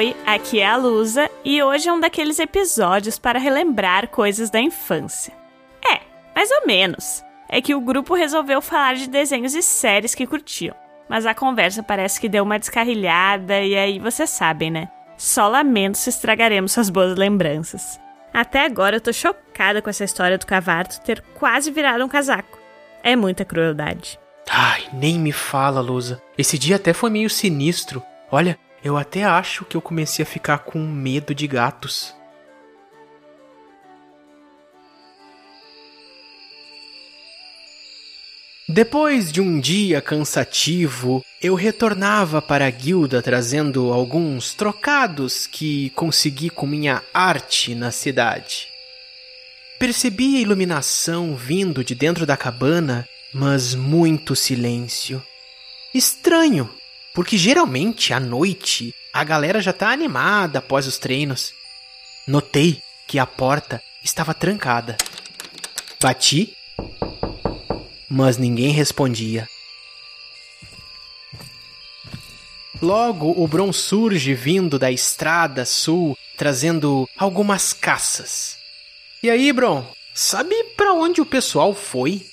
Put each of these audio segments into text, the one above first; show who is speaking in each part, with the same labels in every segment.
Speaker 1: gente? Aqui é a Lusa e hoje é um daqueles episódios para relembrar coisas da infância. É, mais ou menos. É que o grupo resolveu falar de desenhos e séries que curtiam, mas a conversa parece que deu uma descarrilhada e aí vocês sabem, né? Só lamento se estragaremos suas boas lembranças. Até agora eu tô chocada com essa história do Cavarto ter quase virado um casaco. É muita crueldade.
Speaker 2: Ai, nem me fala, Lusa. Esse dia até foi meio sinistro. Olha, eu até acho que eu comecei a ficar com medo de gatos. Depois de um dia cansativo, eu retornava para a guilda trazendo alguns trocados que consegui com minha arte na cidade. Percebi a iluminação vindo de dentro da cabana, mas muito silêncio. Estranho, porque geralmente à noite a galera já está animada após os treinos. Notei que a porta estava trancada. Bati mas ninguém respondia. Logo, o Bron surge vindo da estrada sul, trazendo algumas caças. E aí, Bron, sabe para onde o pessoal foi?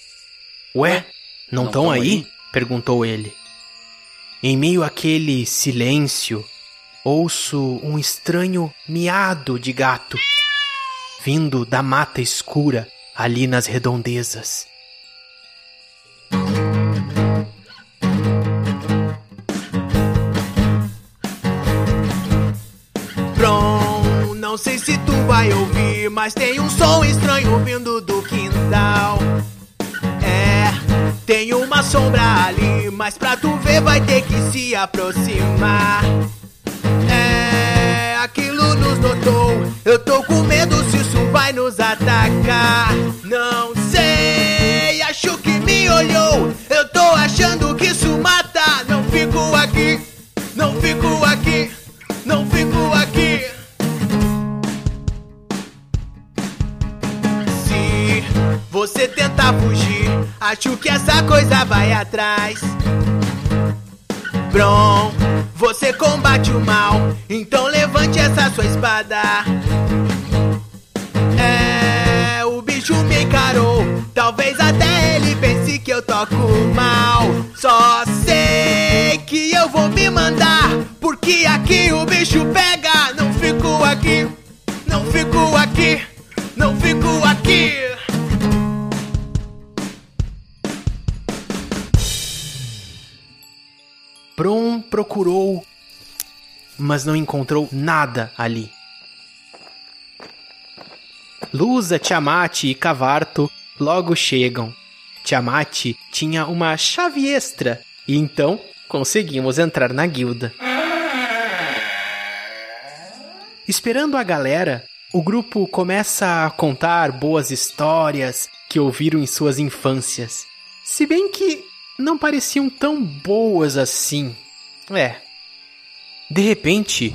Speaker 2: Ué, não
Speaker 3: Não
Speaker 2: estão
Speaker 3: tão
Speaker 2: aí?
Speaker 3: aí?
Speaker 2: perguntou ele. Em meio àquele silêncio, ouço um estranho miado de gato vindo da mata escura ali nas redondezas.
Speaker 3: Bron, não sei se tu vai ouvir, mas tem um som estranho vindo do quintal. É, tem uma sombra ali, mas pra tu ver vai ter que se aproximar. É, aquilo nos notou, eu tô com medo se isso vai nos atacar. Não sei, acho que me olhou, eu tô achando que isso mata. Não fico aqui, não fico aqui, não fico aqui. Se você tentar fugir, acho que essa coisa vai atrás. Bron, você combate o mal, então levante essa sua espada. É, o bicho me encarou, talvez até ele pense que eu toco mal. Só sei que eu vou me mandar, porque aqui o bicho pega. Não fico aqui, não fico aqui, não fico aqui.
Speaker 2: Bron procurou, mas não encontrou nada ali. Lusa, Tiamat e Cavarto logo chegam. Tiamat tinha uma chave extra e então conseguimos entrar na guilda. Esperando a galera, o grupo começa a contar boas histórias que ouviram em suas infâncias. Se bem que não pareciam tão boas assim. É. De repente,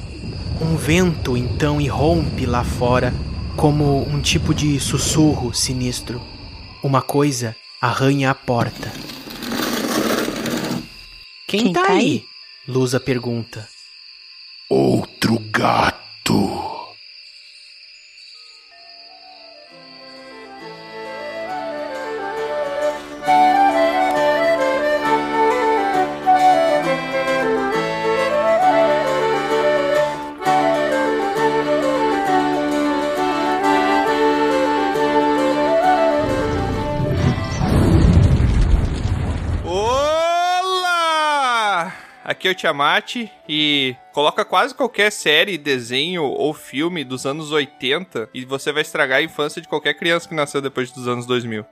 Speaker 2: um vento então irrompe lá fora, como um tipo de sussurro sinistro. Uma coisa arranha a porta. Quem,
Speaker 4: Quem
Speaker 2: tá,
Speaker 4: tá
Speaker 2: aí?
Speaker 4: aí?
Speaker 2: Lusa pergunta.
Speaker 5: Outro gato.
Speaker 6: Olá! Aqui é o Tiamat e coloca quase qualquer série, desenho ou filme dos anos 80 e você vai estragar a infância de qualquer criança que nasceu depois dos anos 2000.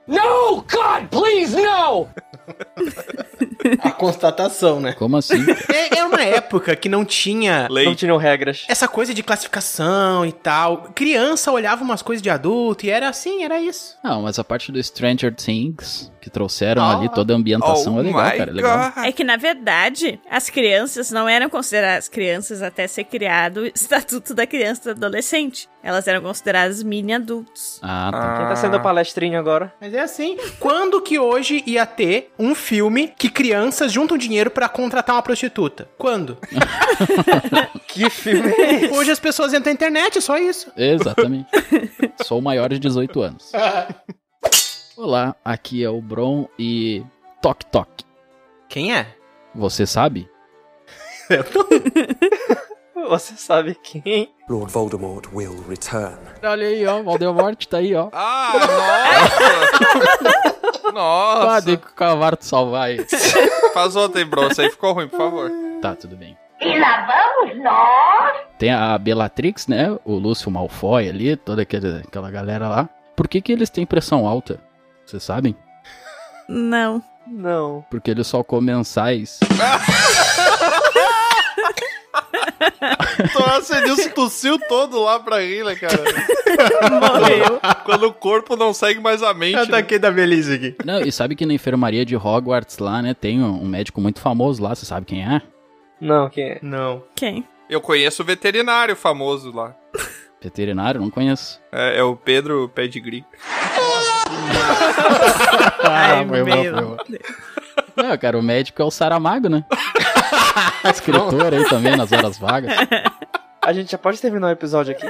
Speaker 2: A constatação, né?
Speaker 7: Como assim?
Speaker 2: É, era uma época que não tinha
Speaker 6: Leite.
Speaker 8: Não tinham regras.
Speaker 2: essa coisa de classificação e tal. Criança olhava umas coisas de adulto e era assim, era isso.
Speaker 7: Não, mas a parte do Stranger Things
Speaker 4: que trouxeram ali, toda a ambientação
Speaker 6: Oh
Speaker 4: é legal,
Speaker 6: my
Speaker 4: cara. é legal.
Speaker 6: God.
Speaker 1: É que, na verdade, as crianças não eram consideradas crianças até ser criado o Estatuto da Criança e do Adolescente. Elas eram consideradas mini-adultos.
Speaker 4: Ah, tá.
Speaker 6: Ah.
Speaker 7: Quem tá sendo palestrinho agora?
Speaker 2: Mas é assim. Quando que hoje ia ter um filme que crianças juntam dinheiro pra contratar uma prostituta? Quando?
Speaker 7: Que filme é esse?
Speaker 2: Hoje as pessoas entram na internet, é só isso.
Speaker 4: Exatamente. Sou maior de 18 anos. Olá, aqui é o Bron e Toc Toc.
Speaker 2: Quem é?
Speaker 4: Você sabe?
Speaker 7: Você sabe quem?
Speaker 8: Lord Voldemort will return.
Speaker 4: Olha aí, ó, Valdemort tá aí, ó.
Speaker 6: Ah, nossa!
Speaker 4: Ah,
Speaker 6: nossa!
Speaker 4: tem que o Cavarto salvar aí.
Speaker 6: Faz ontem, bro. Isso aí ficou ruim, por favor.
Speaker 4: Tá, tudo bem. E lá vamos nós! Tem a Bellatrix, né? O Lúcio Malfoy ali, toda aquele- aquela galera lá. Por que, que eles têm pressão alta? Vocês sabem?
Speaker 1: Não.
Speaker 7: Não.
Speaker 4: Porque eles só comem sais.
Speaker 6: Tu acendeu, se tossiu todo lá pra rir, né, cara?
Speaker 1: Morreu.
Speaker 6: Quando o corpo não segue mais a mente. né?
Speaker 2: da Belize tá aqui.
Speaker 4: Não, e sabe que na enfermaria de Hogwarts lá, né? Tem um um médico muito famoso lá, você sabe quem é?
Speaker 7: Não, quem é?
Speaker 2: Não.
Speaker 1: Quem?
Speaker 6: Eu conheço o veterinário famoso lá.
Speaker 4: Veterinário? Não conheço.
Speaker 6: É, é o Pedro Pedigree.
Speaker 1: Ai,
Speaker 4: foi mal,
Speaker 1: meu
Speaker 4: foi mal. Não, cara, o médico é o Saramago, né? Escritor aí também nas horas vagas.
Speaker 7: A gente já pode terminar o episódio aqui?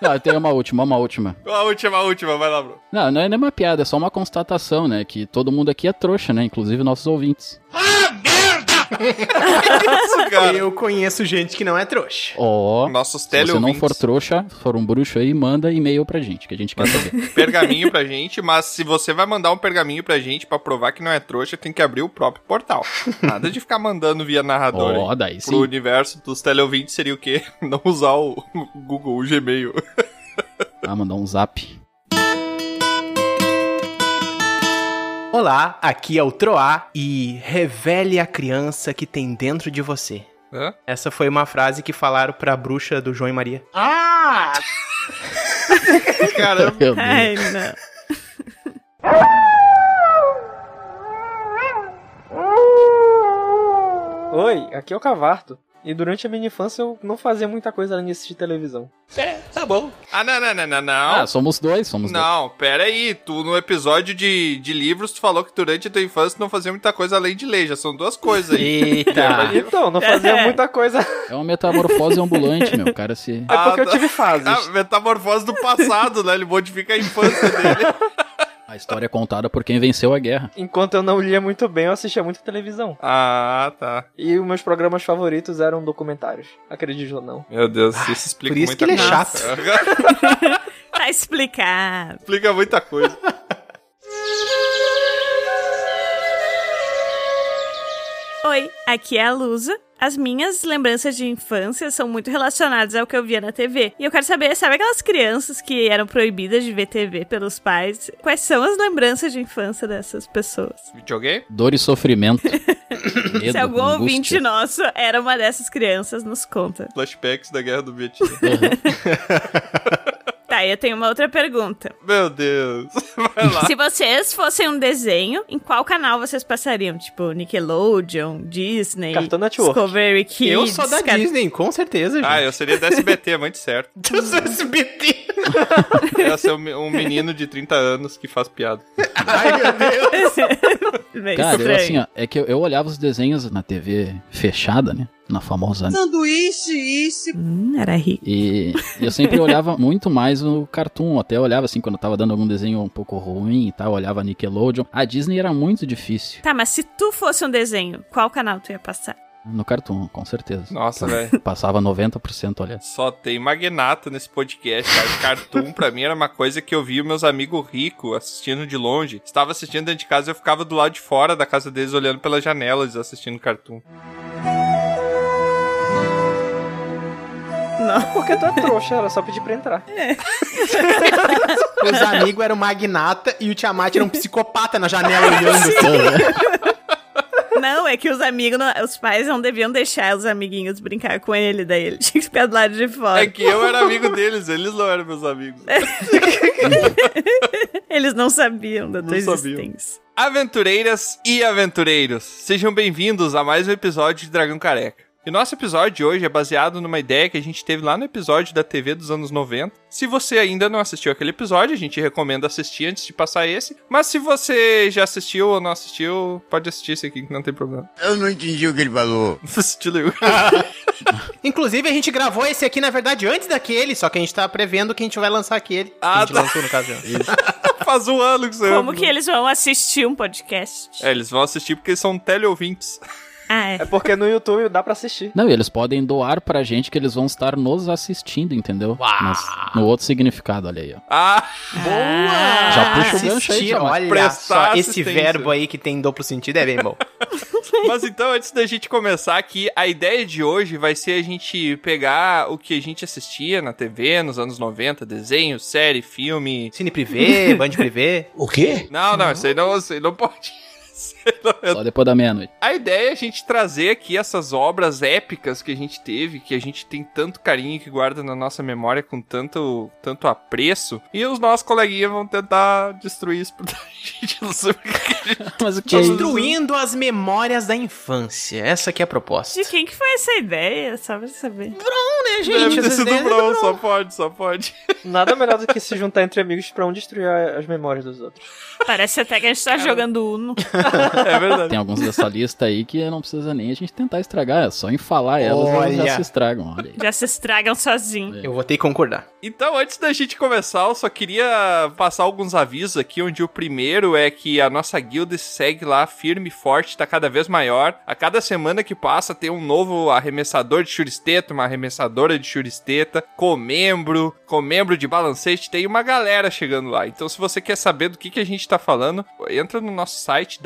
Speaker 4: Não, tem uma última, uma última.
Speaker 6: A última, a última, vai lá, bro.
Speaker 4: Não, não é nem uma piada, é só uma constatação, né? Que todo mundo aqui é trouxa, né? Inclusive nossos ouvintes.
Speaker 6: Isso, cara.
Speaker 2: Eu conheço gente que não é trouxa.
Speaker 4: Ó,
Speaker 6: Nossos
Speaker 4: se você não
Speaker 6: teleouvintes.
Speaker 4: for trouxa, se for um bruxo aí, manda e-mail pra gente, que a gente quer saber.
Speaker 6: Pergaminho pra gente, mas se você vai mandar um pergaminho pra gente pra provar que não é trouxa, tem que abrir o próprio portal. Nada de ficar mandando via narrador.
Speaker 4: Ó,
Speaker 6: hein?
Speaker 4: daí
Speaker 6: Pro
Speaker 4: sim.
Speaker 6: universo dos teleouvintes seria o quê? Não usar o o Google, o Gmail.
Speaker 4: Ah, mandar um zap.
Speaker 2: Olá, aqui é o Troá e revele a criança que tem dentro de você.
Speaker 6: Hã?
Speaker 2: Essa foi uma frase que falaram pra bruxa do João e Maria.
Speaker 6: Caramba.
Speaker 4: Meu Deus.
Speaker 1: Ai, não.
Speaker 7: Oi, aqui é o Cavarto. E durante a minha infância eu não fazia muita coisa além de assistir televisão.
Speaker 6: Ah, não, não, não, não, não.
Speaker 4: Ah, somos dois, somos dois.
Speaker 6: Não, pera aí. Tu, no episódio de, de livros, tu falou que durante a tua infância tu não fazia muita coisa além de ler. Já são duas coisas aí. Ah,
Speaker 2: Eita!
Speaker 7: Então,
Speaker 1: É.
Speaker 7: não fazia muita coisa.
Speaker 4: É uma metamorfose ambulante, meu. O cara se.
Speaker 7: É porque eu
Speaker 6: tá.
Speaker 7: tive fases.
Speaker 6: A metamorfose do passado, né? Ele modifica a infância dele.
Speaker 4: A história é contada por quem venceu a guerra.
Speaker 7: Enquanto eu não lia muito bem, eu assistia muita televisão.
Speaker 6: Ah, tá.
Speaker 7: E os meus programas favoritos eram documentários. Acredite ou não.
Speaker 6: Meu Deus, isso
Speaker 2: Ah,
Speaker 6: explica
Speaker 2: por isso
Speaker 6: muita
Speaker 2: que ele é
Speaker 6: coisa.
Speaker 1: Tá explicado.
Speaker 6: explica muita coisa.
Speaker 1: Oi, aqui é a Lusa. As minhas lembranças de infância são muito relacionadas ao que eu via na TV. E eu quero saber, sabe aquelas crianças que eram proibidas de ver TV pelos pais? Quais são as lembranças de infância dessas pessoas?
Speaker 6: Videogame?
Speaker 4: Dor e sofrimento. Medo,
Speaker 1: Se é algum ouvinte né?
Speaker 4: angústia.
Speaker 1: nosso era uma dessas crianças, nos conta.
Speaker 6: Flashbacks da Guerra do Vietnã.
Speaker 1: Tá, eu tenho uma outra pergunta.
Speaker 6: Meu Deus. Vai lá.
Speaker 1: Se vocês fossem um desenho, em qual canal vocês passariam? Tipo, Nickelodeon, Disney,
Speaker 7: Cartoon Network.
Speaker 1: Discovery Kids.
Speaker 2: eu sou da
Speaker 1: Car-
Speaker 2: Disney, com certeza, gente.
Speaker 6: Ah, eu seria da SBT, muito certo.
Speaker 2: eu sou SBT.
Speaker 6: Eu ia ser um me- um menino de 30 anos que faz piada.
Speaker 1: Meio
Speaker 4: Cara, eu,
Speaker 1: estranho.
Speaker 4: assim, ó, é que eu, eu olhava os desenhos na TV fechada, né? Na famosa.
Speaker 1: Hum, era rico.
Speaker 4: E eu sempre olhava muito mais o cartoon. Até eu olhava assim, quando eu tava dando algum desenho um pouco ruim e tal, eu olhava Nickelodeon. A Disney era muito difícil
Speaker 1: Tá, mas se tu fosse um desenho, qual canal tu ia passar?
Speaker 4: no cartoon, com certeza.
Speaker 6: Nossa, velho.
Speaker 4: Passava 90% olhando.
Speaker 6: Só tem magnata nesse podcast, cara. Cartoon pra mim era uma coisa que eu via meus amigos ricos assistindo de longe. Estava assistindo dentro de casa, eu ficava do lado de fora da casa deles, olhando pelas janelas, assistindo cartoon.
Speaker 1: Não.
Speaker 7: Porque tu é trouxa, era só pedir pra entrar.
Speaker 2: Meus amigos eram magnata e o Tiamat era um psicopata na janela olhando. assim.
Speaker 1: Não, é que os amigos, não- os pais não deviam deixar os amiguinhos brincar com ele, daí ele tinha que ficar do lado de fora.
Speaker 6: É que eu era amigo deles, eles não eram meus amigos.
Speaker 1: Eles não sabiam da tua
Speaker 6: Não sabiam.
Speaker 1: existência.
Speaker 6: Aventureiras e aventureiros, sejam bem-vindos a mais um episódio de Dragão Careca. E nosso episódio de hoje é baseado numa ideia que a gente teve lá no episódio da TV dos anos 90. Se você ainda não assistiu aquele episódio, a gente recomenda assistir antes de passar esse. Mas se você já assistiu ou não assistiu, pode assistir esse aqui que não tem problema.
Speaker 9: Eu não entendi o que ele falou.
Speaker 6: Não assistiu nenhum.
Speaker 2: Inclusive, a gente gravou esse aqui, na verdade, antes daquele, só que a gente tá prevendo que a gente vai lançar aquele.
Speaker 6: Ah,
Speaker 2: a gente
Speaker 6: tá.
Speaker 2: lançou, no caso. já.
Speaker 6: Faz um ano que você...
Speaker 1: Como que é? eles vão assistir um podcast?
Speaker 6: É, eles vão assistir porque eles são teleouvintes.
Speaker 1: Ah, é.
Speaker 7: É porque no YouTube dá pra assistir.
Speaker 4: Não, e eles podem doar pra gente que eles vão estar nos assistindo, entendeu? Mas no outro significado, olha aí, ó.
Speaker 6: Ah,
Speaker 1: Ah.
Speaker 4: Já puxa o gancho aí,
Speaker 2: Assistir,
Speaker 4: Thiago.
Speaker 2: olha
Speaker 6: Prestar
Speaker 2: só, esse
Speaker 6: assistência.
Speaker 2: verbo aí que tem duplo sentido é bem bom.
Speaker 6: Mas então, antes da gente começar aqui, a ideia de hoje vai ser a gente pegar o que a gente assistia na TV nos anos 90, desenho, série, filme.
Speaker 2: Cine privê, band privê.
Speaker 5: O quê?
Speaker 6: Não, não, isso aí não, isso aí não pode. Isso aí não-
Speaker 4: Só depois da meia-noite.
Speaker 6: A ideia é a gente trazer aqui essas obras épicas que a gente teve, que a gente tem tanto carinho e que guarda na nossa memória com tanto, tanto apreço. E os nossos coleguinhas vão tentar destruir isso pra gente. Não sei o que a gente-
Speaker 4: Mas o que é isso?
Speaker 2: Destruindo as memórias da infância. Essa que é a proposta.
Speaker 1: De quem que foi essa ideia? Só pra saber.
Speaker 2: né,
Speaker 6: Deve ter
Speaker 2: Essas
Speaker 6: sido
Speaker 4: é
Speaker 2: ideias-
Speaker 6: o Brown, só pode, só pode.
Speaker 7: Nada melhor do que se juntar entre amigos pra um destruir a- as memórias dos outros.
Speaker 1: Parece até que a gente tá jogando Uno.
Speaker 6: É verdade.
Speaker 4: Tem alguns dessa lista aí que não precisa nem a gente tentar estragar, é só em falar elas elas já
Speaker 2: Olha.
Speaker 4: se estragam, olha aí.
Speaker 1: Já se estragam sozinhos.
Speaker 2: Eu vou ter que concordar.
Speaker 6: Então, antes da gente começar, eu só queria passar alguns avisos aqui, onde o primeiro é que a nossa guilda segue lá firme e forte, tá cada vez maior. A cada semana que passa tem um novo arremessador de churisteta, uma arremessadora de churisteta, comembro, comembro de balancete, tem uma galera chegando lá. Então, se você quer saber do que, que a gente tá falando, entra no nosso site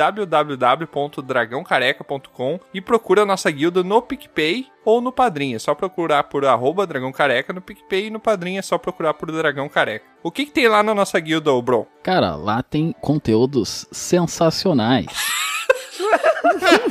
Speaker 6: www.dragãocareca.com e procura a nossa guilda no PicPay ou no Padrinho. É só procurar por arroba Dragão Careca no PicPay e no Padrinho é só procurar por Dragão Careca. O que, que tem lá na nossa guilda, ô Bro?
Speaker 4: Cara, lá tem conteúdos sensacionais.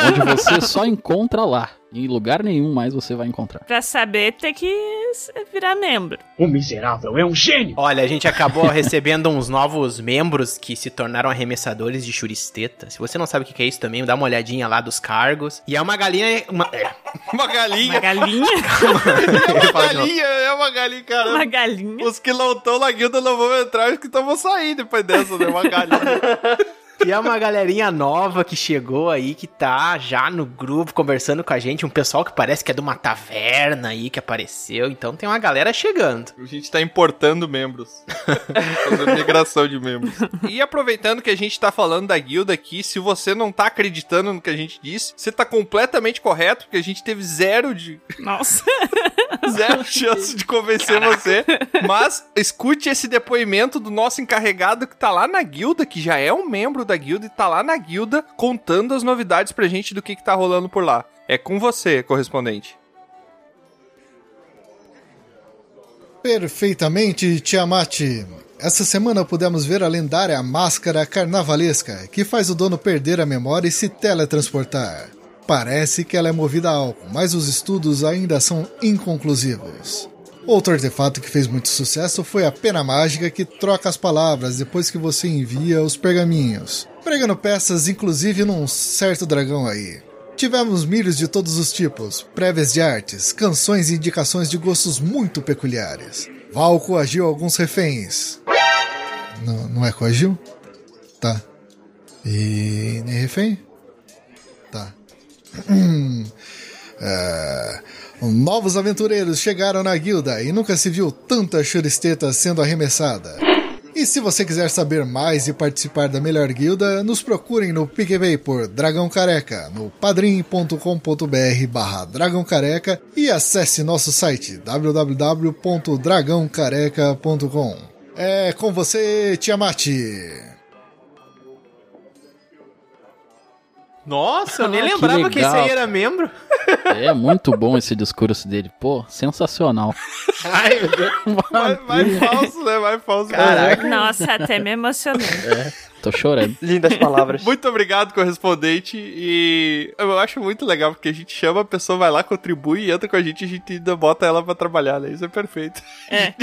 Speaker 4: onde você só encontra lá. Em lugar nenhum mais você vai encontrar.
Speaker 1: Pra saber, tem que s- virar membro.
Speaker 10: O miserável é um gênio!
Speaker 2: Olha, a gente acabou recebendo uns novos membros que se tornaram arremessadores de churisteta. Se você não sabe o que que é isso também, dá uma olhadinha lá dos cargos. E é uma galinha. Uma, é,
Speaker 6: Uma
Speaker 1: Uma
Speaker 6: galinha!
Speaker 1: galinha?
Speaker 6: É uma
Speaker 2: fala de novo.
Speaker 6: galinha! É uma galinha,
Speaker 1: Uma
Speaker 6: cara!
Speaker 1: galinha?
Speaker 6: Os que não estão na guilda não vão entrar, os que estão vão sair depois dessa, né? Uma galinha.
Speaker 2: E é uma galerinha nova que chegou aí, que tá já no grupo conversando com a gente. Um pessoal que parece que é de uma taverna aí que apareceu. Então tem uma galera chegando.
Speaker 6: A gente tá importando membros. Fazendo migração de membros. E aproveitando que a gente tá falando da guilda aqui, se você não tá acreditando no que a gente disse, você tá completamente correto, porque a gente teve zero de
Speaker 1: Nossa.
Speaker 6: Zero chance de convencer você. Mas escute esse depoimento do nosso encarregado que tá lá na guilda, que já é um membro da guilda e tá lá na guilda contando as novidades pra gente do que, que tá rolando por lá. É com você, correspondente.
Speaker 10: Perfeitamente, Tiamat. Essa semana pudemos ver a lendária máscara carnavalesca, que faz o dono perder a memória e se teletransportar. Parece que ela é movida a álcool, mas os estudos ainda são inconclusivos. Outro artefato que fez muito sucesso foi a pena mágica que troca as palavras depois que você envia os pergaminhos, pregando peças inclusive num certo dragão aí. Tivemos milhos de todos os tipos, prévias de artes, canções e indicações de gostos muito peculiares. Val coagiu alguns reféns. Não, não é coagiu? Tá. E nem refém? Tá. Ah, novos aventureiros chegaram na guilda e nunca se viu tanta churisteta sendo arremessada. E se você quiser saber mais e participar da melhor guilda, nos procurem no PicPay por Dragão Careca, no padrim.com.br barra Dragão Careca e acesse nosso site www.dragãocareca.com. É com você, Tiamat!
Speaker 2: Nossa, eu nem
Speaker 4: Ah, que
Speaker 2: lembrava que, esse
Speaker 4: legal.
Speaker 2: aí era membro.
Speaker 4: É muito bom esse discurso dele. Pô, sensacional.
Speaker 2: Ai, meu Deus.
Speaker 6: Vai, vai falso, né? Vai falso.
Speaker 2: Caraca.
Speaker 1: Nossa, até me emocionei.
Speaker 4: Tô chorando.
Speaker 7: Lindas palavras.
Speaker 6: Muito obrigado, correspondente. E eu acho muito legal, porque a gente chama, a pessoa vai lá, contribui, entra com a gente e a gente ainda bota ela pra trabalhar, né? Isso é perfeito.
Speaker 1: É.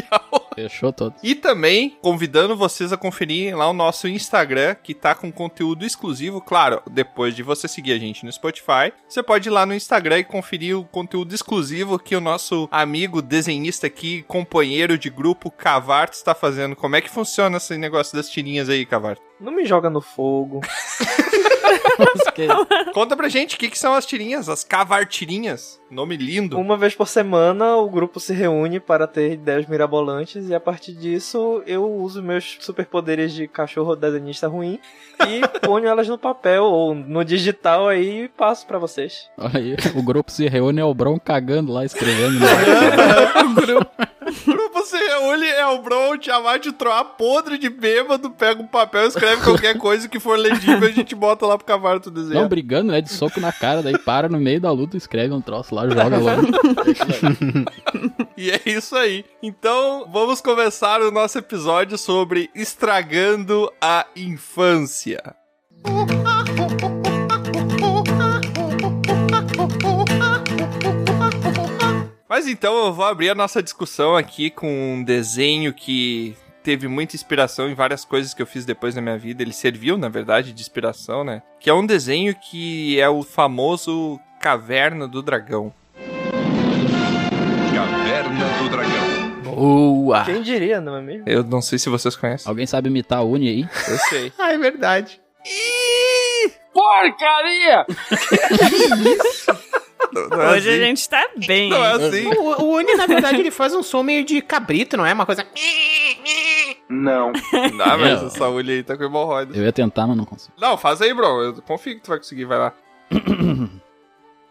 Speaker 4: Fechou todo.
Speaker 6: E também convidando vocês a conferirem lá o nosso Instagram, que tá com conteúdo exclusivo. Claro, depois de você seguir a gente no Spotify, você pode ir lá no Instagram e conferir o conteúdo exclusivo que o nosso amigo desenhista aqui, companheiro de grupo, Cavart, está fazendo. Como é que funciona esse negócio das tirinhas aí, Cavart?
Speaker 7: Não me joga no fogo.
Speaker 6: Conta pra gente o que, que são as tirinhas, as cavartirinhas. Nome lindo.
Speaker 7: Uma vez por semana o grupo se reúne para ter ideias mirabolantes e a partir disso eu uso meus superpoderes de cachorro desenhista ruim e ponho elas no papel ou no digital aí e passo pra vocês.
Speaker 4: Olha aí, o grupo se reúne, é o Bron cagando lá, escrevendo. né?
Speaker 6: o grupo. O grupo se reúne, é o Bron, o Tiamat, o Troá podre de bêbado, pega um papel, escreve qualquer coisa que for legível e a gente bota lá pro Cavarto desenhar.
Speaker 4: Não, brigando, né? De soco na cara, daí para no meio da luta, escreve um troço lá, joga logo.
Speaker 6: E é isso aí. Então, vamos começar o nosso episódio sobre estragando a infância. Mas então eu vou abrir a nossa discussão aqui com um desenho que teve muita inspiração em várias coisas que eu fiz depois na minha vida. Ele serviu, na verdade, de inspiração, né? Que é um desenho que é o famoso Caverna do Dragão.
Speaker 5: Caverna do Dragão.
Speaker 4: Ah.
Speaker 6: Boa!
Speaker 7: Quem diria, não é mesmo?
Speaker 6: Eu não sei se vocês conhecem.
Speaker 4: Alguém sabe imitar a Uni aí?
Speaker 6: Eu sei.
Speaker 7: Ah, é verdade.
Speaker 6: Ih!
Speaker 7: Porcaria!
Speaker 6: Não, não é
Speaker 1: Hoje
Speaker 6: assim.
Speaker 1: a gente tá bem.
Speaker 6: Não é assim.
Speaker 2: O, o Uni, na verdade, ele faz um som meio de cabrito, não é? Uma coisa.
Speaker 5: Não.
Speaker 6: Não, Ah, mas essa olha aí tá com hemorroida.
Speaker 4: Eu ia tentar, mas não consigo.
Speaker 6: Não, faz aí, bro. Eu confio que tu vai conseguir, vai lá.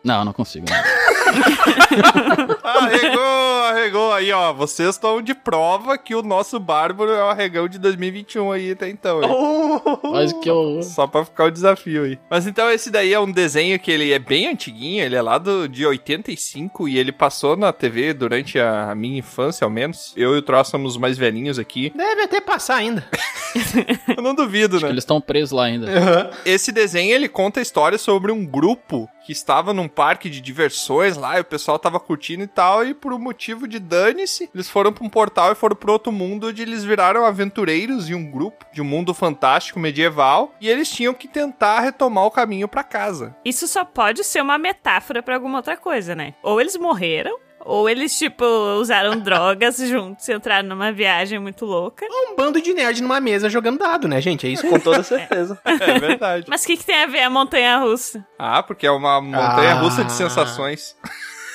Speaker 4: Não, não consigo.
Speaker 6: Arregou, arregou. Aí, ó, vocês estão de prova que o nosso Bárbaro é o arregão de 2021 aí até então. hein?
Speaker 1: Oh.
Speaker 4: Mas que eu.
Speaker 6: Só pra ficar o desafio aí. Mas então esse daí é um desenho que ele é bem antiguinho, ele é lá do, de 85 e ele passou na TV durante a minha infância, ao menos. Eu e o Troço somos os mais velhinhos aqui.
Speaker 2: Deve até passar ainda.
Speaker 6: Eu não duvido,
Speaker 4: Acho que
Speaker 6: né?
Speaker 4: eles estão presos lá ainda.
Speaker 6: Esse desenho ele conta a história sobre um grupo que estava num parque de diversões lá e o pessoal tava curtindo e tal. E por um motivo de dane-se, eles foram pra um portal e foram pro outro mundo onde eles viraram aventureiros e um grupo de um mundo fantástico medieval. E eles tinham que tentar retomar o caminho pra casa.
Speaker 1: Isso só pode ser uma metáfora pra alguma outra coisa, né? Ou eles morreram, ou eles, tipo, usaram drogas juntos e entraram numa viagem muito louca.
Speaker 2: Um bando de nerd numa mesa jogando dado, né, gente? É isso.
Speaker 7: Com toda certeza.
Speaker 6: É verdade.
Speaker 1: Mas o que, que tem a ver a montanha russa?
Speaker 6: ah, porque é uma montanha russa de sensações.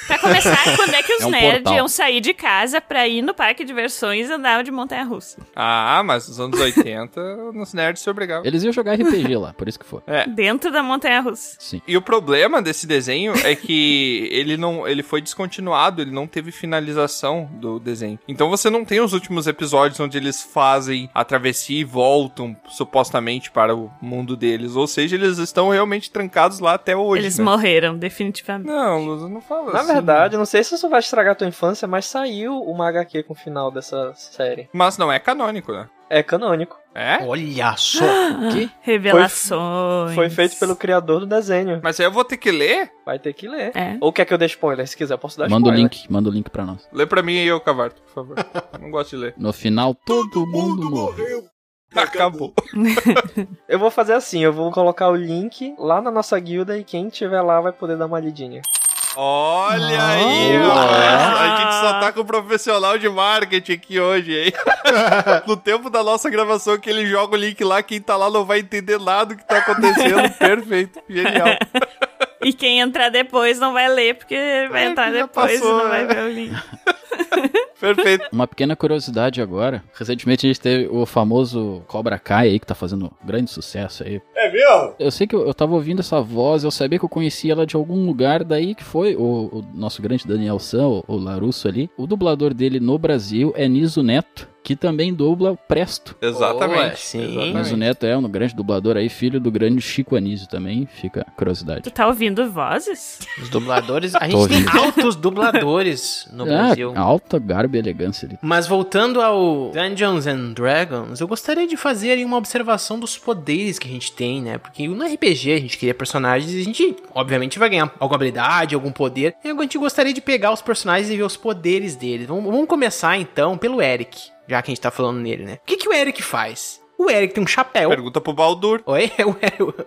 Speaker 1: Pra começar, quando é que os
Speaker 4: É um
Speaker 1: nerds
Speaker 4: portal.
Speaker 1: iam sair de casa pra ir no parque de diversões e andar de montanha russa?
Speaker 6: Ah, mas nos anos 80, nos nerds se obrigavam.
Speaker 4: Eles iam jogar RPG lá, por isso que foi.
Speaker 1: Dentro da montanha russa.
Speaker 4: Sim.
Speaker 6: E o problema desse desenho é que ele não, ele foi descontinuado, ele não teve finalização do desenho. Então você não tem os últimos episódios onde eles fazem a travessia e voltam supostamente para o mundo deles, ou seja, eles estão realmente trancados lá até hoje.
Speaker 1: eles
Speaker 6: né?
Speaker 1: morreram, definitivamente.
Speaker 6: Não, Luz, não fala
Speaker 7: Na
Speaker 6: assim.
Speaker 7: verdade, não sei se isso vai estragar tua infância, mas saiu uma HQ com o final dessa série.
Speaker 6: Mas não é canônico, né?
Speaker 7: É canônico.
Speaker 6: É?
Speaker 2: Olha só.
Speaker 1: Revelações.
Speaker 7: Foi feito pelo criador do desenho.
Speaker 6: Mas aí eu vou ter que ler?
Speaker 7: Vai ter que ler.
Speaker 1: É.
Speaker 7: Ou quer que eu dê spoiler? Se quiser, eu posso dar
Speaker 4: Manda o
Speaker 7: spoiler.
Speaker 4: link, manda o link pra nós.
Speaker 6: Lê pra mim aí, ô Cavarto, por favor. Eu não gosto de ler.
Speaker 4: No final, todo mundo morreu.
Speaker 6: Acabou.
Speaker 7: Eu vou fazer assim, eu vou colocar o link lá na nossa guilda e quem tiver lá vai poder dar uma lidinha.
Speaker 6: Olha aí,
Speaker 4: Boa.
Speaker 6: rapaz. A gente só tá com o profissional de marketing aqui hoje, hein? No tempo da nossa gravação que ele joga o link lá, quem tá lá não vai entender nada do que tá acontecendo. Perfeito, genial.
Speaker 1: E quem entrar depois não vai ler, porque vai
Speaker 6: É,
Speaker 1: entrar
Speaker 6: que já
Speaker 1: depois
Speaker 6: passou,
Speaker 1: e não vai
Speaker 6: né?
Speaker 1: ver o link.
Speaker 6: Perfeito.
Speaker 4: Uma pequena curiosidade agora. Recentemente a gente teve o famoso Cobra Kai aí, que tá fazendo grande sucesso aí. É mesmo? Eu sei que eu, eu tava ouvindo essa voz, eu sabia que eu conhecia ela de algum lugar, daí que foi o, o nosso grande Daniel San, o, o Larusso ali. O dublador dele no Brasil é Niso Neto. que também dubla o Presto.
Speaker 6: Exatamente.
Speaker 4: Mas o Neto é um grande dublador aí, filho do grande Chico Anísio também, fica a curiosidade.
Speaker 1: Tu tá ouvindo vozes?
Speaker 2: Os dubladores. A
Speaker 4: Tô
Speaker 2: gente tem
Speaker 4: ouvindo.
Speaker 2: altos dubladores
Speaker 6: É.
Speaker 2: no
Speaker 4: Ah,
Speaker 2: Brasil.
Speaker 4: alta garbo e elegância ali.
Speaker 2: Mas voltando ao Dungeons and Dragons, eu gostaria de fazer aí uma observação dos poderes que a gente tem, né? Porque no RPG a gente cria personagens e a gente, obviamente, vai ganhar alguma habilidade, algum poder. E a gente gostaria de pegar os personagens e ver os poderes deles. Vamos, vamos começar então pelo Eric, já que a gente tá falando nele, né? O que, que o Eric faz? O Eric tem um chapéu.
Speaker 6: É Pergunta pro Baldur.
Speaker 2: Oi? O Eric...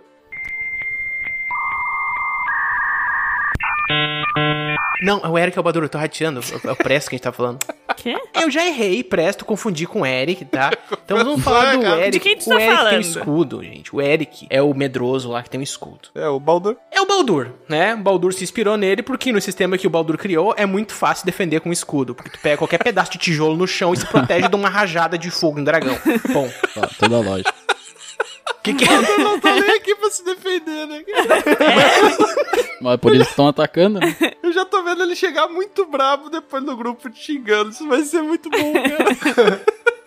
Speaker 2: Não, é o Eric é o Baduro, eu tô rateando. É o Presto que a gente tá falando.
Speaker 1: Quê?
Speaker 2: Eu já errei, presto, confundi com o Eric, tá? Então vamos falar do
Speaker 6: cara.
Speaker 2: Eric.
Speaker 1: De quem tu
Speaker 2: o
Speaker 1: tá
Speaker 2: Eric tem um
Speaker 1: falando?
Speaker 2: escudo, gente. O Eric é o medroso lá que tem um escudo.
Speaker 6: É, o Baldur.
Speaker 2: É o Baldur, né? O Baldur se inspirou nele porque no sistema que o Baldur criou é muito fácil defender com escudo. Porque tu pega qualquer pedaço de tijolo no chão e se protege de uma rajada de fogo no dragão. Bom,
Speaker 4: Ó, toda a loja.
Speaker 2: que é? que
Speaker 6: Eu não tô nem aqui pra se defender, né?
Speaker 4: Mas é por isso que estão atacando. né?
Speaker 6: Eu já tô vendo ele chegar muito brabo depois no grupo te xingando. Isso vai ser muito bom, cara.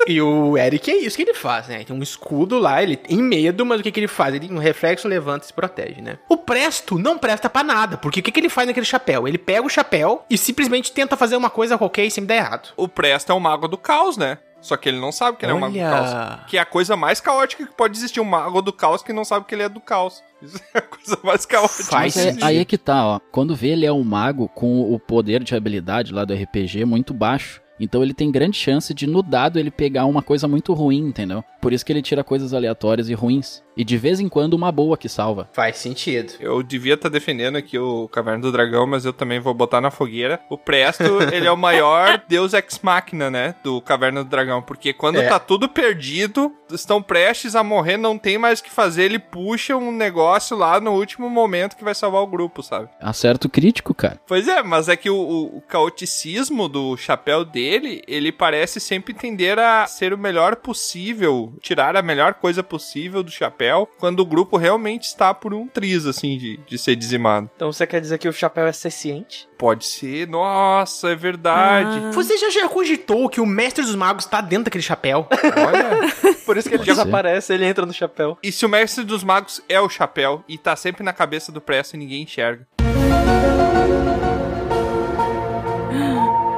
Speaker 2: E o Eric é isso que ele faz, né? Tem um escudo lá, ele tem medo, mas o que, que ele faz? Ele, um reflexo, levanta e se protege, né? O Presto não presta pra nada, porque o que, que ele faz naquele chapéu? Ele pega o chapéu e simplesmente tenta fazer uma coisa qualquer e sempre dá errado.
Speaker 6: O Presto é um mago do caos, né? Só que ele não sabe que ele é um mago do caos. Que é a coisa mais caótica que pode existir. Um mago do caos que não sabe que ele é do caos. Isso é a coisa mais caótica.
Speaker 2: Faz
Speaker 4: Mas
Speaker 6: que
Speaker 4: é-
Speaker 2: sentido.
Speaker 6: existe.
Speaker 4: aí é que tá, ó. Quando vê, ele é um mago com o poder de habilidade lá do RPG muito baixo. Então ele tem grande chance de, no dado, ele pegar uma coisa muito ruim, entendeu? Por isso que ele tira coisas aleatórias e ruins. E de vez em quando, uma boa que salva.
Speaker 2: Faz sentido.
Speaker 6: Eu devia estar defendendo aqui o Caverna do Dragão, mas eu também vou botar na fogueira. O Presto, ele é o maior deus ex-máquina, né? Do Caverna do Dragão. Porque quando
Speaker 2: É.
Speaker 6: tá tudo perdido, estão prestes a morrer, não tem mais o que fazer, ele puxa um negócio lá no último momento que vai salvar o grupo, sabe?
Speaker 4: Acerto crítico, cara.
Speaker 6: Pois é, mas é que o, o- o caoticismo do chapéu dele, ele parece sempre tender a ser o melhor possível, tirar a melhor coisa possível do chapéu, quando o grupo realmente está por um triz, assim, de, de ser dizimado.
Speaker 7: Então você quer dizer que o chapéu é ciente?
Speaker 6: Pode ser. Nossa, é verdade.
Speaker 2: Você já, já cogitou que o Mestre dos Magos tá dentro daquele chapéu?
Speaker 6: Olha.
Speaker 7: Por isso que ele
Speaker 4: Pode ser.
Speaker 7: desaparece, ele entra no chapéu.
Speaker 6: E se o mestre dos magos é o chapéu e tá sempre na cabeça do Presto e ninguém enxerga?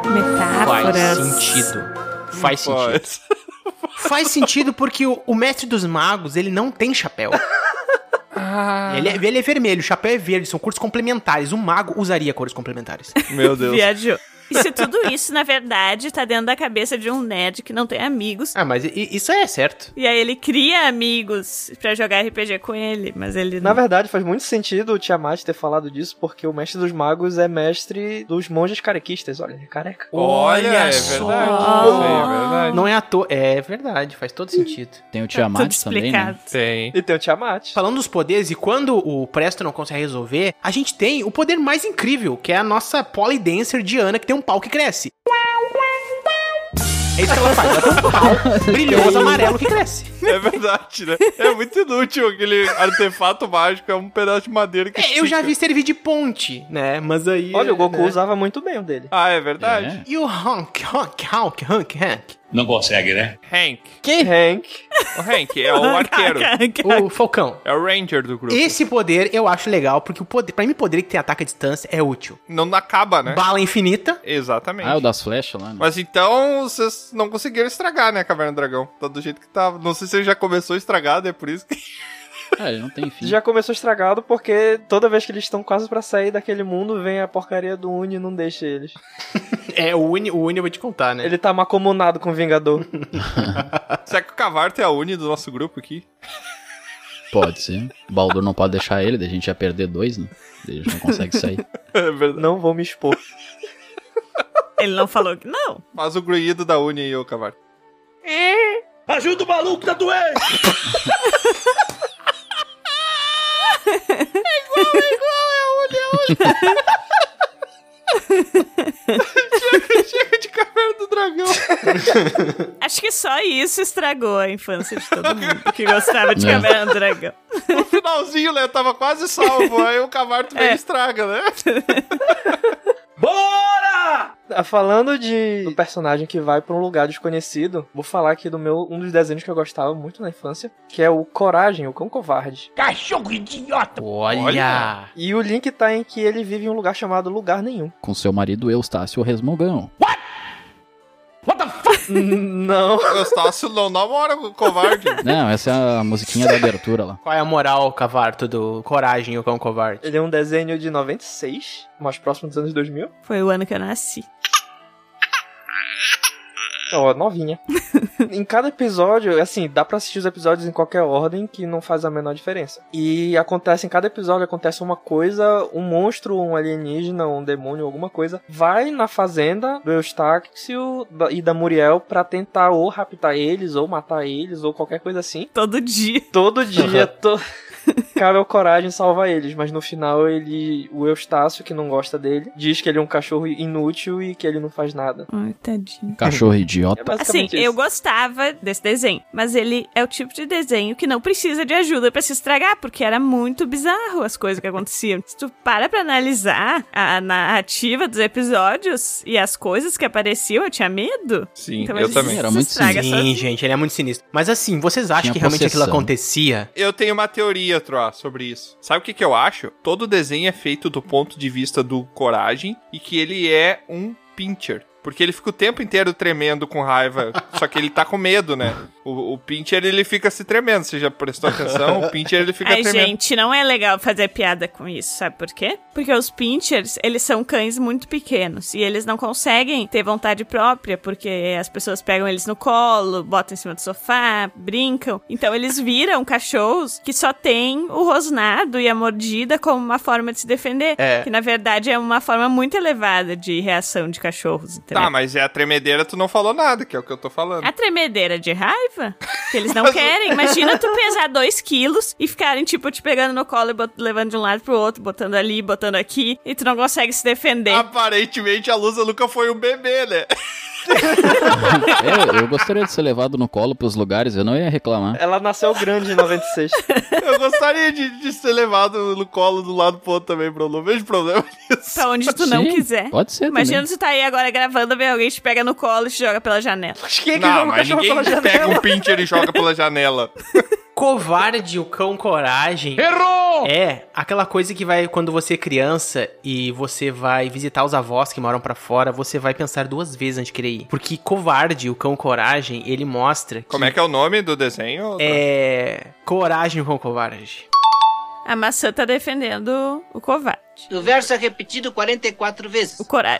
Speaker 1: Metáforas.
Speaker 2: Faz sentido. Faz sentido.
Speaker 6: Pode.
Speaker 2: Faz sentido porque o, o Mestre dos Magos, ele não tem chapéu. Ele é, ele é vermelho, o chapéu é verde, são cores complementares. O mago usaria cores complementares.
Speaker 6: Meu Deus.
Speaker 1: Viajou. E se tudo isso, na verdade, tá dentro da cabeça de um nerd que não tem amigos.
Speaker 2: Ah, mas i- i- isso é certo.
Speaker 1: E aí ele cria amigos pra jogar RPG com ele, mas ele
Speaker 7: Na
Speaker 1: não.
Speaker 7: verdade, faz muito sentido o Tiamat ter falado disso, porque o mestre dos magos é mestre dos monges carequistas. Olha, ele é careca.
Speaker 6: Olha, é
Speaker 2: só.
Speaker 6: verdade. Isso aí é verdade.
Speaker 2: Não é à toa. É verdade, faz todo sentido.
Speaker 4: Tem o
Speaker 1: Tá Tudo
Speaker 4: Tiamat também, né?
Speaker 1: explicado.
Speaker 6: Tem.
Speaker 7: E tem o Tiamat.
Speaker 2: Falando dos poderes, e quando o Presto não consegue resolver, a gente tem o poder mais incrível, que é a nossa polydancer Diana, que tem um pau que cresce. É isso que ela faz, ela tem um pau brilhoso amarelo que cresce.
Speaker 6: É verdade, né? É muito inútil aquele artefato mágico. É um pedaço de madeira que.
Speaker 2: É, eu já
Speaker 6: fica.
Speaker 2: vi servir de ponte, né? Mas aí.
Speaker 7: Olha, o Goku
Speaker 2: né?
Speaker 7: usava muito bem o dele.
Speaker 6: Ah, é verdade?
Speaker 4: É.
Speaker 2: E o Honk, Honk, Honk, Honk, Honk.
Speaker 5: Não consegue, né?
Speaker 6: Hank.
Speaker 7: Quem? Hank.
Speaker 6: O Hank é o arqueiro.
Speaker 2: O Falcão.
Speaker 6: É o ranger do grupo.
Speaker 2: Esse poder eu acho legal, porque o poder, pra mim, poder que tem ataque à distância é útil.
Speaker 6: Não acaba, né?
Speaker 2: Bala infinita.
Speaker 6: Exatamente.
Speaker 4: Ah, o das flechas lá, né?
Speaker 6: Mas então vocês não conseguiram estragar, né, Caverna do Dragão? Tá do jeito que tava. Não sei se ele já começou estragado, é por isso que.
Speaker 4: Ah, ele não tem fim.
Speaker 7: Já começou estragado porque toda vez que eles estão quase pra sair daquele mundo, vem a porcaria do Uni e não deixa eles.
Speaker 2: É, o Uni, o Uni eu vou te contar, né?
Speaker 7: Ele tá macomunado com o Vingador.
Speaker 6: Será que o Cavarto é a Uni do nosso grupo aqui?
Speaker 4: Pode ser. O Baldur não pode deixar ele, daí a gente ia perder dois, né? Daí a gente não consegue sair.
Speaker 6: É verdade.
Speaker 7: não vou me expor.
Speaker 1: Ele não falou que não.
Speaker 6: Faz o grunhido da Uni aí, ô Cavarto.
Speaker 1: É.
Speaker 5: Ajuda o maluco da doente!
Speaker 1: É
Speaker 6: Chega de Caverna do Dragão.
Speaker 1: Acho que só isso estragou a infância de todo mundo que gostava de
Speaker 4: É.
Speaker 1: Caverna do Dragão.
Speaker 6: No finalzinho, né? Tava quase
Speaker 1: É.
Speaker 6: salvo. Aí o Cavarto vem e estraga, né?
Speaker 5: Bora!
Speaker 7: Ah, Falando de do personagem que vai pra um lugar desconhecido, vou falar aqui do meu um dos desenhos que eu gostava muito na infância, que é o Coragem, o Cão Covarde.
Speaker 5: Cachorro idiota!
Speaker 2: Olha!
Speaker 7: E o link tá em que ele vive em um lugar chamado Lugar Nenhum.
Speaker 4: Com seu marido Eustácio Resmungão.
Speaker 7: Não.
Speaker 6: Eustácio não namora com o covarde.
Speaker 4: Não, essa é a musiquinha da abertura lá.
Speaker 2: Qual é a moral, Cavarto, do Coragem, o Cão Covarde?
Speaker 7: Ele é um desenho de 96, mais próximo dos anos 2000.
Speaker 1: Foi o ano que eu nasci.
Speaker 7: Ó, novinha. em cada episódio, assim, dá pra assistir os episódios em qualquer ordem que não faz a menor diferença. E acontece, em cada episódio acontece uma coisa, um monstro, um alienígena, um demônio, alguma coisa, vai na fazenda do Eustáquio da- e da Muriel pra tentar ou raptar eles, ou matar eles, ou qualquer coisa assim.
Speaker 1: Todo dia.
Speaker 7: Todo dia, to... Cabe ao coragem salvar eles, mas no final ele, o Eustácio, que não gosta dele, diz que ele é um cachorro inútil e que ele não faz nada.
Speaker 1: Ai, tadinho.
Speaker 4: Cachorro
Speaker 7: É
Speaker 4: idiota.
Speaker 1: Assim,
Speaker 7: basicamente
Speaker 1: eu
Speaker 7: isso.
Speaker 1: gostava desse desenho, mas ele é o tipo de desenho que não precisa de ajuda pra se estragar, porque era muito bizarro as coisas que aconteciam. Se tu para pra analisar a narrativa dos episódios e as coisas que apareciam, eu tinha medo.
Speaker 6: Sim,
Speaker 1: Então,
Speaker 6: eu
Speaker 1: mas
Speaker 6: também.
Speaker 1: isso
Speaker 4: Era
Speaker 1: se
Speaker 4: muito
Speaker 1: estraga
Speaker 2: Sim,
Speaker 1: sozinho.
Speaker 2: gente, ele é muito sinistro. Mas assim, vocês acham
Speaker 4: Tinha
Speaker 2: que realmente aquilo
Speaker 4: possessão.
Speaker 2: acontecia?
Speaker 6: Eu tenho uma teoria, Tro, sobre isso. Sabe o que, que eu acho? Todo desenho é feito do ponto de vista do Coragem e que ele é um pincher. Porque ele fica o tempo inteiro tremendo com raiva, só que ele tá com medo, né? O, o pincher, ele fica se tremendo. Você já prestou atenção? O pincher, ele fica
Speaker 1: Ai,
Speaker 6: tremendo.
Speaker 1: gente, não é legal fazer piada com isso, sabe por quê? Porque os pinchers, eles são cães muito pequenos e eles não conseguem ter vontade própria, porque as pessoas pegam eles no colo, botam em cima do sofá, brincam. Então eles viram cachorros que só têm o rosnado e a mordida como uma forma de se defender,
Speaker 2: É.
Speaker 1: que na verdade é uma forma muito elevada de reação de cachorros, entendeu?
Speaker 6: Tá, mas é a tremedeira, tu não falou nada, que é o que eu tô falando.
Speaker 1: A tremedeira de raiva? Que eles não querem. Imagina tu pesar 2 quilos e ficarem, tipo, te pegando no colo e bot- levando de um lado pro outro, botando ali, botando aqui, e tu não consegue se defender.
Speaker 4: Ah,
Speaker 6: Aparentemente, a Lusa nunca foi um bebê, né?
Speaker 4: É, eu gostaria de ser levado no colo pros lugares, eu não ia reclamar.
Speaker 7: Ela nasceu grande em 96.
Speaker 6: Eu gostaria de, de ser levado no colo do lado pro outro também, Bruno. Não vejo problema nisso.
Speaker 1: Pra onde tu não
Speaker 4: Sim,
Speaker 1: quiser.
Speaker 4: Pode ser
Speaker 1: Imagina
Speaker 4: também.
Speaker 1: tu tá aí agora gravando, vem alguém te pega no colo e te joga pela janela.
Speaker 7: Mas Quem é que
Speaker 6: Não,
Speaker 7: joga o
Speaker 6: mas
Speaker 7: cachorro
Speaker 6: ninguém
Speaker 7: pela janela?
Speaker 6: pega um pincher e joga pela janela.
Speaker 2: Covarde, o cão coragem. Errou! É, aquela coisa que vai quando você é criança e você vai visitar os avós que moram pra fora, você vai pensar duas vezes antes de querer ir. Porque covarde, o cão coragem, ele mostra que
Speaker 6: Como é que é o nome do desenho?
Speaker 2: é coragem o cão covarde.
Speaker 1: A maçã tá defendendo o covarde.
Speaker 5: O verso é repetido 44 vezes.
Speaker 1: O coragem.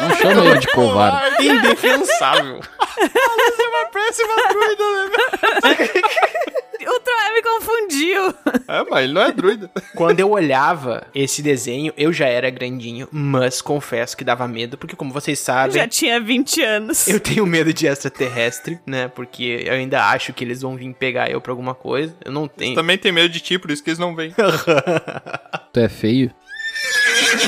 Speaker 4: Não chama ele de covarde.
Speaker 2: Indefensável.
Speaker 6: Parece uma druida, né?
Speaker 1: o Troy me confundiu.
Speaker 4: Tá
Speaker 6: É, mas ele não é druida.
Speaker 2: Quando eu olhava esse desenho, eu já era grandinho, mas confesso que dava medo, porque como vocês
Speaker 1: Eu
Speaker 2: sabem,
Speaker 1: já tinha 20 anos.
Speaker 2: Eu tenho medo de extraterrestre, né? Porque eu ainda acho que eles vão vir pegar eu pra alguma coisa. Eu não
Speaker 6: Eles
Speaker 2: tenho.
Speaker 6: também tem medo de ti, por isso que eles não vêm.
Speaker 4: Tu é feio.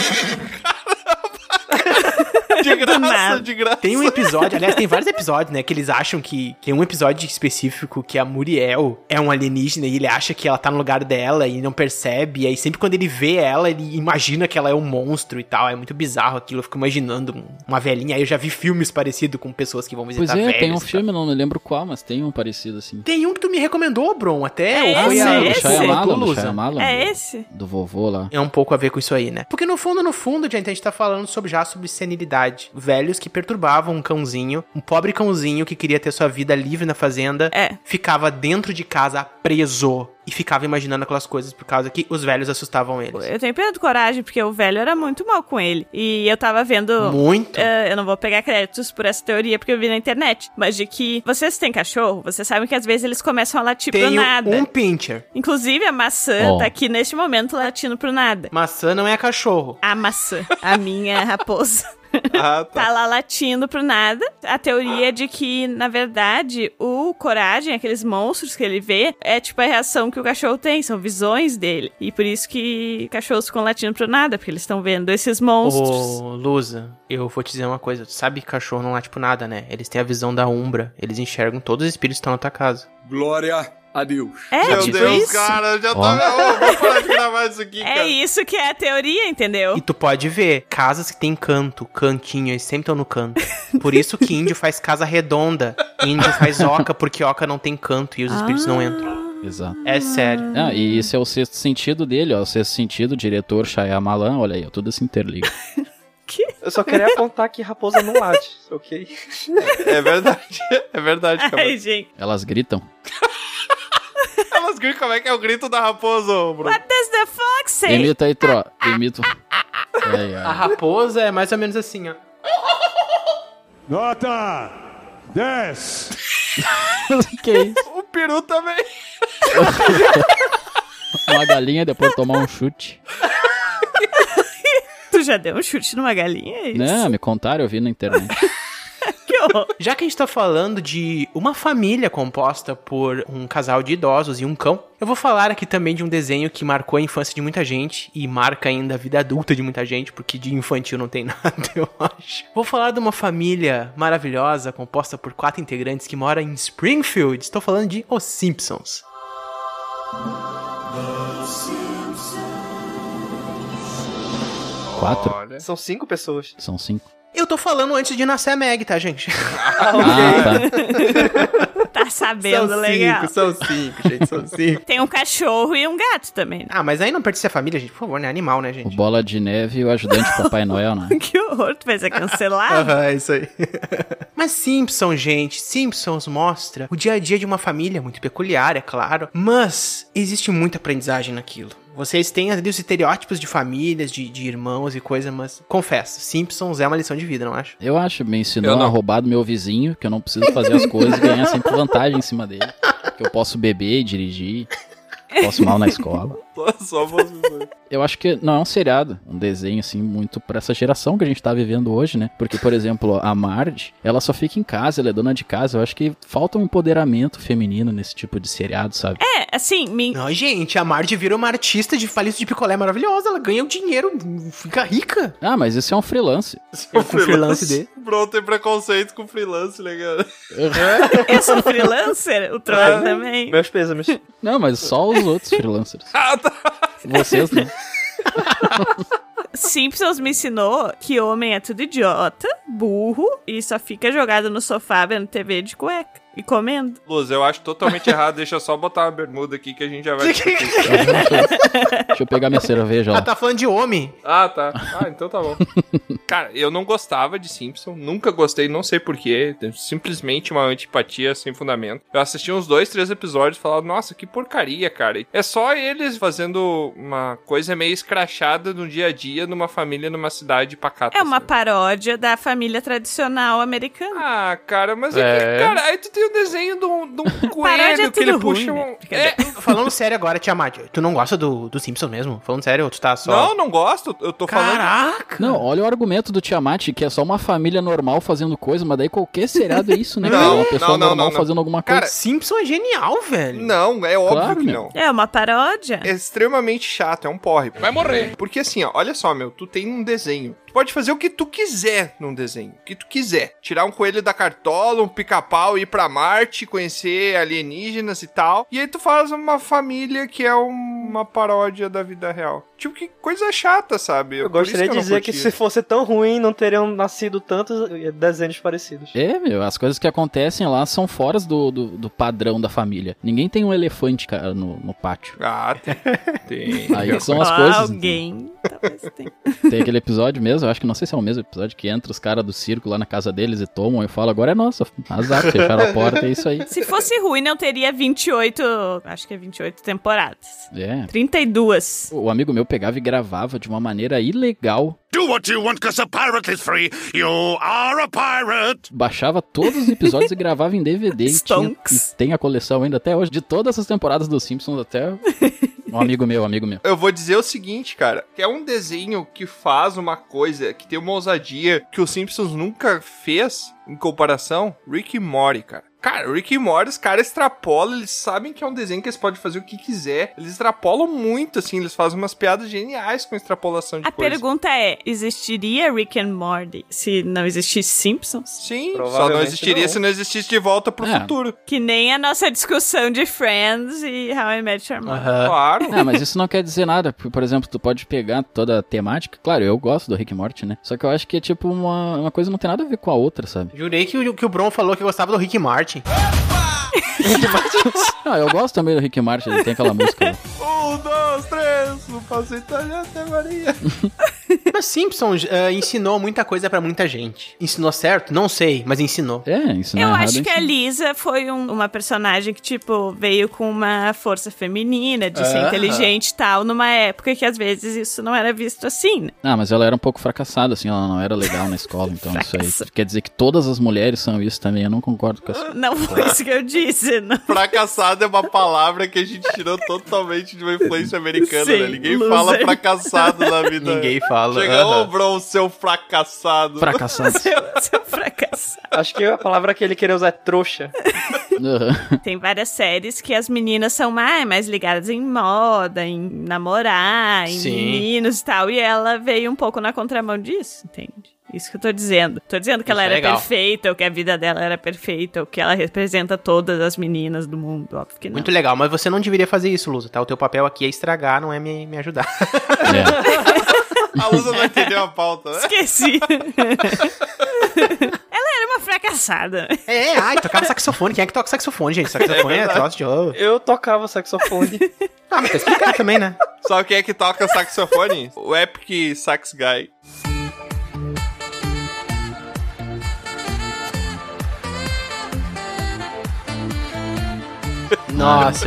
Speaker 6: De
Speaker 1: nada.
Speaker 6: graça, de graça.
Speaker 2: Tem um episódio, aliás, tem vários episódios, né? Que eles acham que. Tem um episódio específico que a Muriel é um alienígena e ele acha que ela tá no lugar dela e não percebe. E aí, sempre quando ele vê ela, ele imagina que ela é um monstro e tal. É muito bizarro aquilo. Eu fico imaginando um- uma velhinha. Aí eu já vi filmes parecidos com pessoas que vão visitar
Speaker 4: Pois é,
Speaker 2: velhos
Speaker 4: tem um
Speaker 2: e tal.
Speaker 4: filme, não me lembro qual, mas tem um parecido assim.
Speaker 2: Tem um que tu me recomendou, Bron, até.
Speaker 1: É
Speaker 2: ou foi
Speaker 1: esse,
Speaker 2: a-
Speaker 1: é
Speaker 4: do
Speaker 1: esse.
Speaker 4: Shyamalan, do
Speaker 2: Lulusa?
Speaker 4: Shyamalan,
Speaker 1: É
Speaker 4: do-
Speaker 1: esse?
Speaker 4: Do vovô lá.
Speaker 2: é um pouco a ver com isso aí, né? Porque no fundo, no fundo, gente, a gente tá falando sobre, já sobre senilidade. Velhos que perturbavam um cãozinho, um pobre cãozinho que queria ter sua vida livre na fazenda,
Speaker 1: É.
Speaker 2: ficava dentro de casa preso e ficava imaginando aquelas coisas por causa que os velhos assustavam eles.
Speaker 1: Eu tenho pena do coragem, porque o velho era muito mal com ele. E eu tava vendo.
Speaker 2: Muito.
Speaker 1: É, eu não vou pegar créditos por essa teoria porque eu vi na internet, mas de que vocês têm cachorro, vocês sabem que às vezes eles começam a latir pro
Speaker 2: Tenho
Speaker 1: tipo, nada.
Speaker 2: um pincher.
Speaker 1: Inclusive a maçã
Speaker 4: Oh.
Speaker 1: tá aqui neste momento latindo pro nada.
Speaker 2: Maçã não é cachorro.
Speaker 1: A maçã, a minha raposa.
Speaker 6: Ah, tá.
Speaker 1: Tá lá latindo pro nada. A teoria é de que, na verdade, o coragem, aqueles monstros que ele vê, é tipo a reação que o cachorro tem, são visões dele. E por isso que cachorros ficam latindo pro nada, porque eles estão vendo esses monstros.
Speaker 6: Oh.
Speaker 2: Ô, Lusa, eu vou te dizer uma coisa. Tu sabe é que tipo cachorro não late por nada, né? Eles têm a visão da umbra. Eles enxergam todos os espíritos que estão na tua casa.
Speaker 8: Glória
Speaker 11: Adeus.
Speaker 1: É,
Speaker 6: Meu
Speaker 1: tipo
Speaker 6: Deus,
Speaker 1: isso.
Speaker 6: cara, eu já
Speaker 1: Ó.
Speaker 6: tava. Ô, vou parar de gravar isso aqui,
Speaker 1: É
Speaker 6: cara.
Speaker 1: isso que é a teoria, entendeu?
Speaker 2: E tu pode ver, casas que tem canto, cantinho, eles sempre estão no canto. Por isso que índio faz casa redonda, índio faz oca, porque oca não tem canto e os espíritos não entram.
Speaker 4: Exato.
Speaker 2: É sério.
Speaker 4: Ah, e esse é o sexto sentido dele, ó. O sexto sentido, diretor Shyamalan, olha aí, ó, tudo se interliga.
Speaker 7: Eu só queria apontar que raposa não late, ok?
Speaker 6: É verdade, é verdade, cara.
Speaker 1: gente.
Speaker 4: Elas gritam.
Speaker 6: Elas gritam, como é que é o grito da raposa, ô, Bruno?
Speaker 1: What does the fox say?
Speaker 4: Imita aí, Tro. Imita. um- Aí,
Speaker 2: A raposa é mais ou menos assim, ó.
Speaker 12: Nota 10.
Speaker 4: que isso?
Speaker 6: O peru também.
Speaker 4: Uma galinha depois de tomar um chute.
Speaker 1: Tu já deu um chute numa galinha? É isso?
Speaker 4: Não, me contaram, eu vi na internet.
Speaker 2: Já que a gente tá falando de uma família composta por um casal de idosos e um cão, eu vou falar aqui também de um desenho que marcou a infância de muita gente e marca ainda a vida adulta de muita gente, porque de infantil não tem nada, eu acho. Vou falar de uma família maravilhosa composta por quatro integrantes que mora em Springfield. Estou falando de Os Simpsons.
Speaker 4: Quatro?
Speaker 2: É.
Speaker 7: São cinco pessoas.
Speaker 4: São cinco.
Speaker 2: Eu tô falando antes de nascer a Meg, tá, gente?
Speaker 4: Ah,
Speaker 1: Tá sabendo,
Speaker 2: São
Speaker 1: legal.
Speaker 2: cinco, são cinco, gente, são cinco.
Speaker 1: Tem um cachorro e um gato também.
Speaker 2: Ah, mas aí não pertence à família, gente. Por favor, né? Animal, né, gente?
Speaker 4: O Bola de Neve e o ajudante do Papai Noel, né?
Speaker 1: Que horror, tu vai ser cancelado.
Speaker 2: Aham, é isso aí. Mas Simpsons, gente, Simpsons mostra o dia a dia de uma família muito peculiar, é claro, mas existe muita aprendizagem naquilo. Vocês têm ali os estereótipos de famílias, de, de irmãos e coisa, mas confesso, Simpsons é uma lição de vida, não acho?
Speaker 4: Eu acho, me
Speaker 2: Eu
Speaker 4: ensinou
Speaker 2: não.
Speaker 4: a roubar do meu vizinho, que eu não preciso fazer as coisas e ganhar sempre vantagem em cima dele. Que eu posso beber e dirigir, posso mal na escola.
Speaker 6: Só você.
Speaker 4: Eu acho que não é um seriado, um desenho assim muito pra essa geração que a gente tá vivendo hoje, né? Porque, por exemplo, a Marge, ela só fica em casa, ela é dona de casa. Eu acho que falta um empoderamento feminino nesse tipo de seriado, sabe?
Speaker 1: É, assim, me...
Speaker 2: Não, gente, a Marge vira uma artista de palito de picolé maravilhosa, ela ganha o dinheiro, fica rica.
Speaker 4: Ah, mas isso é um freelance.
Speaker 2: Eu com o freelance dele.
Speaker 6: Bruno tem preconceito com freelance, né, cara?
Speaker 1: Eu sou freelancer, o Troll também.
Speaker 7: Meus pêsames.
Speaker 4: Não, mas só os outros freelancers.
Speaker 6: Ah, tá.
Speaker 4: Vocês né? não.
Speaker 1: Simpsons me ensinou que homem é tudo idiota, burro e só fica jogado no sofá vendo TV de cueca e comendo.
Speaker 6: Luz, eu acho totalmente errado. Deixa eu só botar uma bermuda aqui que a gente já vai discutir isso.
Speaker 4: Deixa eu pegar minha cerveja
Speaker 2: Ela
Speaker 4: lá.
Speaker 2: tá falando de homem.
Speaker 6: Ah, tá. Ah, então tá bom. Cara, eu não gostava de Simpson, nunca gostei, não sei porquê. Simplesmente uma antipatia sem fundamento. Eu assisti uns dois, três episódios e falava, nossa, que porcaria, cara. É só eles fazendo uma coisa meio escrachada no dia a dia, numa família, numa cidade pacata.
Speaker 1: É uma paródia da família tradicional americana.
Speaker 6: Ah, cara, mas é que,
Speaker 1: É.
Speaker 6: cara, aí tu tem o desenho de um, de um
Speaker 1: Paródia é
Speaker 6: coelho que ele
Speaker 1: tudo ruim,
Speaker 6: puxa um.
Speaker 1: né?
Speaker 6: É,
Speaker 2: Falando sério agora, Tia Marge, tu não gosta do, do Simpsons mesmo? Falando sério, tu tá só...
Speaker 6: não, não gosto. Eu tô falando.
Speaker 2: Caraca!
Speaker 4: Não, olha o argumento do Tiamat, que é só uma família normal fazendo coisa, mas daí qualquer seriado é isso, né?
Speaker 6: Não,
Speaker 4: cara? uma pessoa
Speaker 6: não, não,
Speaker 4: normal
Speaker 6: não, não.
Speaker 4: fazendo alguma coisa.
Speaker 6: Cara,
Speaker 2: Simpson é genial, velho.
Speaker 6: Não, é óbvio
Speaker 4: Claro,
Speaker 6: que
Speaker 4: meu.
Speaker 6: não.
Speaker 1: É uma paródia?
Speaker 6: É extremamente chato, é um porre. Vai morrer. Porque assim, ó, olha só, meu, tu tem um desenho. Tu pode fazer o que tu quiser num desenho. O que tu quiser. Tirar um coelho da cartola, um pica-pau, ir pra Marte, conhecer alienígenas e tal. E aí tu faz uma família que é uma paródia da vida real. Tipo, que coisa chata, sabe?
Speaker 7: Eu gostaria de dizer que se fosse tão ruim, não teriam nascido tantos eh, desenhos parecidos.
Speaker 4: É, meu, as coisas que acontecem lá são fora do, do, do padrão da família. Ninguém tem um elefante, cara, no, no pátio.
Speaker 6: Ah, tem. tem.
Speaker 4: Aí que são as
Speaker 1: Ah,
Speaker 4: coisas.
Speaker 1: Alguém. Talvez tenha.
Speaker 4: Tem aquele episódio mesmo, eu acho que não sei se é o mesmo episódio, que entra os caras do circo lá na casa deles e tomam e fala, agora é nossa. Azar, fecharam a porta, é isso aí.
Speaker 1: Se fosse ruim, não teria 28. Acho que é 28 temporadas.
Speaker 4: É.
Speaker 1: 32.
Speaker 4: O amigo meu pegava e gravava de uma maneira ilegal.
Speaker 13: Do what you want, because a pirate is free. You are a pirate.
Speaker 4: Baixava todos os episódios e gravava em DVD. E, tinha,
Speaker 13: Stonks.
Speaker 4: e tem a coleção ainda até hoje, de todas as temporadas dos Simpsons até. Um amigo meu, amigo meu.
Speaker 6: Eu vou dizer o seguinte, cara, que é um desenho que faz uma coisa, que tem uma ousadia que os Simpsons nunca fez em comparação, Rick e Morty, cara. Cara, Rick e Morty, os caras extrapolam, eles sabem que é um desenho que eles podem fazer o que quiser. Eles extrapolam muito, assim, eles fazem umas piadas geniais com extrapolação de
Speaker 1: A
Speaker 6: coisa.
Speaker 1: pergunta é: existiria Rick and Morty se não existisse Simpsons?
Speaker 6: Sim, Só não existiria se não existisse de volta pro
Speaker 4: É.
Speaker 6: futuro.
Speaker 1: Que nem a nossa discussão de Friends e How I Met Your
Speaker 4: Ah,
Speaker 1: Mother.
Speaker 6: Claro.
Speaker 4: Não, mas isso não quer dizer nada. porque, Por exemplo, tu pode pegar toda a temática. Claro, eu gosto do Rick e Morty, né? Só que eu acho que é tipo uma, uma coisa não tem nada a ver com a outra, sabe?
Speaker 2: Jurei que o, que o Bron falou que gostava do Rick Martin.
Speaker 4: Não, Ah, eu gosto também do Rick e Morty, ele tem aquela música. né?
Speaker 6: Um, dois, três, não posso italiano até Maria.
Speaker 2: Mas Simpsons eh, ensinou muita coisa pra muita gente. Ensinou certo? Não sei, mas ensinou.
Speaker 4: É, ensinou
Speaker 1: Eu acho que a Lisa foi um- uma personagem que, tipo, veio com uma força feminina, de ser
Speaker 4: Aham.
Speaker 1: inteligente e tal, numa época que às vezes isso não era visto assim, né?
Speaker 4: Ah, mas ela era um pouco fracassada, assim, ela não era legal na escola, então isso aí. Quer dizer que todas as mulheres são isso também, eu não concordo com essa.
Speaker 1: Não foi isso que eu disse, não.
Speaker 6: Fracassado é uma palavra que a gente tirou totalmente de uma influência americana,
Speaker 1: Sim,
Speaker 6: né? Ninguém
Speaker 1: loser.
Speaker 2: é-
Speaker 6: fala fracassado na vida.
Speaker 2: Ninguém fala,
Speaker 6: Chega, ô,
Speaker 2: aham.
Speaker 6: Bron, seu fracassado.
Speaker 4: Fracassado.
Speaker 1: Seu fracassado.
Speaker 7: Acho que a palavra que ele queria usar é trouxa.
Speaker 1: Tem várias séries que as meninas são mais, mais ligadas em moda, em namorar, em
Speaker 2: Sim.
Speaker 1: meninos e tal, e ela veio um pouco na contramão disso, entende? Isso que eu tô dizendo. Tô dizendo que ela
Speaker 2: Isso é
Speaker 1: era
Speaker 2: legal.
Speaker 1: perfeita, ou que a vida dela era perfeita, ou que ela representa todas as meninas do mundo. Óbvio que não.
Speaker 2: Muito legal, mas você não deveria fazer isso, Lusa, tá? O teu papel aqui é estragar, não é me, me ajudar.
Speaker 4: É.
Speaker 6: A Lusa não entendeu a pauta, né?
Speaker 1: Esqueci. ela era uma fracassada.
Speaker 2: É, ai, tocava saxofone. Quem é que toca saxofone, gente? Saxofone é, troço de ouro.
Speaker 7: Eu tocava saxofone.
Speaker 2: Ah, mas tá explicado também, né?
Speaker 6: Sabe quem é que toca saxofone? O Epic Sax Guy.
Speaker 2: Nossa,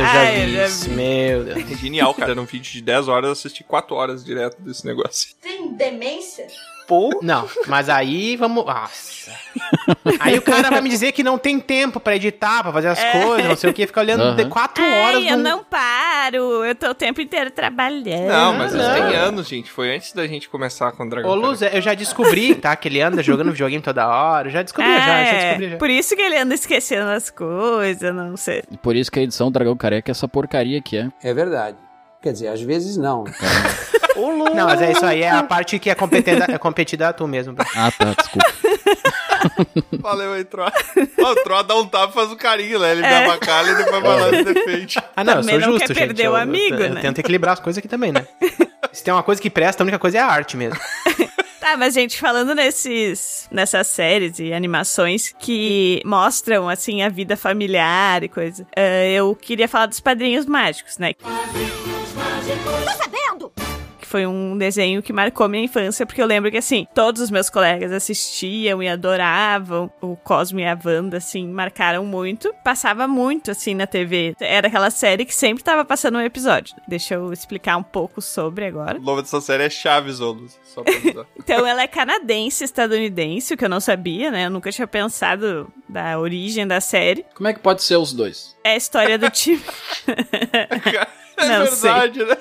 Speaker 2: eu já
Speaker 1: Ah, eu
Speaker 2: vi
Speaker 1: já
Speaker 2: isso,
Speaker 1: vi.
Speaker 2: meu Deus.
Speaker 6: Genial, cara. Era um vídeo de 10 horas, eu assisti 4 horas direto desse negócio.
Speaker 5: Tem demência?
Speaker 7: Pô,
Speaker 2: Não, mas aí vamos. Nossa. Aí o cara vai me dizer que não tem tempo pra editar, pra fazer as coisas, não sei o que, fica olhando
Speaker 4: Aham.
Speaker 2: de quatro horas.
Speaker 1: Ai, eu
Speaker 2: num-
Speaker 1: não paro. Eu tô o tempo inteiro trabalhando.
Speaker 6: Não, mas isso
Speaker 2: É, não.
Speaker 6: tem anos, gente. Foi antes da gente começar com o Dragon
Speaker 2: Ô,
Speaker 6: Ball.
Speaker 2: Luz, eu já descobri, tá? Que ele anda jogando videogame toda hora. Eu já descobri, já, eu já
Speaker 1: É,
Speaker 2: descobri já.
Speaker 1: por isso que ele anda esquecendo as coisas, não sei.
Speaker 4: Por isso que a edição Dragão Careca é essa porcaria que é.
Speaker 11: É verdade. Quer dizer, às vezes não.
Speaker 2: Não, mas é isso aí, é a parte que é competida, é competida a tu mesmo.
Speaker 4: Ah, tá, desculpa.
Speaker 6: Valeu aí, Troa. Ó, O Troa dá um tapa e faz um carinho, né? Ele me
Speaker 2: É.
Speaker 6: abacalha e depois vai lá e defende.
Speaker 2: Ah, não,
Speaker 1: Também
Speaker 2: eu sou
Speaker 1: não
Speaker 2: justo,
Speaker 1: quer
Speaker 2: gente.
Speaker 1: perder
Speaker 2: eu,
Speaker 1: o
Speaker 2: eu-
Speaker 1: amigo,
Speaker 2: eu
Speaker 1: né?
Speaker 2: tento equilibrar as coisas aqui também, né? Se tem uma coisa que presta, a única coisa é a arte mesmo.
Speaker 1: Tá, mas gente, falando nesses, nessas séries e animações que mostram, assim, a vida familiar e coisa, eh, eu queria falar dos Padrinhos Mágicos, né?
Speaker 5: Tô sabendo!
Speaker 1: Que foi um desenho que marcou minha infância, porque eu lembro que, assim, todos os meus colegas assistiam e adoravam. O Cosmo e a Wanda, assim, marcaram muito. Passava muito, assim, na TV. Era aquela série que sempre tava passando um episódio. Deixa eu explicar um pouco sobre agora.
Speaker 6: O nome dessa série é Chaves, ô, Luz. Só pra avisar.
Speaker 1: Então ela é canadense estadunidense, o que eu não sabia, né? Eu nunca tinha pensado da origem da série.
Speaker 4: Como é que pode ser os dois?
Speaker 1: É a história do time.
Speaker 6: É
Speaker 1: Não sei.
Speaker 6: verdade, né?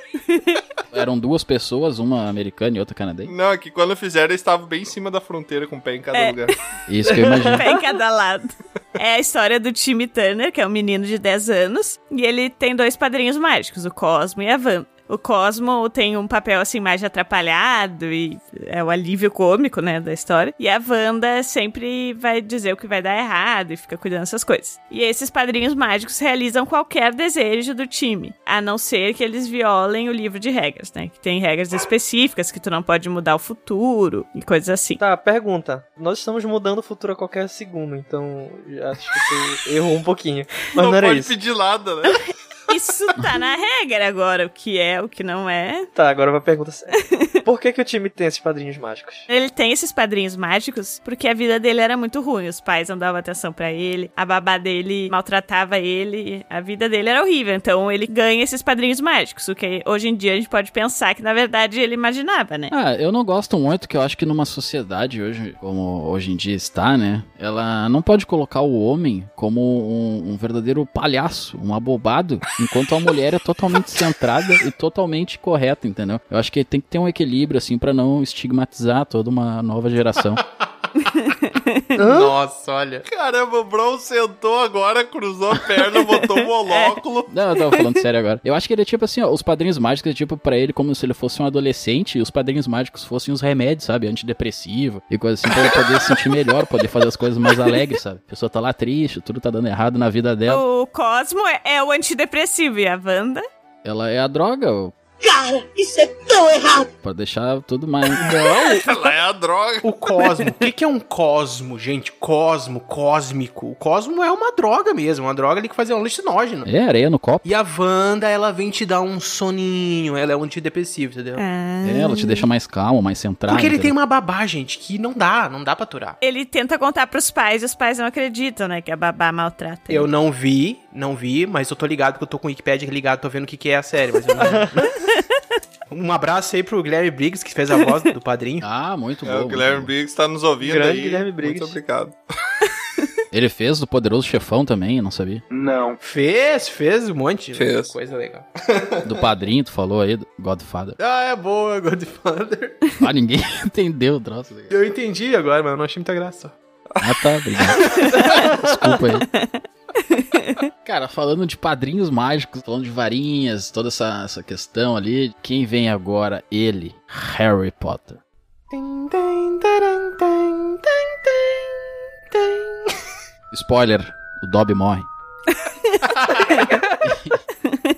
Speaker 4: Eram duas pessoas, uma americana e outra canadense.
Speaker 6: Não, é que quando fizeram, eles estavam bem em cima da fronteira com o pé em cada
Speaker 1: É.
Speaker 6: lugar.
Speaker 4: Isso que eu imagino.
Speaker 1: Pé em cada lado. É a história do Timmy Turner, que é um menino de 10 anos, e ele tem dois padrinhos mágicos, o Cosmo e a Van. O Cosmo tem um papel assim mais de atrapalhado e é o alívio cômico, né, da história. E a Wanda sempre vai dizer o que vai dar errado e fica cuidando dessas coisas. E esses padrinhos mágicos realizam qualquer desejo do time, a não ser que eles violem o livro de regras, né? Que tem regras específicas que tu não pode mudar o futuro e coisas assim.
Speaker 7: Tá, pergunta. Nós estamos mudando o futuro a qualquer segundo, então já acho que você errou um pouquinho. Mas não,
Speaker 6: não
Speaker 7: era
Speaker 6: pode
Speaker 7: isso.
Speaker 6: pedir nada, né?
Speaker 1: Isso tá na regra agora, o que é, o que não é.
Speaker 7: Tá, agora vai a pergunta séria. Por que, que o time tem esses padrinhos mágicos?
Speaker 1: Ele tem esses padrinhos mágicos porque a vida dele era muito ruim. Os pais não davam atenção pra ele, a babá dele maltratava ele, a vida dele era horrível. Então ele ganha esses padrinhos mágicos, o que hoje em dia a gente pode pensar que na verdade ele imaginava, né?
Speaker 4: Ah, eu não gosto muito que eu acho que numa sociedade hoje, como hoje em dia está, né? Ela não pode colocar o homem como um, um verdadeiro palhaço, um abobado, enquanto a mulher é totalmente centrada e totalmente correta, entendeu? Eu acho que tem que ter um equilíbrio, assim, pra não estigmatizar toda uma nova geração.
Speaker 2: Nossa, olha.
Speaker 6: Caramba, o Bron sentou agora, cruzou a perna, botou um monóculo.
Speaker 4: Não, eu tava falando sério agora. Eu acho que ele é tipo assim, ó, os padrinhos mágicos é tipo pra ele como se ele fosse um adolescente e os padrinhos mágicos fossem os remédios, sabe? Antidepressivo e coisa assim, pra ele poder se sentir melhor, poder fazer as coisas mais alegres, sabe? A pessoa tá lá triste, tudo tá dando errado na vida
Speaker 2: É.
Speaker 4: dela.
Speaker 1: O Cosmo é, é o antidepressivo e a Wanda?
Speaker 4: Ela é a droga, ô,
Speaker 5: Cara, isso é tão errado!
Speaker 4: pra deixar tudo mais.
Speaker 6: Ela é a droga.
Speaker 2: O cosmo. O que, que é um cosmo, gente? Cosmo, cósmico. O cosmo é uma droga mesmo. Uma droga ali que faz é um alucinógeno.
Speaker 4: É areia no copo.
Speaker 2: E a Wanda, ela vem te dar um soninho. Ela é um antidepressivo, entendeu?
Speaker 4: É, ela te deixa mais calmo, mais centrado.
Speaker 2: Porque ele tem uma babá, gente, que não dá, não dá pra aturar.
Speaker 1: Ele tenta contar pros pais e os pais não acreditam, né? Que a babá maltrata. ele.
Speaker 2: Eu não vi, não vi, mas eu tô ligado que eu tô com o Wikipedia ligado, tô vendo o que, que é a série, mas eu não vi. Um abraço aí pro Guilherme Briggs, que fez a voz do padrinho.
Speaker 4: Ah, muito bom.
Speaker 6: É, o
Speaker 4: muito
Speaker 6: Guilherme
Speaker 4: bom.
Speaker 6: Briggs tá nos ouvindo
Speaker 7: Grande
Speaker 6: aí.
Speaker 7: Guilherme Briggs.
Speaker 6: Muito obrigado.
Speaker 4: Ele fez o poderoso chefão também, eu não sabia.
Speaker 2: Não. Fez, fez um monte.
Speaker 6: Fez.
Speaker 2: Coisa legal.
Speaker 4: Do padrinho, tu falou aí, do Godfather.
Speaker 2: Ah, é boa, Godfather.
Speaker 4: Ah, ninguém entendeu o troço. tá
Speaker 2: Eu entendi agora, mas eu não achei muita graça.
Speaker 4: Ah, tá, obrigado. Desculpa aí. Cara, falando de padrinhos mágicos, falando de varinhas, toda essa, essa questão ali, quem vem agora? Ele, Harry Potter. Spoiler, o Dobby morre.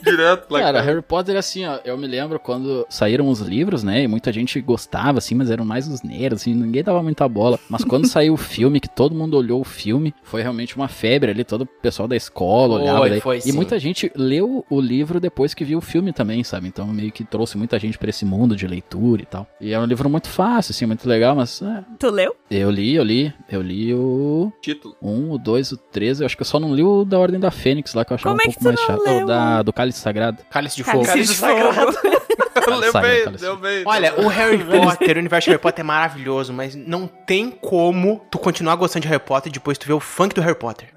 Speaker 6: Direto lá.
Speaker 4: Cara, Harry Potter, assim, ó, eu me lembro quando saíram os livros, né? E muita gente gostava, assim, mas eram mais os nerds, assim, ninguém dava muita bola. Mas quando saiu o filme, que todo mundo olhou o filme, foi realmente uma febre ali, todo o pessoal da escola
Speaker 2: Foi,
Speaker 4: olhava. Daí.
Speaker 2: foi,
Speaker 4: e
Speaker 2: sim.
Speaker 4: muita gente leu o livro depois que viu o filme também, sabe? Então meio que trouxe muita gente pra esse mundo de leitura e tal. E é um livro muito fácil, assim, muito legal, mas é,
Speaker 1: Tu leu?
Speaker 4: eu li, eu li, eu li o
Speaker 6: Título.
Speaker 4: 1, o 2, o 3, eu acho que eu só não li o da Ordem da Fênix lá, que eu achava
Speaker 1: Como
Speaker 4: um
Speaker 1: é
Speaker 4: pouco
Speaker 1: que tu
Speaker 4: mais
Speaker 1: não
Speaker 4: chato.
Speaker 1: leu?
Speaker 4: Ou da, do Cálice Sagrado.
Speaker 2: Cálice de fogo.
Speaker 1: Cálice
Speaker 7: Cálice
Speaker 1: de fogo.
Speaker 4: Cálice
Speaker 6: Deu
Speaker 4: Sagrado,
Speaker 6: bem,
Speaker 4: Cálice
Speaker 6: deu bem.
Speaker 2: Olha, o Harry Potter, o universo de Harry Potter é maravilhoso, mas não tem como tu continuar gostando de Harry Potter depois tu ver o funk do Harry Potter.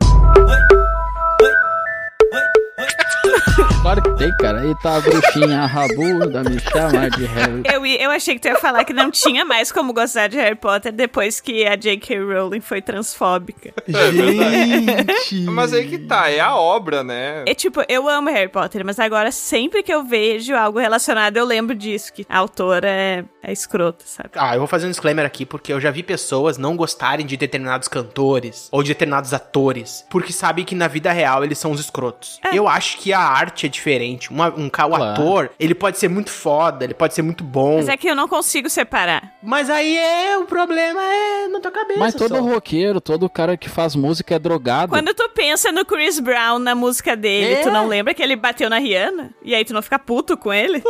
Speaker 4: Claro que tem, cara. Aí tá a bruxinha a Rabu da Michelle lá de Harry.
Speaker 1: Eu, i- eu achei que tu ia falar que não tinha mais como gostar de Harry Potter depois que a J.K. Rowling foi transfóbica.
Speaker 2: Gente!
Speaker 6: É Mas aí que tá, é a obra, né?
Speaker 1: É tipo, eu amo Harry Potter, mas agora sempre que eu vejo algo relacionado, eu lembro disso, que a autora é, é escrota, sabe?
Speaker 2: Ah, eu vou fazer um disclaimer aqui, porque eu já vi pessoas não gostarem de determinados cantores ou de determinados atores, porque sabem que na vida real eles são os escrotos. Eu acho que a arte é diferente. Uma- um, ca- o
Speaker 4: Claro.
Speaker 2: ator, ele pode ser muito foda, ele pode ser muito bom. Mas,
Speaker 1: Mas é que eu não consigo separar.
Speaker 2: aí é, o problema é na tua cabeça.
Speaker 4: Mas todo
Speaker 2: só.
Speaker 4: roqueiro, todo cara que faz música é drogado.
Speaker 1: Quando tu pensa no Chris Brown na música dele,
Speaker 2: É.
Speaker 1: tu não lembra que ele bateu na Rihanna? E aí tu não fica puto com ele?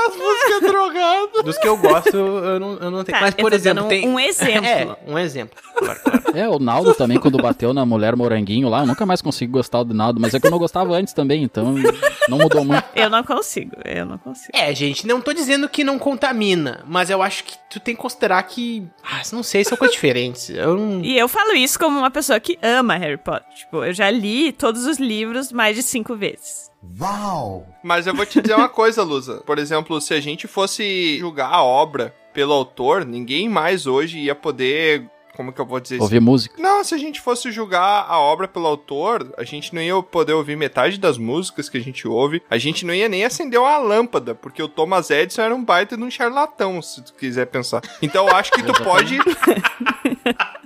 Speaker 2: Dos que eu gosto, eu não, eu não tenho.
Speaker 1: Tá,
Speaker 2: Mas,
Speaker 1: eu
Speaker 2: por
Speaker 1: tô
Speaker 2: exemplo,
Speaker 1: dando
Speaker 2: tem.
Speaker 1: um exemplo.
Speaker 2: É, um exemplo. Claro, claro.
Speaker 4: É, o Naldo também, quando bateu na mulher moranguinho lá, eu nunca mais consigo gostar do Naldo, mas é que eu não gostava antes também, então não mudou muito.
Speaker 1: Eu não consigo, eu não consigo.
Speaker 2: É, gente, não tô dizendo que não contamina, mas eu acho que tu tem que considerar que. Ah, não sei, são coisas diferentes. Eu não.
Speaker 1: E eu falo isso como uma pessoa que ama Harry Potter. Tipo, eu já li todos os livros mais de cinco vezes.
Speaker 6: Mas eu vou te dizer uma coisa, Lusa. Por exemplo, se a gente fosse julgar a obra pelo autor, ninguém mais hoje ia poder. Como que eu vou dizer isso?
Speaker 4: Ouvir música.
Speaker 6: Não, se a gente fosse julgar a obra pelo autor, a gente não ia poder ouvir metade das músicas que a gente ouve, a gente não ia nem acender uma lâmpada, porque o Thomas Edison era um baita de um charlatão, se tu quiser pensar. Então eu acho que tu pode.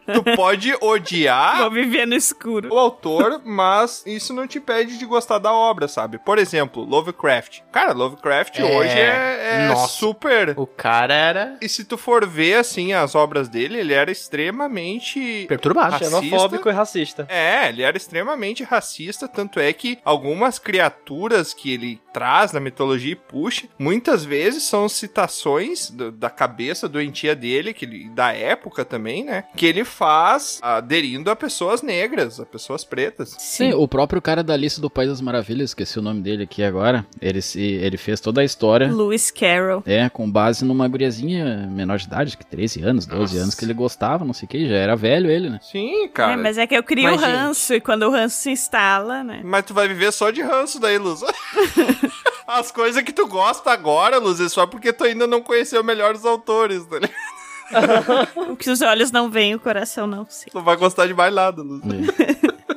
Speaker 6: tu pode odiar
Speaker 1: Vou viver no escuro.
Speaker 6: o autor, mas isso não te impede de gostar da obra, sabe? Por exemplo, Lovecraft. Cara, Lovecraft
Speaker 2: É.
Speaker 6: hoje é, é
Speaker 2: Nossa.
Speaker 6: super.
Speaker 2: O cara era.
Speaker 6: E se tu for ver, assim, as obras dele, ele era extremamente.
Speaker 2: Perturbado.
Speaker 6: Racista.
Speaker 7: Xenofóbico e racista.
Speaker 6: É, ele era extremamente racista, tanto é que algumas criaturas que ele traz na mitologia e puxa, muitas vezes são citações do- da cabeça doentia dele, que ele- da época também, né? Que ele faz aderindo a pessoas negras, a pessoas pretas.
Speaker 4: Sim, o próprio cara da Alice do País das Maravilhas, esqueci o nome dele aqui agora, ele, se, ele fez toda a história
Speaker 1: Lewis Carroll.
Speaker 4: É, com base numa guriazinha menor de idade, acho que 13 anos, 12
Speaker 6: Nossa.
Speaker 4: anos, que ele gostava, não sei o que, já era velho ele, né?
Speaker 6: Sim, cara.
Speaker 1: É,
Speaker 6: mas...
Speaker 1: mas é que eu crio o
Speaker 2: Mas,
Speaker 1: ranço, e quando o ranço se instala, né?
Speaker 6: tu vai viver só de ranço daí, Luz. As coisas que tu gosta agora, Luz, é só porque tu ainda não conheceu melhor os autores, tá ligado?
Speaker 1: o que os olhos não veem, o coração não sente.
Speaker 6: Não vai gostar de mais nada, Luz.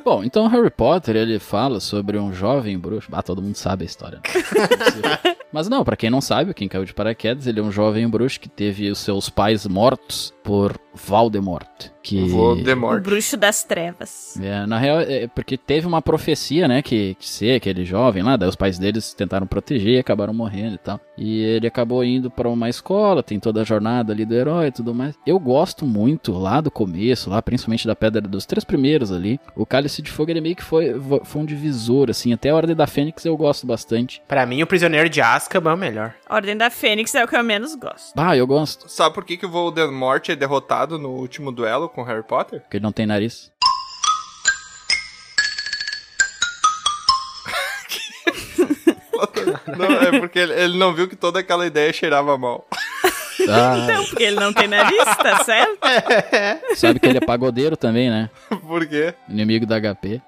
Speaker 4: Bom, então Harry Potter ele fala sobre um jovem bruxo. Ah, todo mundo sabe a história. Né? Mas não, pra quem não sabe, quem caiu de paraquedas, ele é um jovem bruxo que teve os seus pais mortos por Voldemort. Que...
Speaker 1: O
Speaker 6: Voldemort.
Speaker 1: bruxo das trevas.
Speaker 4: É, na real, é porque teve uma profecia, né, que, que ser aquele jovem lá, daí os pais deles tentaram proteger e acabaram morrendo e tal. E ele acabou indo pra uma escola, tem toda a jornada ali do herói e tudo mais. Eu gosto muito lá do começo, lá principalmente da Pedra dos Três Primeiros ali. O Cálice de Fogo, ele meio que foi, foi um divisor, assim. Até a Ordem da Fênix eu gosto bastante.
Speaker 2: Pra mim, o Prisioneiro de Azkaban é o melhor.
Speaker 1: A Ordem da Fênix é o que eu menos gosto.
Speaker 4: Ah, eu gosto,
Speaker 6: Sabe por que, que o Voldemort é derrotado no último duelo com Harry Potter?
Speaker 4: porque ele não tem nariz.
Speaker 6: Não, é porque ele, ele não viu que toda aquela ideia cheirava mal.
Speaker 1: Então, porque ele não tem nariz, tá certo?
Speaker 4: Ah, Sabe que ele é pagodeiro também, né?
Speaker 6: Por quê?
Speaker 4: Inimigo da HP.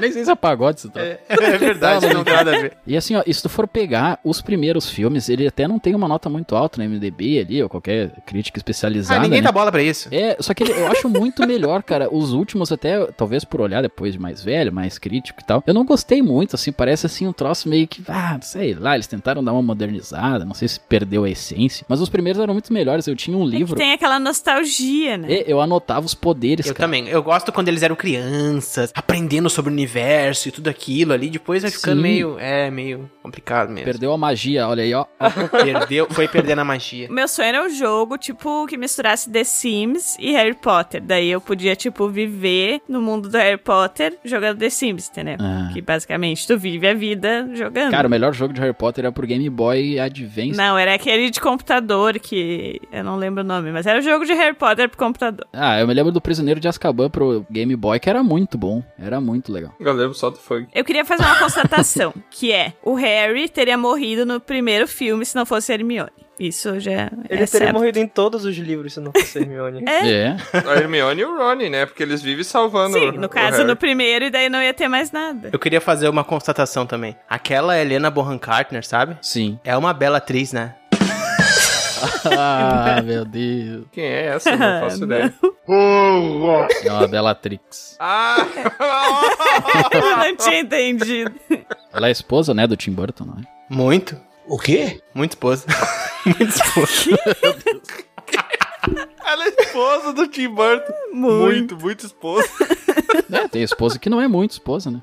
Speaker 4: Nem sei se é pagode, se tá.
Speaker 2: É verdade, não tem nada a ver.
Speaker 4: E assim, ó, e se tu for pegar os primeiros filmes, ele até não tem uma nota muito alta no MDB ali, ou qualquer crítica
Speaker 2: Ah,
Speaker 4: especializada.
Speaker 2: ninguém
Speaker 4: né?
Speaker 2: dá bola pra isso.
Speaker 4: É, só que ele- eu acho muito melhor, cara. Os últimos, até, talvez por olhar depois de mais velho, mais crítico e tal. Eu não gostei muito, assim, parece assim um troço meio que, ah, sei lá, eles tentaram dar uma modernizada, não sei se perdeu a essência. Mas os primeiros eram muito melhores. Eu tinha um livro.
Speaker 1: Tem aquela nostalgia, né?
Speaker 4: e Eu anotava os poderes,
Speaker 2: Eu
Speaker 4: cara.
Speaker 2: também. Eu gosto quando eles eram crianças, aprendendo sobre o universo e tudo aquilo ali. Depois vai ficando
Speaker 4: Sim.
Speaker 2: meio. É, meio complicado mesmo.
Speaker 4: Perdeu a magia, olha aí, ó.
Speaker 2: Perdeu, foi perdendo a magia.
Speaker 1: Meu sonho era um jogo, tipo, que misturasse The Sims e Harry Potter. Daí eu podia, tipo, viver no mundo do Harry Potter jogando The Sims, entendeu?
Speaker 4: Ah.
Speaker 1: Que basicamente tu vive a vida jogando.
Speaker 4: Cara, o melhor jogo de Harry Potter era pro Game Boy Advance.
Speaker 1: Não, era aquele de computador que. Eu não lembro o nome, mas era o jogo de Harry Potter pro computador.
Speaker 4: Ah, eu me lembro do Prisioneiro de Azkaban pro Game Boy, que era muito bom. Era muito legal.
Speaker 6: Eu lembro só do funk.
Speaker 1: Eu queria fazer uma constatação, que é o Harry teria morrido no primeiro filme se não fosse Hermione. Isso já é
Speaker 7: Ele teria
Speaker 1: certo.
Speaker 7: morrido em todos os livros se não fosse Hermione.
Speaker 4: É.
Speaker 6: A Hermione e o Rony, né? Porque eles vivem salvando
Speaker 1: Sim,
Speaker 6: o-
Speaker 1: no
Speaker 6: né? o
Speaker 1: caso
Speaker 6: Harry.
Speaker 1: no primeiro, e daí não ia ter mais nada.
Speaker 2: Eu queria fazer uma constatação também. Aquela Helena Bonham Carter, sabe?
Speaker 4: Sim.
Speaker 2: É uma bela atriz, né?
Speaker 4: Ah, meu Deus.
Speaker 6: Quem é essa? Não faço ideia.
Speaker 4: É uma Bellatrix.
Speaker 6: Ah!
Speaker 1: Eu não tinha entendido.
Speaker 4: Ela é esposa, né, do Tim Burton, não é?
Speaker 2: Muito.
Speaker 11: O quê?
Speaker 2: Muito esposa. Muito esposa.
Speaker 6: Ela é esposa do Tim Burton. Muito, muito esposa.
Speaker 4: É, tem esposa que não é muito esposa, né?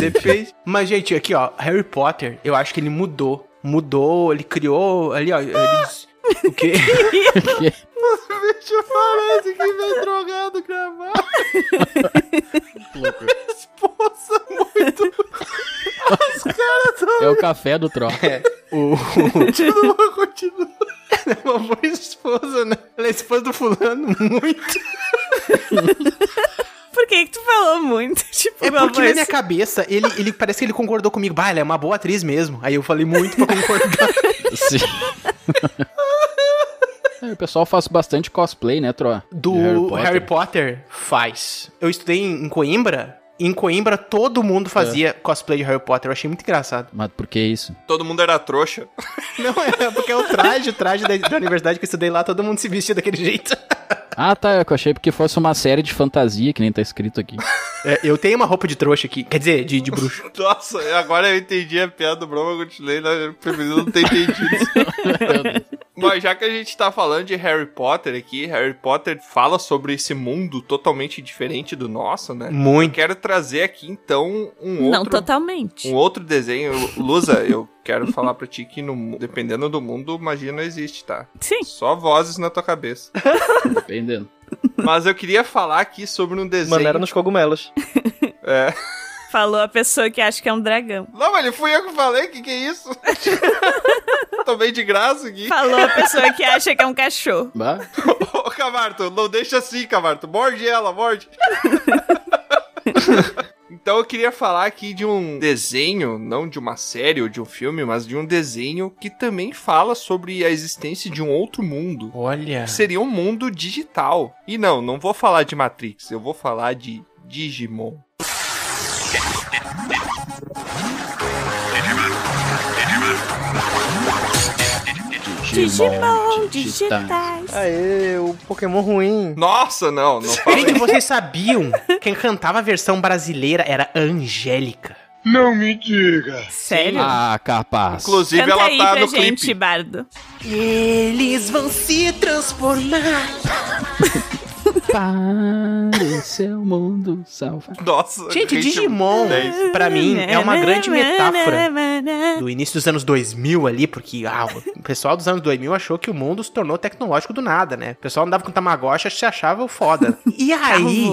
Speaker 2: Depende. Mas, gente, aqui, ó. Harry Potter, eu acho que ele mudou. Mudou, ele criou. Ali, ó. ele- O quê?
Speaker 6: Bicho, parece que vem drogado gravar. Esposa muito. Os caras
Speaker 4: É o café do troll.
Speaker 2: O.
Speaker 6: tão continuando.
Speaker 2: É Uma boa esposa, né? Ela é esposa do fulano, muito.
Speaker 1: Por que que tu falou muito? Tipo,
Speaker 2: É
Speaker 1: uma
Speaker 2: porque na
Speaker 1: voz-
Speaker 2: minha cabeça, ele, ele parece que ele concordou comigo. Bah, ela é uma boa atriz mesmo. Aí eu falei muito pra concordar.
Speaker 4: Sim. É, o pessoal faz bastante cosplay, né, Tro? De
Speaker 2: Do Harry Potter. faz. Eu estudei em em Coimbra. E em Coimbra todo mundo fazia cosplay de Harry Potter. Eu achei muito engraçado.
Speaker 4: Mas por que isso?
Speaker 6: Todo mundo era trouxa.
Speaker 2: Não, é porque é o traje, o traje da, da universidade que eu estudei lá, todo mundo se vestia daquele jeito.
Speaker 4: Ah, tá, eu achei porque fosse uma série de fantasia, que nem tá escrito aqui.
Speaker 2: É, eu tenho uma roupa de trouxa aqui. Quer dizer, de, de bruxo.
Speaker 6: Nossa, agora eu entendi a piada do Broma Goodley, né? Eu prefiro não ter entendido isso. Mas já que a gente tá falando de Harry Potter aqui, Harry Potter fala sobre esse mundo totalmente diferente do nosso, né? Eu
Speaker 2: Muito.
Speaker 6: quero trazer aqui, então, um
Speaker 1: Não tá-
Speaker 6: outro
Speaker 1: totalmente.
Speaker 6: Um outro desenho, Lusa, eu quero falar pra ti que no mu- dependendo do mundo, magia não existe, tá?
Speaker 1: Sim.
Speaker 6: Só vozes na tua cabeça.
Speaker 4: Dependendo.
Speaker 6: Mas eu queria falar aqui sobre um desenho.
Speaker 7: Mano, era nos cogumelos.
Speaker 6: É.
Speaker 1: Falou a pessoa que acha que é um dragão.
Speaker 6: Não, ele fui eu que falei, que que é isso? Tomei de graça aqui.
Speaker 1: Falou a pessoa que acha que é um cachorro.
Speaker 4: Bah.
Speaker 6: Ô, Camarto, não deixa assim, Camarto. Morde ela, morde. Então eu queria falar aqui de um desenho, não de uma série ou de um filme, mas de um desenho que também fala sobre a existência de um outro mundo.
Speaker 2: Olha.
Speaker 6: Seria um mundo digital. E não, não vou falar de Matrix, eu vou falar de Digimon.
Speaker 1: Digimon tá. digitais.
Speaker 7: Aê, o Pokémon ruim.
Speaker 6: Nossa, não, não fala
Speaker 2: Gente, vocês sabiam? Quem cantava a versão brasileira era a Angélica.
Speaker 12: Não me diga.
Speaker 1: Sério?
Speaker 4: Ah, capaz.
Speaker 6: Inclusive,
Speaker 1: Canta
Speaker 6: ela
Speaker 1: aí
Speaker 6: tá
Speaker 1: pra
Speaker 6: no
Speaker 1: gente,
Speaker 6: clipe.
Speaker 1: Bardo.
Speaker 3: Eles vão se transformar.
Speaker 4: Para seu mundo salva.
Speaker 6: Nossa,
Speaker 2: Gente,
Speaker 6: ritmo
Speaker 2: Digimon,
Speaker 6: dez.
Speaker 2: pra mim, é uma grande metáfora do início dos anos 2000 ali, porque ah, o pessoal dos anos 2000 achou que o mundo se tornou tecnológico do nada, né? O pessoal andava com Tamagotchi, se achava o foda. E aí,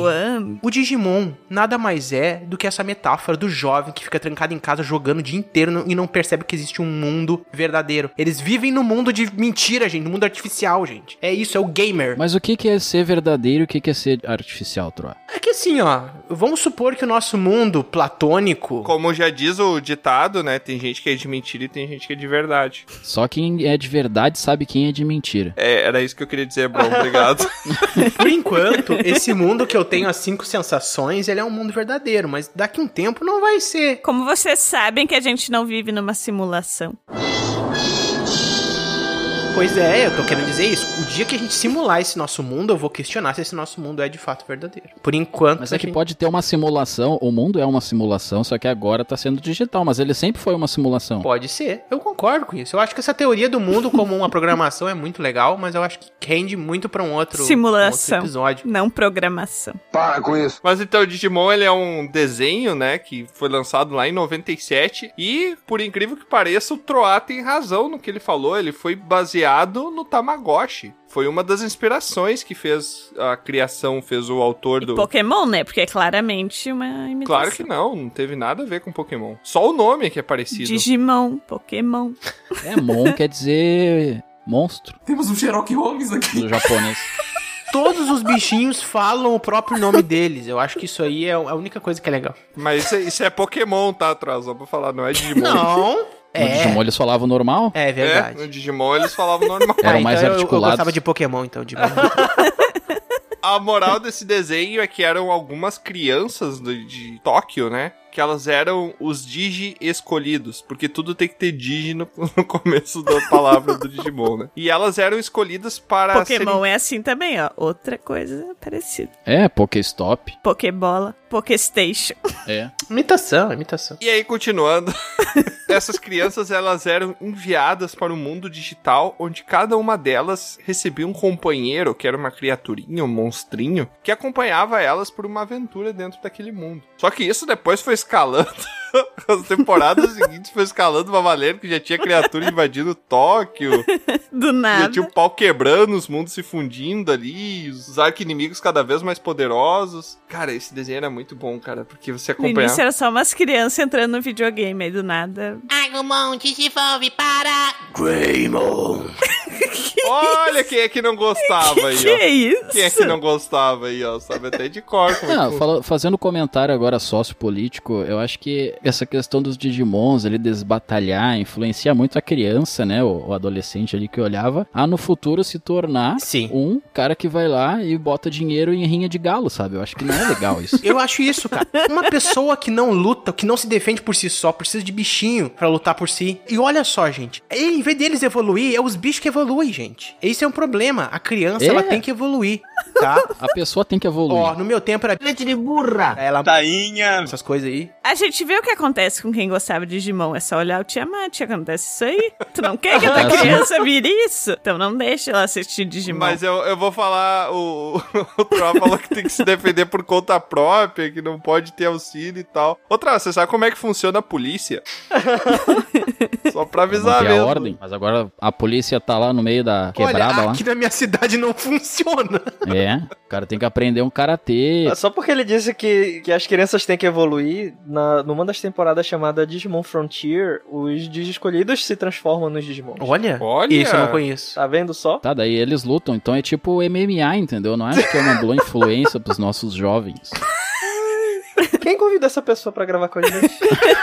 Speaker 2: o Digimon nada mais é do que essa metáfora do jovem que fica trancado em casa jogando o dia inteiro no- e não percebe que existe um mundo verdadeiro. Eles vivem no mundo de mentira, gente, no mundo artificial, gente. É isso, é o gamer.
Speaker 4: Mas o que que é ser verdadeiro e o que que é ser artificial, Troa?
Speaker 2: É que assim, ó, vamos supor que o nosso mundo platônico
Speaker 6: Como já diz o ditado, né? Tem gente que é de mentira e tem gente que é de verdade.
Speaker 4: Só quem é de verdade sabe quem é de mentira.
Speaker 6: É, era isso que eu queria dizer, bro. Obrigado.
Speaker 2: Por enquanto, esse mundo que eu tenho as cinco sensações, ele é um mundo verdadeiro, mas daqui um tempo não vai ser.
Speaker 1: Como vocês sabem que a gente não vive numa simulação.
Speaker 2: Pois é, eu tô querendo dizer isso. O dia que a gente simular esse nosso mundo, eu vou questionar se esse nosso mundo é de fato verdadeiro. Por enquanto,
Speaker 4: Mas é que
Speaker 2: a gente-
Speaker 4: pode ter uma simulação, o mundo é uma simulação, só que agora tá sendo digital, mas ele sempre foi uma simulação.
Speaker 2: Pode ser, eu concordo com isso. Eu acho que essa teoria do mundo como uma programação é muito legal, mas eu acho que rende muito pra um outro, um
Speaker 1: Simulação.
Speaker 2: outro episódio.
Speaker 1: Não programação.
Speaker 12: Para com isso.
Speaker 6: Mas então, o Digimon, ele é um desenho, né? Que foi lançado lá em 97. E, por incrível que pareça, o Troá tem razão no que ele falou. Ele foi baseado no Tamagotchi. Foi uma das inspirações que fez a criação, fez o autor do...
Speaker 1: Pokémon, né? Porque é claramente uma imitação.
Speaker 6: Claro que não, não teve nada a ver com Pokémon. Só o nome é que é parecido.
Speaker 1: Digimon, Pokémon.
Speaker 4: É, mon quer dizer monstro
Speaker 14: Temos um Sherlock Holmes aqui.
Speaker 4: do japonês.
Speaker 2: Todos os bichinhos falam o próprio nome deles. Eu acho que isso aí é a única coisa que é legal.
Speaker 6: Mas isso é, isso é Pokémon, tá, Troá? Só pra falar, não é Digimon.
Speaker 2: Não,
Speaker 4: No
Speaker 2: é,
Speaker 4: Digimon eles falavam normal?
Speaker 2: é
Speaker 6: É,
Speaker 2: verdade.
Speaker 6: no Digimon eles falavam normal.
Speaker 4: Eram
Speaker 2: Ah,
Speaker 4: mais
Speaker 2: então eu- Eu,
Speaker 4: articulados.
Speaker 2: gostava de Pokémon, então, de
Speaker 6: A moral desse desenho é que eram algumas crianças do- de Tóquio, né? Que elas eram os Digi escolhidos, porque tudo tem que ter Digi no, no começo da palavra do Digimon, né? E elas eram escolhidas para
Speaker 1: Pokémon é assim também, ó. Outra coisa parecida.
Speaker 4: É, Pokéstop.
Speaker 1: Pokébola, Pokéstation.
Speaker 4: É.
Speaker 2: Imitação, imitação.
Speaker 6: E aí, continuando, essas crianças elas eram enviadas para o mundo digital, onde cada uma delas recebia um companheiro, que era uma criaturinha, um monstrinho, que acompanhava elas por uma aventura dentro daquele mundo. Só que isso depois foi escalando. As temporadas seguintes foi escalando uma maneira que já tinha criatura invadindo Tóquio,
Speaker 1: Do
Speaker 6: já
Speaker 1: nada.
Speaker 6: tinha o pau quebrando, os mundos se fundindo ali, os arqui-inimigos cada vez mais poderosos. Cara, esse desenho era muito bom, cara, porque você
Speaker 1: No
Speaker 6: acompanhava...
Speaker 1: início era só umas crianças entrando no videogame, aí do nada.
Speaker 5: Agumon desenvolve para.
Speaker 6: Greymon. Olha quem é que não gostava aí,
Speaker 1: Que
Speaker 6: ó.
Speaker 1: isso?
Speaker 6: Quem é que não gostava aí, ó? Sabe até de cor. Como é
Speaker 4: Não,
Speaker 6: que...
Speaker 4: fala- fazendo comentário agora sociopolítico, eu acho que essa questão dos Digimons, ele desbatalhar, influencia muito a criança, né? O, o adolescente ali que olhava, a no futuro se tornar
Speaker 2: Sim.
Speaker 4: um cara que vai lá e bota dinheiro em rinha de galo, sabe? Eu acho que não é legal isso.
Speaker 2: Eu acho isso, cara. Uma pessoa que não luta, que não se defende por si só, precisa de bichinho pra lutar por si. E olha só, gente. Em vez deles evoluir, é os bichos que evoluem, gente. Esse é um problema. A criança,
Speaker 4: É.
Speaker 2: ela tem que evoluir, tá?
Speaker 4: A pessoa tem que evoluir.
Speaker 2: Ó, no meu tempo era
Speaker 5: Leite de burra.
Speaker 2: ela
Speaker 14: Tainha.
Speaker 2: essas coisas aí.
Speaker 1: A gente vê o que acontece com quem gostava de Digimon. É só olhar o Tiamat, acontece isso aí. Tu não quer que a tua
Speaker 4: Ah, sim.
Speaker 1: criança vire isso? Então não deixa ela assistir Digimon.
Speaker 6: Mas eu, eu vou falar, o, o Troá falou que tem que se defender por conta própria, que não pode ter auxílio e tal. Ô, Troá, você sabe como é que funciona a polícia? Só pra
Speaker 4: Pra
Speaker 6: avisar
Speaker 4: manter a
Speaker 6: mesmo.
Speaker 4: ordem. Mas agora a polícia tá lá no meio da quebrada
Speaker 2: olha, ah,
Speaker 4: lá.
Speaker 2: aqui na minha cidade não funciona.
Speaker 4: É. O cara tem que aprender um karatê.
Speaker 7: Ah, Só porque ele disse que, que as crianças têm que evoluir, na, numa das temporadas chamada Digimon Frontier, os Digiscolhidos se transformam nos Digimons.
Speaker 2: Olha,
Speaker 6: Olha.
Speaker 2: isso eu não conheço.
Speaker 7: Tá vendo só?
Speaker 4: Tá, daí eles lutam. Então é tipo MMA, entendeu? Não acho que é uma boa influência pros nossos jovens.
Speaker 7: Quem convidou essa pessoa pra gravar com a gente?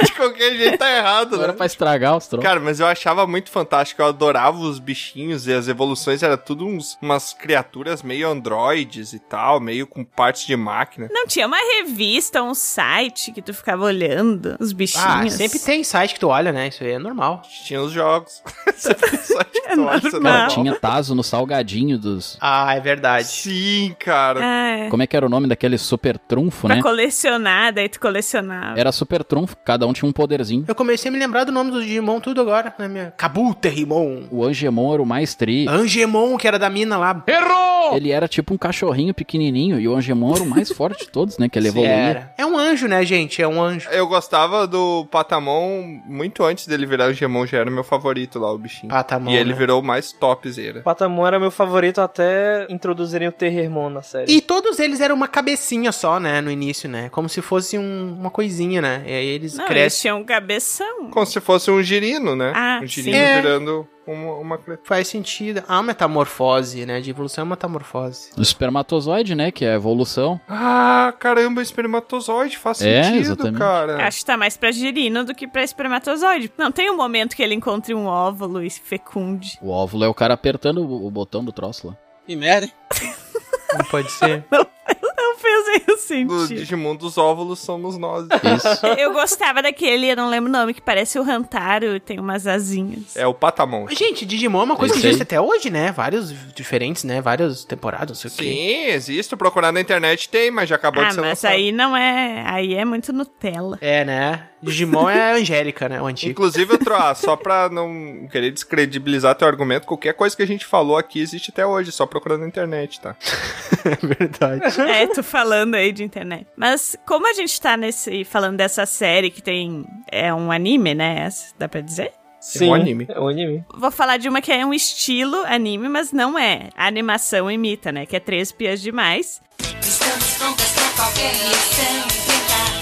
Speaker 6: De qualquer jeito tá errado, né?
Speaker 4: Era pra estragar os troncos.
Speaker 6: Cara, mas eu achava muito fantástico. Eu adorava os bichinhos e as evoluções. Era tudo uns, umas criaturas meio androides e tal, meio com partes de máquina.
Speaker 1: Não tinha uma revista, um site que tu ficava olhando os bichinhos?
Speaker 2: Ah, sempre tem site que tu olha, né? Isso aí é normal.
Speaker 6: Tinha os jogos. sempre site que tu olha, isso é
Speaker 4: Cara,
Speaker 6: normal.
Speaker 4: tinha Tazo no salgadinho dos.
Speaker 2: Ah, é verdade.
Speaker 6: Sim, cara.
Speaker 1: É.
Speaker 4: Como é que era o nome daquele super trunfo,
Speaker 1: Pra
Speaker 4: né?
Speaker 1: colecionar, daí tu colecionava.
Speaker 4: Era super trunfo, cada um tinha um poderzinho.
Speaker 2: Eu comecei a me lembrar do nome do Digimon tudo agora, né, minha? Kabuterimon.
Speaker 4: O Angemon era o mais tri.
Speaker 2: Ah. Angemon, que era da mina lá. Errou!
Speaker 4: Ele era tipo um cachorrinho pequenininho e o Angemon era o mais forte de todos, né? Que ele evoluía.
Speaker 2: É um anjo, né, gente? É um anjo.
Speaker 6: Eu gostava do Patamon muito antes dele virar o Gemon, já era meu favorito lá, o bichinho.
Speaker 2: Patamon,
Speaker 6: e ele
Speaker 2: né?
Speaker 6: virou o mais topzera.
Speaker 7: Patamon era meu favorito até introduzirem o Terremon na série.
Speaker 2: E todos eles eram uma cabecinha só, né, no início, né? Como se fosse um- uma coisinha, né? E aí eles
Speaker 1: Não, eles
Speaker 2: crescem.
Speaker 1: tinham um cabeção.
Speaker 6: Como se fosse um girino, né?
Speaker 1: Ah,
Speaker 6: um girino
Speaker 2: sim. É.
Speaker 6: virando uma, uma criatura.
Speaker 2: Faz sentido. Ah, metamorfose, né? De evolução é metamorfose.
Speaker 4: O espermatozoide, né? Que é a evolução.
Speaker 6: Ah, caramba, espermatozoide, faz
Speaker 4: É,
Speaker 6: sentido,
Speaker 4: exatamente.
Speaker 6: cara.
Speaker 1: Acho que tá mais pra girino do que pra espermatozoide. Não tem um momento que ele encontre um óvulo e se fecunde.
Speaker 4: O óvulo é o cara apertando o o botão do troço lá.
Speaker 11: Que merda, hein?
Speaker 2: Não pode ser.
Speaker 1: Não fez nenhum
Speaker 6: Do
Speaker 1: sentido.
Speaker 6: Digimon dos óvulos somos nós.
Speaker 4: É Isso.
Speaker 1: Eu gostava daquele, eu não lembro o nome, que parece o Rantaro e tem umas asinhas.
Speaker 6: É o Patamon.
Speaker 2: Mas, gente, Digimon é uma
Speaker 4: É
Speaker 2: coisa que
Speaker 4: isso aí.
Speaker 2: existe até hoje, né? Vários diferentes, né? Várias temporadas, não sei o quê.
Speaker 6: Sim, existe. Procurar na internet tem, mas já acabou
Speaker 1: ah,
Speaker 6: de ser
Speaker 1: mas
Speaker 6: lançado.
Speaker 1: aí não é. Aí é muito Nutella.
Speaker 2: É, né? Digimon é a Angélica, né? O antigo.
Speaker 6: Inclusive, Troá, só pra não querer descredibilizar teu argumento, qualquer coisa que a gente falou aqui existe até hoje, só procurando na internet, tá?
Speaker 2: É verdade.
Speaker 1: É, tô falando aí de internet. Mas como a gente tá nesse. falando dessa série que tem. É um anime, né? Essa, Dá pra dizer?
Speaker 6: Sim. Um anime.
Speaker 7: É um anime.
Speaker 1: Vou falar de uma que é um estilo anime, mas não é. A animação imita, né? Que é Três Pias Demais.
Speaker 15: Estamos prontos pra qualquer missão enfrentar.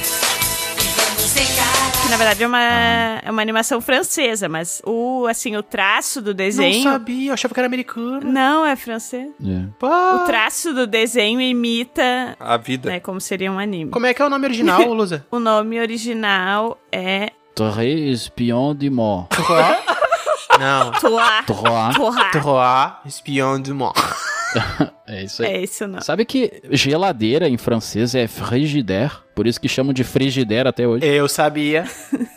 Speaker 15: E vamos encarar.
Speaker 1: Que na verdade é uma,
Speaker 2: Ah.
Speaker 1: é uma animação francesa, mas o, assim, o traço do
Speaker 2: Não
Speaker 1: desenho.
Speaker 2: sabia, eu achava que era americano.
Speaker 1: Não, é francês.
Speaker 4: É.
Speaker 2: Ah.
Speaker 1: O traço do desenho imita,
Speaker 6: A vida.
Speaker 1: né, como seria um anime.
Speaker 2: Como é que é o nome original, Lusa?
Speaker 1: O nome original é
Speaker 4: Três espions de mort.
Speaker 2: Trois? Não.
Speaker 1: Toa.
Speaker 4: Trois.
Speaker 1: Toa.
Speaker 2: Trois Espion du Monde.
Speaker 4: É isso aí.
Speaker 1: É isso não.
Speaker 4: Sabe que geladeira em francês é frigidaire? Por isso que chamam de frigidaire até hoje.
Speaker 2: Eu sabia.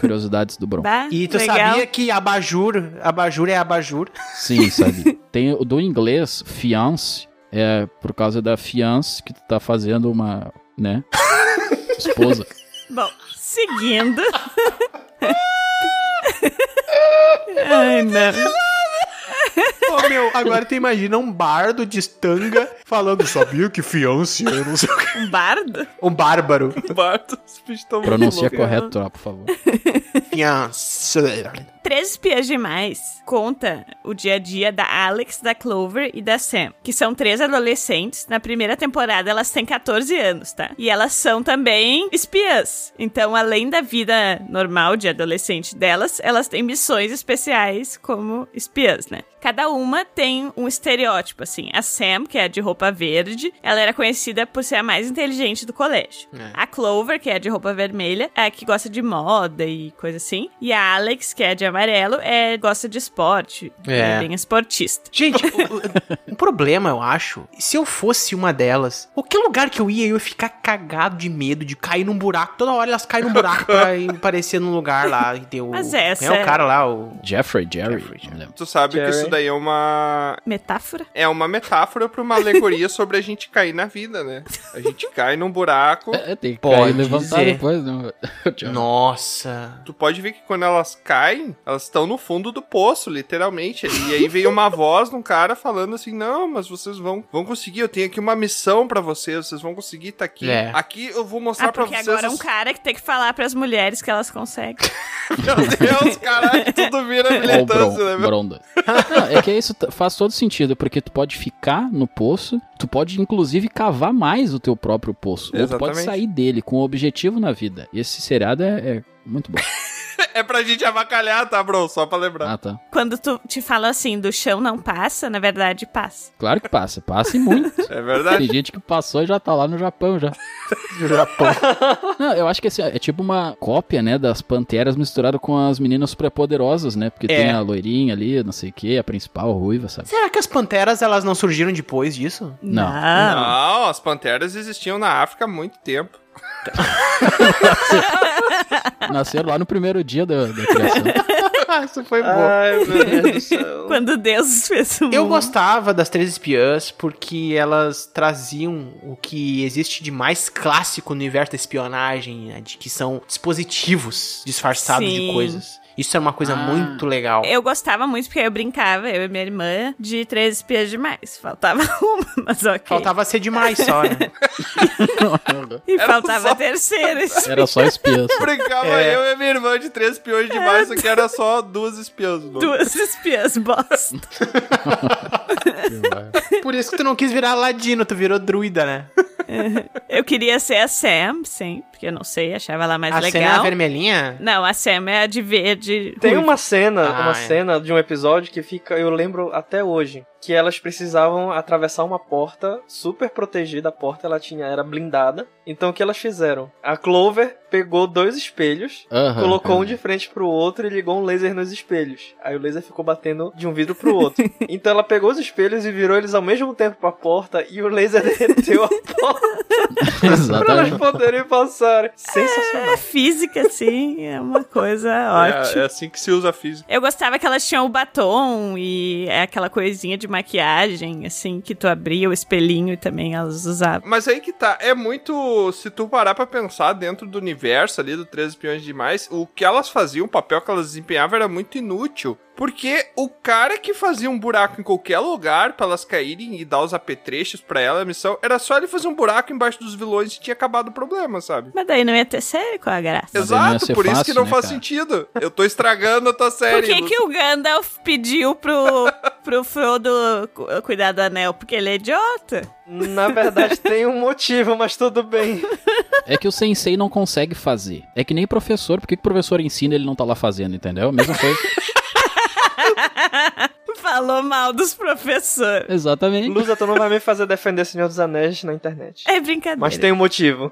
Speaker 4: Curiosidades do Bron.
Speaker 1: Bah,
Speaker 2: E tu
Speaker 1: legal.
Speaker 2: sabia que abajur, abajur é abajur?
Speaker 4: Sim, sabe? Tem o do inglês, fiance, é por causa da fiance que tu tá fazendo uma, né? Esposa.
Speaker 1: Bom, seguindo. Ai, não.
Speaker 2: Ô meu, agora tu imagina um bardo de estanga falando, sabia que fiance eu não sei o quê.
Speaker 1: Um bardo?
Speaker 2: Um bárbaro.
Speaker 6: Barto, os bichos tão muito
Speaker 4: Pronuncia
Speaker 6: loucos.
Speaker 4: correto, Tropa, por favor.
Speaker 2: Fiance.
Speaker 1: Três Espias Demais conta o dia a dia da Alex, da Clover e da Sam, que são três adolescentes. Na primeira temporada elas têm 14 anos, tá? E elas são também espiãs. Então, além da vida normal de adolescente delas, elas têm missões especiais como espiãs, né? Cada uma tem um estereótipo, assim. A Sam, que é a de roupa verde, ela era conhecida por ser a mais inteligente do colégio. A Clover, que é a de roupa vermelha, é a que gosta de moda e coisa assim. E a Alex, que é de amarelo, é gosta de esporte. É,
Speaker 2: É.
Speaker 1: bem esportista.
Speaker 2: Gente, o, o- o problema, eu acho, se eu fosse uma delas, qualquer lugar que eu ia, eu ia ficar cagado de medo de cair num buraco. Toda hora elas caem num buraco pra ir- aparecer num lugar lá. E tem o,
Speaker 1: Mas
Speaker 2: quem
Speaker 1: essa
Speaker 2: é
Speaker 1: é-
Speaker 2: o cara lá, o...
Speaker 4: Jeffrey, Jerry.
Speaker 2: Jeffrey,
Speaker 4: não lembro.
Speaker 6: Tu sabe
Speaker 7: Jerry.
Speaker 6: que isso daí é uma.
Speaker 1: Metáfora?
Speaker 6: É uma metáfora pra uma alegoria sobre a gente cair na vida, né? A gente cai num buraco.
Speaker 4: É, é, tem que
Speaker 2: Pode
Speaker 4: cair e levantar
Speaker 2: dizer.
Speaker 4: depois, né? não.
Speaker 2: Nossa.
Speaker 6: Tu pode ver que quando elas caem, elas estão no fundo do poço, literalmente. E aí veio uma voz de um cara falando assim: Não, mas vocês vão, vão conseguir, eu tenho aqui uma missão pra vocês, vocês vão conseguir tá aqui.
Speaker 2: É.
Speaker 6: Aqui eu vou mostrar
Speaker 1: Ah,
Speaker 6: pra
Speaker 1: porque
Speaker 6: vocês.
Speaker 1: agora é um
Speaker 6: as-
Speaker 1: cara que tem que falar pras mulheres que elas conseguem.
Speaker 6: Meu Deus, caralho, tudo vira
Speaker 4: Ou o Bron,
Speaker 6: militância, né, meu?
Speaker 4: Bronda. Não, é que isso t- faz todo sentido, porque tu pode ficar no poço, tu pode inclusive cavar mais o teu próprio poço. Ou tu pode
Speaker 6: Exatamente.
Speaker 4: sair dele com um objetivo na vida. E esse seriado é, é muito bom.
Speaker 6: É pra gente avacalhar, tá, bro? Só pra lembrar.
Speaker 4: Ah, tá.
Speaker 1: Quando tu te fala assim, do chão não passa, na verdade passa.
Speaker 4: Claro que passa, passa e muito.
Speaker 6: É verdade.
Speaker 4: Tem gente que passou e já tá lá no Japão já. Japão. Não, eu acho que assim, é tipo uma cópia, né, das panteras misturado com as meninas superpoderosas, né? Porque
Speaker 2: É.
Speaker 4: tem a loirinha ali, não sei o que, a principal, a ruiva, sabe?
Speaker 2: Será que as panteras elas não surgiram depois disso?
Speaker 4: Não.
Speaker 1: Ah.
Speaker 6: Não, as panteras existiam na África há muito tempo.
Speaker 4: Nasceram lá no primeiro dia da, da criação.
Speaker 1: Ah,
Speaker 2: Isso foi bom.
Speaker 7: Ai, meu Deus do céu.
Speaker 1: Quando Deus fez o mundo.
Speaker 2: Eu gostava das três espiãs porque elas traziam o que existe de mais clássico no universo da espionagem, né, de que são dispositivos disfarçados
Speaker 1: Sim.
Speaker 2: de coisas. Isso era uma coisa
Speaker 1: Ah.
Speaker 2: muito legal.
Speaker 1: Eu gostava muito porque eu brincava, eu e minha irmã, de três espias demais. Faltava uma, mas ok.
Speaker 2: Faltava ser demais só, né?
Speaker 1: E
Speaker 6: Era
Speaker 1: faltava
Speaker 6: só-
Speaker 1: a terceira. espia.
Speaker 4: Era só espias.
Speaker 6: Brincava
Speaker 2: É.
Speaker 6: eu e minha irmã de três espiões demais, só que era só duas espiãs. mano. É,
Speaker 1: Duas espias bosta.
Speaker 2: Por isso que tu não quis virar ladino, tu virou druida, né?
Speaker 1: Eu queria ser a Sam, sim, porque eu não sei, achava ela mais
Speaker 2: a
Speaker 1: legal.
Speaker 2: cena vermelhinha?
Speaker 1: Não, a Sam é a de verde.
Speaker 7: Tem
Speaker 1: ruiva.
Speaker 7: uma cena,
Speaker 2: Ah,
Speaker 7: uma
Speaker 2: é.
Speaker 7: cena de um episódio que fica, eu lembro até hoje, que elas precisavam atravessar uma porta super protegida, a porta ela tinha era blindada. Então o que elas fizeram? A Clover pegou dois espelhos,
Speaker 4: Aham,
Speaker 7: colocou um
Speaker 4: aham.
Speaker 7: de frente pro outro e ligou um laser nos espelhos. Aí o laser ficou batendo de um vidro pro outro. então ela pegou os espelhos e virou eles ao mesmo tempo pra porta e o laser derreteu a porta pra elas
Speaker 4: Exatamente.
Speaker 7: poderem passar. Sensacional.
Speaker 1: A É física, sim, é uma coisa
Speaker 6: É,
Speaker 1: ótima.
Speaker 6: é assim que se usa a física.
Speaker 1: Eu gostava que elas tinham o batom e é aquela coisinha de maquiagem, assim, que tu abria o espelhinho e também elas usavam.
Speaker 6: Mas aí que tá, é muito. Se tu parar pra pensar dentro do universo ali do Três Espiões Demais, o que elas faziam, o papel que elas desempenhavam era muito inútil. Porque o cara que fazia um buraco em qualquer lugar pra elas caírem e dar os apetrechos pra ela, a missão, era só ele fazer um buraco embaixo dos vilões e tinha acabado o problema, sabe?
Speaker 1: Mas daí não ia ter série com a graça.
Speaker 4: Mas aí não ia
Speaker 6: Exato,
Speaker 4: ser
Speaker 6: por isso
Speaker 4: fácil,
Speaker 6: que não
Speaker 4: né,
Speaker 6: faz
Speaker 4: cara?
Speaker 6: sentido. Eu tô estragando a tua
Speaker 1: Por
Speaker 6: série.
Speaker 1: que, que o Gandalf pediu pro, pro Frodo cu- cuidar do anel? Porque ele é idiota?
Speaker 7: Na verdade tem um motivo, mas tudo bem.
Speaker 4: É que o sensei não consegue fazer. É que nem professor. Por que, que o professor ensina e ele não tá lá fazendo, entendeu? Mesma coisa.
Speaker 1: Falou mal dos professores.
Speaker 4: Exatamente.
Speaker 7: Lusa, tu não vai me fazer defender Senhor dos Anéis na internet.
Speaker 1: É brincadeira.
Speaker 7: Mas tem um motivo.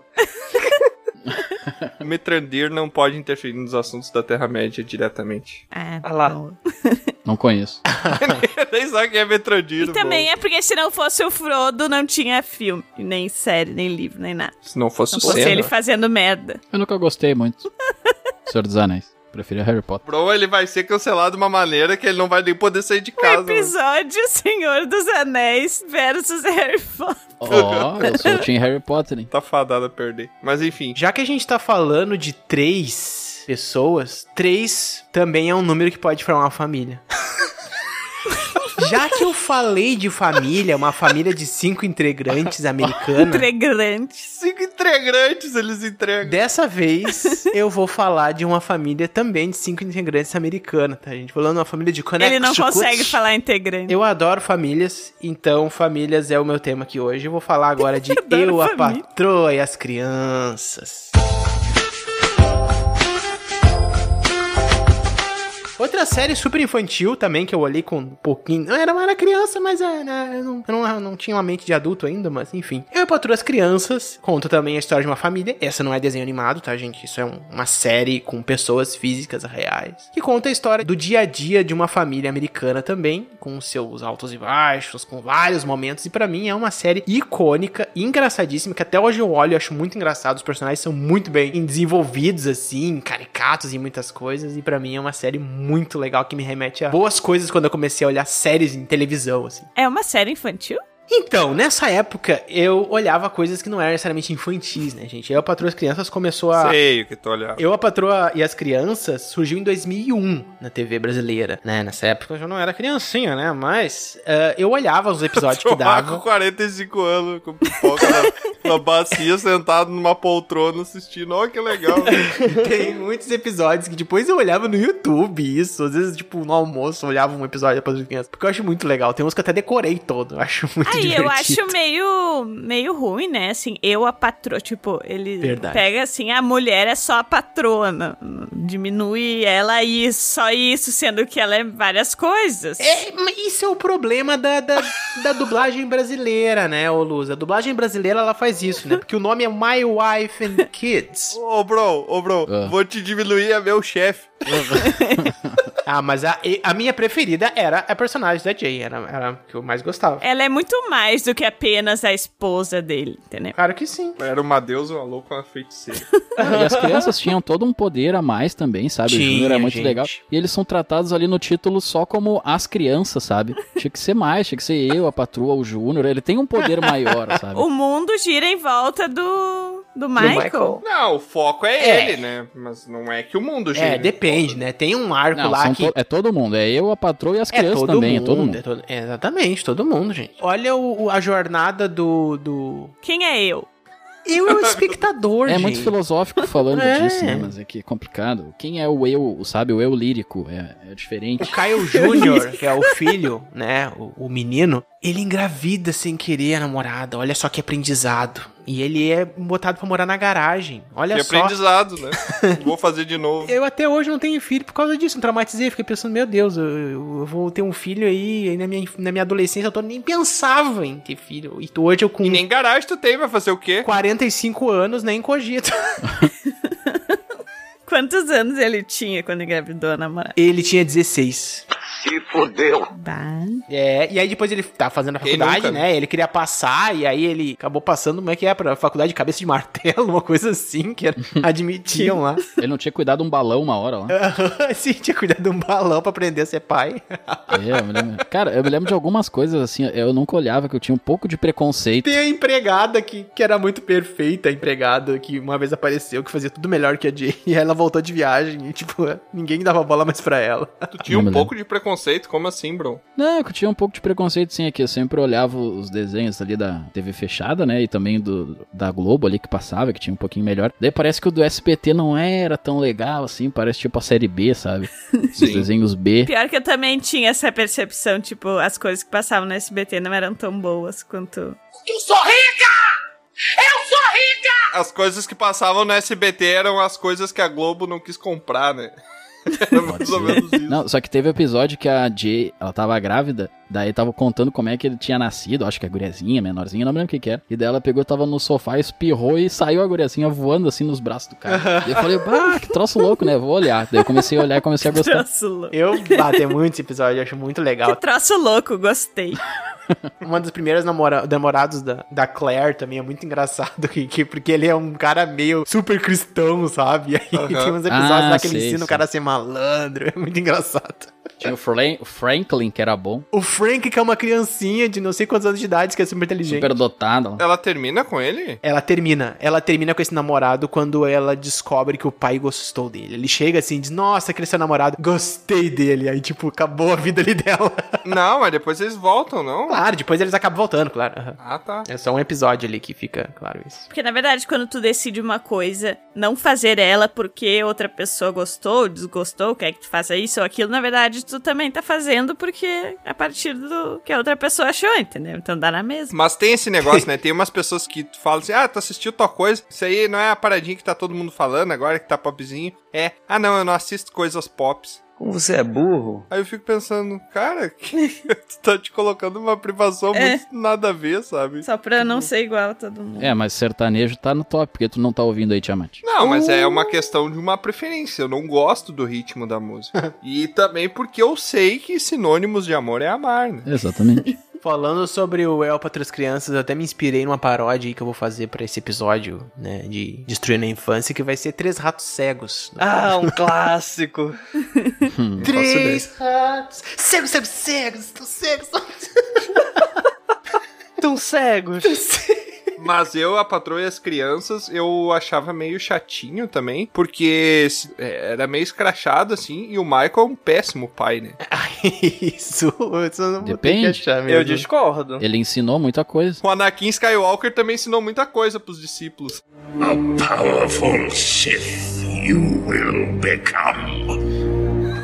Speaker 6: Metrandir não pode interferir nos assuntos da Terra-média diretamente.
Speaker 1: Ah,
Speaker 7: Ah lá.
Speaker 1: bom.
Speaker 4: Não conheço.
Speaker 6: Nem sabe quem é Metrandir.
Speaker 1: E também é porque se não fosse o Frodo, não tinha filme, nem série, nem livro, nem nada.
Speaker 6: Se não fosse
Speaker 1: Não
Speaker 6: o
Speaker 1: fosse
Speaker 6: Senna.
Speaker 1: é ele fazendo merda.
Speaker 4: Eu nunca gostei muito. Senhor dos Anéis. Preferia Harry Potter.
Speaker 6: Bro, ele vai ser cancelado de uma maneira que ele não vai nem poder sair de casa. né? mano.
Speaker 1: Episódio Senhor dos Anéis versus Harry Potter.
Speaker 4: Ó, eu sou o Team Harry Potter, hein?
Speaker 6: Tá fadado a perder. Mas enfim.
Speaker 2: Já que a gente tá falando de três pessoas, três também é um número que pode formar uma família. Já que eu falei de família, uma família de cinco integrantes americana,
Speaker 1: Intrigante.
Speaker 6: Cinco integrantes eles entregam.
Speaker 2: dessa vez eu vou falar de uma família também de cinco integrantes americana, tá, gente? Falando uma família de
Speaker 1: Ele
Speaker 2: Connecticut.
Speaker 1: não consegue falar integrante.
Speaker 2: Eu adoro famílias, então famílias é o meu tema aqui hoje. Eu vou falar agora de
Speaker 1: Adoro
Speaker 2: eu, a
Speaker 1: família.
Speaker 2: patroa e as crianças. Outra série super infantil também, que eu olhei com um pouquinho. Eu era, eu era criança, mas é, né, eu, não, eu não- eu não tinha uma mente de adulto ainda, mas enfim. Eu patrulho as crianças, conto também a história de uma família. Essa não é desenho animado, tá, gente? Isso é um- uma série com pessoas físicas reais. Que conta a história do dia a dia de uma família americana também, com seus altos e baixos, com vários momentos. E pra mim é uma série icônica, engraçadíssima, que até hoje eu olho e acho muito engraçado. Os personagens são muito bem desenvolvidos, assim, caricatos e muitas coisas. E pra mim é uma série muito legal que me remete a boas coisas quando eu comecei a olhar séries em televisão, assim.
Speaker 1: É uma série infantil?
Speaker 2: Então, nessa época, eu olhava coisas que não eram necessariamente infantis, né, gente? Eu, a Patroa e as Crianças, começou a...
Speaker 6: Sei o que tu olhava.
Speaker 2: Eu, a Patroa e as Crianças surgiu em 2001 na TV brasileira, né? Nessa época eu já não era criancinha, né? Mas eh, eu olhava os episódios que
Speaker 6: Tomar com
Speaker 2: dava.
Speaker 6: 45 anos, com pipoca na, na bacia, sentado numa poltrona assistindo. Olha que legal.
Speaker 2: Tem muitos episódios que depois eu olhava no YouTube, isso. Às vezes, tipo, no almoço, eu olhava um episódio da Patroa e as Crianças. Porque eu acho muito legal. Tem uns que eu até decorei todo. Eu acho muito
Speaker 1: Ah, e eu acho meio, meio ruim, né? Assim, eu a patroa. Tipo, ele
Speaker 2: Verdade.
Speaker 1: pega assim, a mulher é só a patrona. Diminui ela e só isso, sendo que ela é várias coisas.
Speaker 2: É, mas isso é o problema da, da, da dublagem brasileira, né, ô Luz? A dublagem brasileira, ela faz isso, né? Porque o nome é My Wife and Kids.
Speaker 6: Ô, bro, ô, bro, vou te diminuir a meu chefe.
Speaker 2: ah, mas a, a minha preferida era a personagem da Jay, era, era a que eu mais gostava.
Speaker 1: Ela é muito mais do que apenas a esposa dele, entendeu?
Speaker 2: Claro que sim.
Speaker 6: Era uma deusa, uma louca, uma feiticeira.
Speaker 4: E as crianças tinham todo um poder a mais também, sabe? o
Speaker 2: Tinha,
Speaker 4: Júnior era muito
Speaker 2: gente.
Speaker 4: legal. E eles são tratados ali no título só como as crianças, sabe? Tinha que ser mais, tinha que ser eu, a patroa, o Júnior. Ele tem um poder maior, sabe?
Speaker 1: O mundo gira em volta do, do Michael.
Speaker 6: Não, o foco é,
Speaker 1: É.
Speaker 6: ele, né? Mas não é que o mundo gira.
Speaker 2: É, depende, né? Tem um arco
Speaker 4: Não,
Speaker 2: lá
Speaker 4: são
Speaker 2: que...
Speaker 4: to- é todo mundo. É eu, a patroa e as
Speaker 2: É
Speaker 4: crianças
Speaker 2: todo
Speaker 4: também.
Speaker 2: mundo,
Speaker 4: é todo mundo.
Speaker 2: é todo- é exatamente, todo mundo, gente. Olha o- o- a jornada do, do...
Speaker 1: Quem é eu?
Speaker 2: Eu é o espectador,
Speaker 4: É
Speaker 2: gente.
Speaker 4: muito filosófico falando
Speaker 2: É.
Speaker 4: disso, né? Mas é que é complicado. Quem é o eu, sabe? O eu lírico é, é diferente.
Speaker 2: O Caio Júnior, que é o filho, né? O, o menino, ele engravida sem querer a namorada. Olha só que aprendizado. E ele é botado pra morar na garagem. Olha
Speaker 6: que
Speaker 2: só.
Speaker 6: aprendizado, né? vou fazer de novo.
Speaker 2: Eu até hoje não tenho filho por causa disso. Me traumatizei. Fiquei pensando, meu Deus, eu, eu- eu vou ter um filho aí. aí na, minha, na minha adolescência eu tô, nem pensava em ter filho. E hoje eu com
Speaker 6: E nem garagem tu tem, vai fazer o quê?
Speaker 2: 45 anos nem cogito.
Speaker 1: Quantos anos ele tinha quando engravidou a namorada?
Speaker 2: Ele tinha 16.
Speaker 1: Se fodeu.
Speaker 2: É, e aí depois ele tá fazendo a
Speaker 1: Quem
Speaker 2: faculdade,
Speaker 1: nunca,
Speaker 2: né? Ele queria passar, e aí ele acabou passando, como é que é? Pra faculdade de cabeça de martelo, uma coisa assim, que era- admitiam lá.
Speaker 4: Ele não tinha cuidado de um balão uma hora lá.
Speaker 2: Aham, Sim, tinha cuidado de um balão pra aprender a ser pai.
Speaker 4: É, eu me lembro- Cara, eu me lembro de algumas coisas assim. Eu nunca olhava que eu tinha um pouco de preconceito.
Speaker 2: Tem a empregada que, que era muito perfeita, a empregada, que uma vez apareceu, que fazia tudo melhor que a Jay, e aí ela voltou de viagem, e tipo, ninguém dava bola mais pra ela.
Speaker 6: Tu tinha
Speaker 2: né?
Speaker 6: um pouco de preconceito, como assim, bro?
Speaker 4: Não, que eu tinha um pouco de preconceito sim aqui. Eu sempre olhava os desenhos ali da TV fechada, né? E também do, da Globo ali que passava, que tinha um pouquinho melhor. Daí parece que o do SBT não era tão legal assim. Parece tipo a série B, sabe? Os desenhos B.
Speaker 1: Pior que eu também tinha essa percepção, tipo, as coisas que passavam no SBT não eram tão boas quanto.
Speaker 15: Eu sou rica! Eu sou rica!
Speaker 6: As coisas que passavam no SBT eram as coisas que a Globo não quis comprar, né? Era mais ou menos isso.
Speaker 4: Não, só que teve um episódio que a Jay, ela tava grávida, daí tava contando como é que ele tinha nascido, acho que a guriazinha, menorzinha, não lembro o que que era. E daí ela pegou, tava no sofá, espirrou e saiu a guriazinha voando assim nos braços do cara. Daí eu falei, bah, que troço louco, né? Vou olhar. Daí eu comecei a olhar e comecei a gostar.
Speaker 1: Troço louco.
Speaker 2: Eu batei muito esse episódio, eu acho muito legal.
Speaker 1: Que troço louco, gostei.
Speaker 2: Uma das primeiras namora namorados da, da Claire também é muito engraçado, que, que- porque ele é um cara meio super cristão, sabe? E aí tem uns episódios
Speaker 4: Ah,
Speaker 2: lá que ele
Speaker 4: sei,
Speaker 2: ensina
Speaker 4: sei.
Speaker 2: o cara a ser malandro, é muito engraçado.
Speaker 4: Tinha o Fran- o Franklin, que era bom,
Speaker 2: O Frank, que é uma criancinha de não sei quantos anos de idade, que é super inteligente.
Speaker 4: superdotado. lá.
Speaker 6: Ela termina com ele?
Speaker 2: Ela termina. Ela termina com esse namorado quando ela descobre que o pai gostou dele. Ele chega assim e diz: Nossa, aquele seu namorado, gostei dele. Aí, tipo, acabou a vida ali dela.
Speaker 6: Não, mas depois eles voltam, não?
Speaker 2: claro, depois eles acabam voltando, claro. Aham.
Speaker 6: Ah, tá.
Speaker 2: É só um episódio ali que fica claro isso.
Speaker 1: Porque na verdade, quando tu decide uma coisa, não fazer ela porque outra pessoa gostou, desgostou, quer que tu faça isso ou aquilo, na verdade, tu também tá fazendo porque a partir do que a outra pessoa achou, entendeu? Então dá na mesma.
Speaker 6: Mas tem esse negócio, né? Tem umas pessoas que tu fala assim, ah, tu assistiu tua coisa, isso aí não é a paradinha que tá todo mundo falando agora, que tá popzinho. É, ah não, eu não assisto coisas pops.
Speaker 16: Como você é burro?
Speaker 6: Aí eu fico pensando, cara, que... tu tá te colocando uma privação
Speaker 1: É.
Speaker 6: muito nada a ver, sabe?
Speaker 1: Só pra
Speaker 2: Uhum.
Speaker 1: não ser igual a todo mundo.
Speaker 4: É, mas sertanejo tá no top, porque tu não tá ouvindo aí, Tiamat.
Speaker 6: Não, mas é
Speaker 2: Uh.
Speaker 6: uma questão de uma preferência. Eu não gosto do ritmo da música. e também porque eu sei que sinônimos de amor é amar, né?
Speaker 4: Exatamente.
Speaker 2: Falando sobre o El para as crianças, eu até me inspirei numa paródia aí que eu vou fazer pra esse episódio, né, de Destruindo a Infância, que vai ser Três Ratos Cegos.
Speaker 7: Ah, um clássico.
Speaker 2: Três ratos cegos, cegos, cegos, tão cegos.
Speaker 7: Tão cegos.
Speaker 2: um
Speaker 6: Mas eu, a patroa e as crianças, eu achava meio chatinho também, porque se- é, era meio escrachado assim, e o Michael é um péssimo pai, né?
Speaker 2: isso, isso eu não vou ter que
Speaker 4: Depende.
Speaker 2: achar mesmo.
Speaker 4: Eu
Speaker 7: discordo.
Speaker 4: Ele ensinou muita coisa.
Speaker 6: O Anakin Skywalker também ensinou muita coisa pros discípulos.
Speaker 13: Powerful Sith you will become.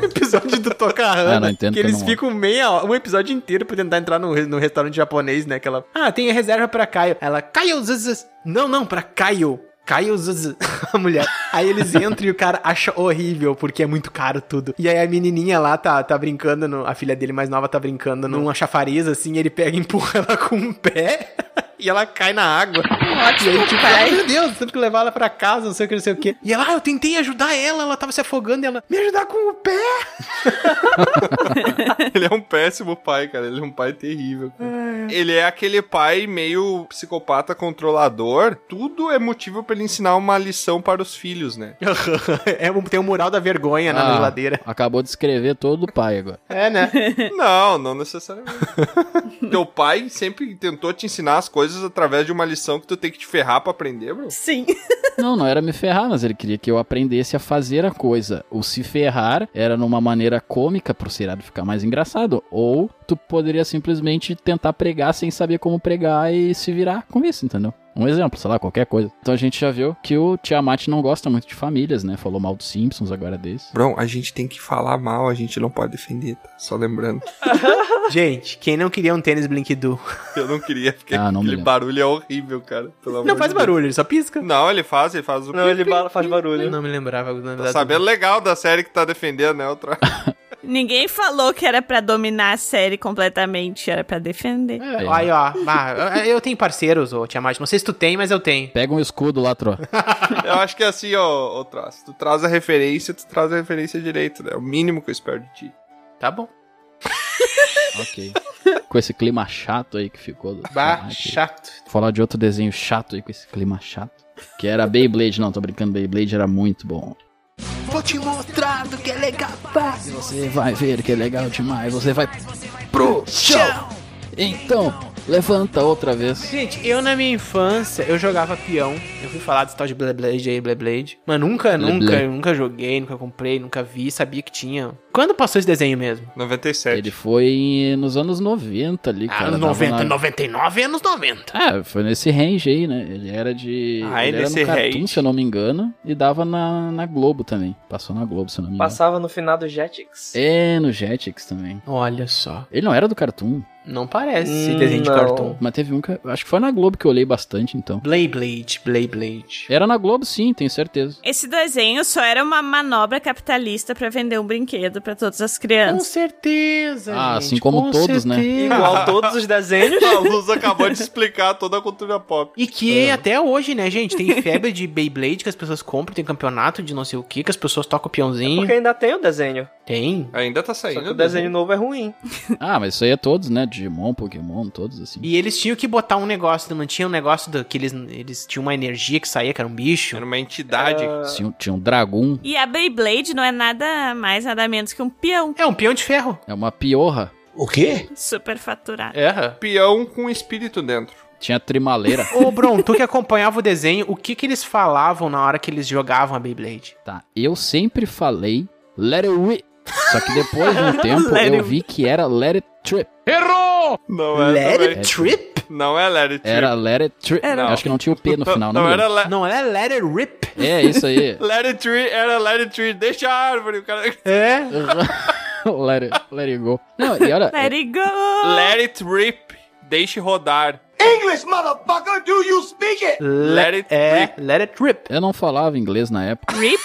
Speaker 2: Me episódio do Toca
Speaker 4: Ah, não
Speaker 2: Hana,
Speaker 4: entendo
Speaker 2: que
Speaker 4: que eu
Speaker 2: eles
Speaker 4: não-
Speaker 2: ficam meia hora, um episódio inteiro pra tentar entrar no, re- no restaurante japonês, né? Que ela, ah, tem a reserva pra Caio. Ela, Caio Zuz. Não, não, pra Caio. Caio Zuz. A mulher. Aí eles entram e o cara acha horrível, porque é muito caro tudo. E aí a menininha lá tá, tá brincando, no- a filha dele mais nova tá brincando numa chafariz, assim, e ele pega e empurra ela com um pé. E ela cai na água.
Speaker 1: Um
Speaker 2: e aí, tipo,
Speaker 17: pai.
Speaker 2: ai meu Deus, temos que levar ela pra casa, não sei o que, não sei o que. E ela, ah, eu tentei ajudar ela, ela tava se afogando e ela, me ajudar com o pé?
Speaker 6: Ele é um péssimo pai, cara. Ele é um pai terrível. cara. Ele é aquele pai meio psicopata controlador. Tudo é motivo pra ele ensinar uma lição para os filhos, né?
Speaker 2: é, um- tem o mural da vergonha né,
Speaker 4: Ah,
Speaker 2: na geladeira.
Speaker 4: Acabou de escrever todo o pai agora.
Speaker 2: É, né?
Speaker 6: Não, não necessariamente. Teu pai sempre tentou te ensinar as coisas através de uma lição que tu tem que te ferrar pra aprender, bro?
Speaker 1: Sim.
Speaker 4: Não, não era me ferrar, mas ele queria que eu aprendesse a fazer a coisa. O se ferrar era numa maneira cômica pro seriado ficar mais engraçado. Ou tu poderia simplesmente tentar pregar sem saber como pregar e se virar com isso, entendeu? Um exemplo, sei lá, qualquer coisa. Então a gente já viu que o Tiamat não gosta muito de famílias, né? Falou mal dos Simpsons agora desse.
Speaker 6: Bro, a gente tem que falar mal, a gente não pode defender, tá? Só lembrando.
Speaker 2: Gente, quem não queria um tênis Blinkdu?
Speaker 6: Eu não queria, porque
Speaker 4: Ah, não me
Speaker 6: aquele
Speaker 4: lembro.
Speaker 6: barulho é horrível, cara. Pelo amor
Speaker 2: Não faz
Speaker 6: de Deus.
Speaker 2: barulho, ele só pisca.
Speaker 6: Não, ele faz, ele faz o
Speaker 2: Não, ele
Speaker 6: pi-
Speaker 2: bala- faz barulho. Não me lembrava.
Speaker 6: Tá sabendo legal da série que tá defendendo, né, outra?
Speaker 1: Ninguém falou que era pra dominar a série completamente, era pra defender.
Speaker 4: É,
Speaker 2: Aí, ó. bah, eu tenho parceiros, ô Tiamat. Não sei se tu tem, mas eu tenho.
Speaker 4: Pega um escudo lá, Tro.
Speaker 6: Eu acho que é assim, ó, ô Traz. Tu traz a referência, tu traz a referência direito, né? É o mínimo que eu espero de ti.
Speaker 2: Tá bom.
Speaker 4: ok. Com esse clima chato aí que ficou. do
Speaker 2: Bah,
Speaker 4: Tiamat.
Speaker 2: chato.
Speaker 4: Falar de outro desenho chato aí com esse clima chato. Que era Beyblade, não, tô brincando, Beyblade era muito bom.
Speaker 13: Vou te mostrar do que é legal.
Speaker 4: E Você vai ver que é legal demais, você vai pro chão! Então, levanta outra vez.
Speaker 2: Gente, eu na minha infância, eu jogava peão. Eu fui falar desse tal de Beyblade aí, Beyblade. Mas nunca, nunca,
Speaker 4: Beyblade.
Speaker 2: eu nunca joguei, nunca comprei, nunca vi, sabia que tinha. Quando passou esse desenho mesmo?
Speaker 6: 97.
Speaker 4: Ele foi nos anos 90
Speaker 6: Ah,
Speaker 4: ali, cara.
Speaker 2: Anos
Speaker 4: tava
Speaker 2: 90,
Speaker 4: na-
Speaker 2: 99 anos 90.
Speaker 4: É, foi nesse range aí, né? Ele era de.
Speaker 6: Ah,
Speaker 4: ele
Speaker 6: nesse
Speaker 4: era no Cartoon,
Speaker 6: range.
Speaker 4: se eu não me engano, e dava na, na Globo também. Passou na Globo, se eu não me engano.
Speaker 2: Passava no final do Jetix?
Speaker 4: É, no Jetix também.
Speaker 2: Olha só.
Speaker 4: Ele não era do Cartoon.
Speaker 2: Não parece
Speaker 4: Hum,
Speaker 2: desenho de
Speaker 4: não.
Speaker 2: cartoon.
Speaker 4: Mas teve um que. Acho que foi na Globo que eu olhei bastante, então.
Speaker 2: Beyblade, Beyblade.
Speaker 4: Era na Globo, sim, tenho certeza.
Speaker 1: Esse desenho só era uma manobra capitalista pra vender um brinquedo pra todas as
Speaker 2: Com
Speaker 1: crianças.
Speaker 2: certeza,
Speaker 4: Ah, assim como todos, né?
Speaker 2: Igual todos os desenhos.
Speaker 6: A Luz acabou de explicar toda a cultura pop.
Speaker 2: E que
Speaker 4: É.
Speaker 2: até hoje, né, gente, tem febre de Beyblade que as pessoas compram, tem campeonato de não sei o que, que as pessoas tocam o peãozinho.
Speaker 4: porque
Speaker 2: ainda tem o desenho. Tem.
Speaker 6: Ainda tá saindo.
Speaker 2: o desenho novo é ruim.
Speaker 4: Ah, mas isso aí é todos, né? Digimon, Pokémon, todos assim.
Speaker 2: E eles tinham que botar um negócio, não tinha um negócio do, que eles, eles tinham uma energia que saía, que era um bicho. Era
Speaker 6: uma entidade.
Speaker 4: Tinha, tinha um dragão.
Speaker 1: E a Beyblade não é nada mais, nada menos que um peão.
Speaker 2: É um peão de ferro.
Speaker 4: É uma piorra.
Speaker 6: O quê?
Speaker 1: Super faturado.
Speaker 2: É.
Speaker 6: Peão com espírito dentro.
Speaker 4: Tinha trimaleira.
Speaker 2: Ô, Bron, tu que acompanhava o desenho, o que que eles falavam na hora que eles jogavam a Beyblade?
Speaker 4: Tá, eu sempre falei Let it rip. Só que depois de um tempo
Speaker 2: Let
Speaker 4: eu
Speaker 2: it-
Speaker 4: vi que era Let it trip.
Speaker 6: Errou! Não é
Speaker 2: Let
Speaker 6: também.
Speaker 2: it trip?
Speaker 6: Não é Let It Trip.
Speaker 4: Era Let it trip.
Speaker 6: Era.
Speaker 4: Acho que não tinha o P no final, não.
Speaker 6: Não,
Speaker 4: me
Speaker 6: era
Speaker 4: lembro.
Speaker 6: le...
Speaker 2: Não, é let it rip.
Speaker 4: É, isso aí.
Speaker 6: Let It Tree, era Let It Tree. Deixa a árvore, o cara...
Speaker 2: É?
Speaker 4: let, it, let it go. Não, e olha,
Speaker 1: Let it go!
Speaker 6: Let It Rip. Deixe rodar.
Speaker 13: English, motherfucker, do you speak it?
Speaker 6: Let it
Speaker 2: é, Let it rip.
Speaker 4: Eu não falava inglês na época.
Speaker 1: Rip?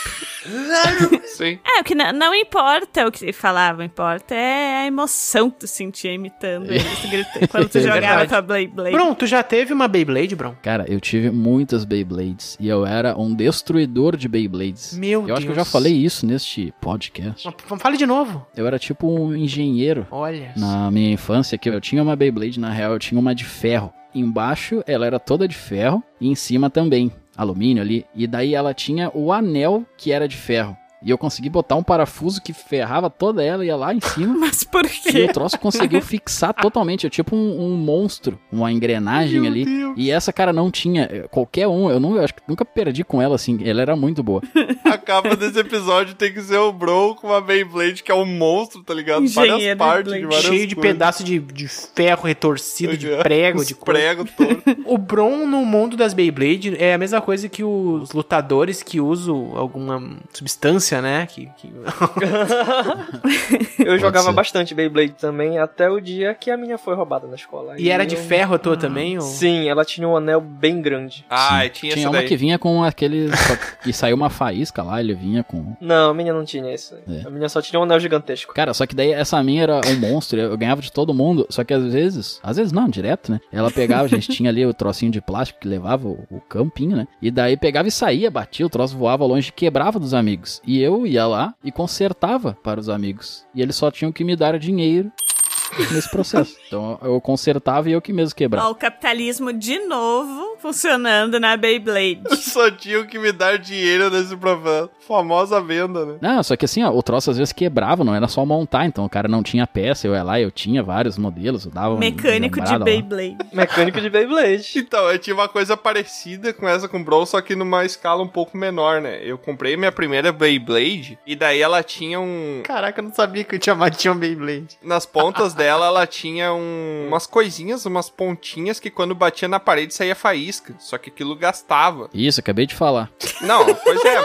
Speaker 6: Sim.
Speaker 1: É, o que não, não importa o que ele falava, importa é a emoção que tu sentia imitando eles gritando quando tu
Speaker 4: É
Speaker 1: jogava
Speaker 4: verdade.
Speaker 1: tua Beyblade.
Speaker 2: Bron, tu já teve uma Beyblade, Bron?
Speaker 4: Cara, eu tive muitas Beyblades e eu era um destruidor de Beyblades.
Speaker 2: Meu
Speaker 4: Eu acho que eu já
Speaker 2: Deus.
Speaker 4: falei isso neste podcast.
Speaker 2: Fale de novo.
Speaker 4: Eu era tipo um engenheiro.
Speaker 2: Olha.
Speaker 4: Na minha infância, que eu tinha uma Beyblade, na real, eu tinha uma de ferro. Embaixo ela era toda de ferro e em cima também, alumínio ali. E daí ela tinha o anel que era de ferro. E eu consegui botar um parafuso que ferrava toda ela e ia lá em cima.
Speaker 1: Mas por
Speaker 4: E o troço conseguiu fixar totalmente. É tipo um, um monstro, uma engrenagem ali. E essa cara não tinha. eh, Qualquer um, eu, não, eu acho que nunca perdi com ela assim. Ela era muito boa.
Speaker 6: A capa desse episódio tem que ser o Bro com uma Beyblade, que é um monstro, tá ligado? várias
Speaker 2: Engenheiro
Speaker 6: partes de
Speaker 2: Beyblade.
Speaker 6: várias
Speaker 2: Cheio de
Speaker 6: coisas.
Speaker 2: pedaço de, de ferro retorcido, de Uhum. prego,
Speaker 6: Os
Speaker 2: de coisa.
Speaker 6: prego
Speaker 2: O Bron no mundo das Beyblade é a mesma coisa que os lutadores que usam alguma substância, né? Que, que-
Speaker 7: Eu jogava
Speaker 2: ser.
Speaker 7: bastante Beyblade também, até o dia que a minha foi roubada na escola.
Speaker 2: E era de
Speaker 7: eu-
Speaker 2: ferro a tua também? Ou...
Speaker 7: Sim, ela tinha um anel bem grande.
Speaker 6: Ah,
Speaker 4: Tinha, uma que vinha com aquele. e saiu uma faísca lá, ele vinha com.
Speaker 7: Não, a minha não tinha isso.
Speaker 2: É.
Speaker 7: A minha só tinha um anel gigantesco.
Speaker 4: Cara, só que daí essa minha era um monstro, eu ganhava de todo mundo, só que às vezes, às vezes não, direto, né? Ela pegava, a gente tinha ali o trocinho de plástico que levava o, o campinho, né? E daí pegava e saía, batia, o troço voava longe e quebrava dos amigos. E eu ia lá e consertava para os amigos. E eles só tinham que me dar dinheiro nesse processo. Então eu consertava e eu que mesmo
Speaker 1: Ó,
Speaker 4: quebrava.
Speaker 1: o capitalismo de novo funcionando na Beyblade.
Speaker 6: Só tinham que me dar dinheiro nesse programa. Famosa venda, né?
Speaker 4: Não, só que assim, ó, o troço às vezes quebrava, não era só montar, então o cara não tinha peça, eu ia lá, eu tinha vários modelos, eu dava um
Speaker 1: Mecânico de
Speaker 4: lembrado lá.
Speaker 1: Beyblade.
Speaker 7: Mecânico de Beyblade.
Speaker 6: Então, eu tinha uma coisa parecida com essa com o Brawl, só que numa escala um pouco menor, né? Eu comprei minha primeira Beyblade e daí ela tinha um.
Speaker 2: Caraca, eu não sabia que eu tinha tinha um Beyblade.
Speaker 6: Nas pontas dela, ela tinha um- umas coisinhas, umas pontinhas que quando batia na parede saía faísca. Só que aquilo gastava.
Speaker 4: Isso, acabei de falar.
Speaker 6: Não, pois é.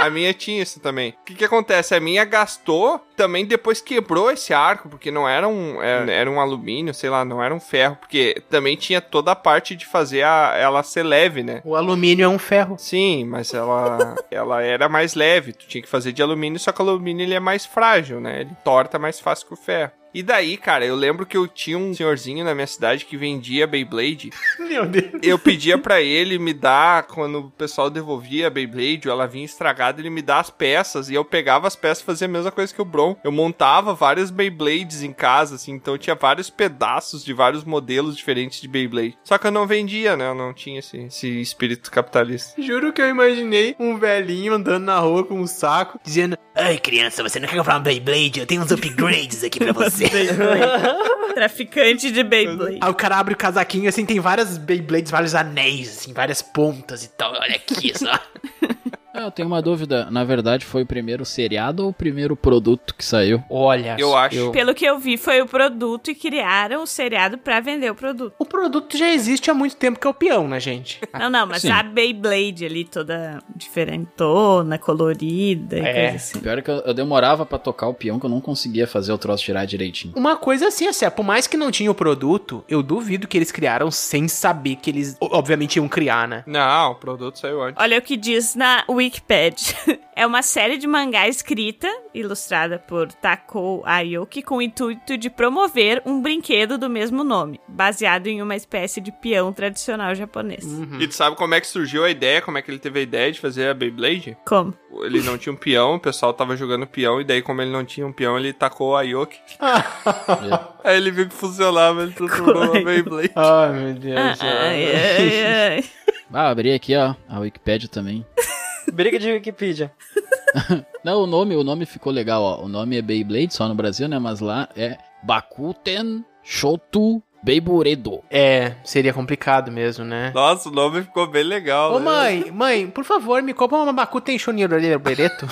Speaker 6: A minha tinha isso também. O que que acontece? A minha gastou, também depois quebrou esse arco, porque não era um, era, era um alumínio, sei lá, não era um ferro, porque também tinha toda a parte de fazer a- ela ser leve, né?
Speaker 2: O alumínio é um ferro.
Speaker 6: Sim, mas ela, ela era mais leve, tu tinha que fazer de alumínio, só que o alumínio ele é mais frágil, né? Ele torta mais fácil que o ferro. E daí, cara, eu lembro que eu tinha um senhorzinho na minha cidade que vendia Beyblade
Speaker 2: Meu Deus.
Speaker 6: eu pedia pra ele me dar, quando o pessoal devolvia a Beyblade, ou ela vinha estragada, ele me dá as peças, e eu pegava as peças e fazia a mesma coisa que o Bron. Eu montava várias Beyblades em casa, assim, então eu tinha vários pedaços de vários modelos diferentes de Beyblade. Só que eu não vendia, né? Eu não tinha esse, esse espírito capitalista.
Speaker 2: Juro que eu imaginei um velhinho andando na rua com um saco, dizendo:
Speaker 3: Ai, criança, você não quer comprar um Beyblade? Eu tenho uns upgrades aqui pra você.
Speaker 1: Traficante de Beyblade.
Speaker 4: Ah,
Speaker 2: Aí o cara abre o casaquinho, assim, tem várias Beyblades, vários anéis, assim, várias pontas e tal. Olha aqui só.
Speaker 4: Ah, eu tenho uma dúvida. Na verdade, foi o primeiro seriado ou o primeiro produto que saiu?
Speaker 2: Olha,
Speaker 6: Eu acho.
Speaker 1: Pelo que eu vi, foi o produto e criaram o seriado pra vender o produto.
Speaker 2: O produto já existe há muito tempo que é o peão, né, gente?
Speaker 6: Tá.
Speaker 1: Não, não, mas
Speaker 2: Sim.
Speaker 1: a Beyblade ali toda diferentona, colorida e
Speaker 4: É,
Speaker 1: coisa assim.
Speaker 4: pior é que eu, eu demorava pra tocar o peão que eu não conseguia fazer o troço girar direitinho.
Speaker 2: Uma coisa assim, assim, ó, por mais que não tinha o produto, eu duvido que eles criaram sem saber que eles, o- obviamente, iam criar, né?
Speaker 6: Não, o produto saiu antes.
Speaker 1: Olha é o que diz na Wikipedia. É uma série de mangá escrita, ilustrada por Tako Aoki, com o intuito de promover um brinquedo do mesmo nome, baseado em uma espécie de peão tradicional japonês.
Speaker 6: E tu sabe como é que surgiu a ideia, como é que ele teve a ideia de fazer a Beyblade?
Speaker 1: Como?
Speaker 6: Ele não tinha um peão, o pessoal tava jogando peão, e daí, como ele não tinha um peão, ele tacou a Yoki. Aí ele viu que funcionava, ele transformou uma Beyblade.
Speaker 2: Ai, meu Deus.
Speaker 1: Ah, Ai, ai, ai.
Speaker 4: Ah, abri aqui, ó, a Wikipedia também.
Speaker 7: Briga de Wikipedia.
Speaker 4: Não, o nome, o nome ficou legal, ó. O nome é Beyblade, só no Brasil, né? Mas lá é Bakuten Shotu Beyburedo.
Speaker 2: É, seria complicado mesmo, né?
Speaker 6: Nossa, o nome ficou bem legal.
Speaker 2: Ô
Speaker 6: né?
Speaker 2: mãe, mãe, por favor, me compra uma Bakuten Shoniro ali, Bereto.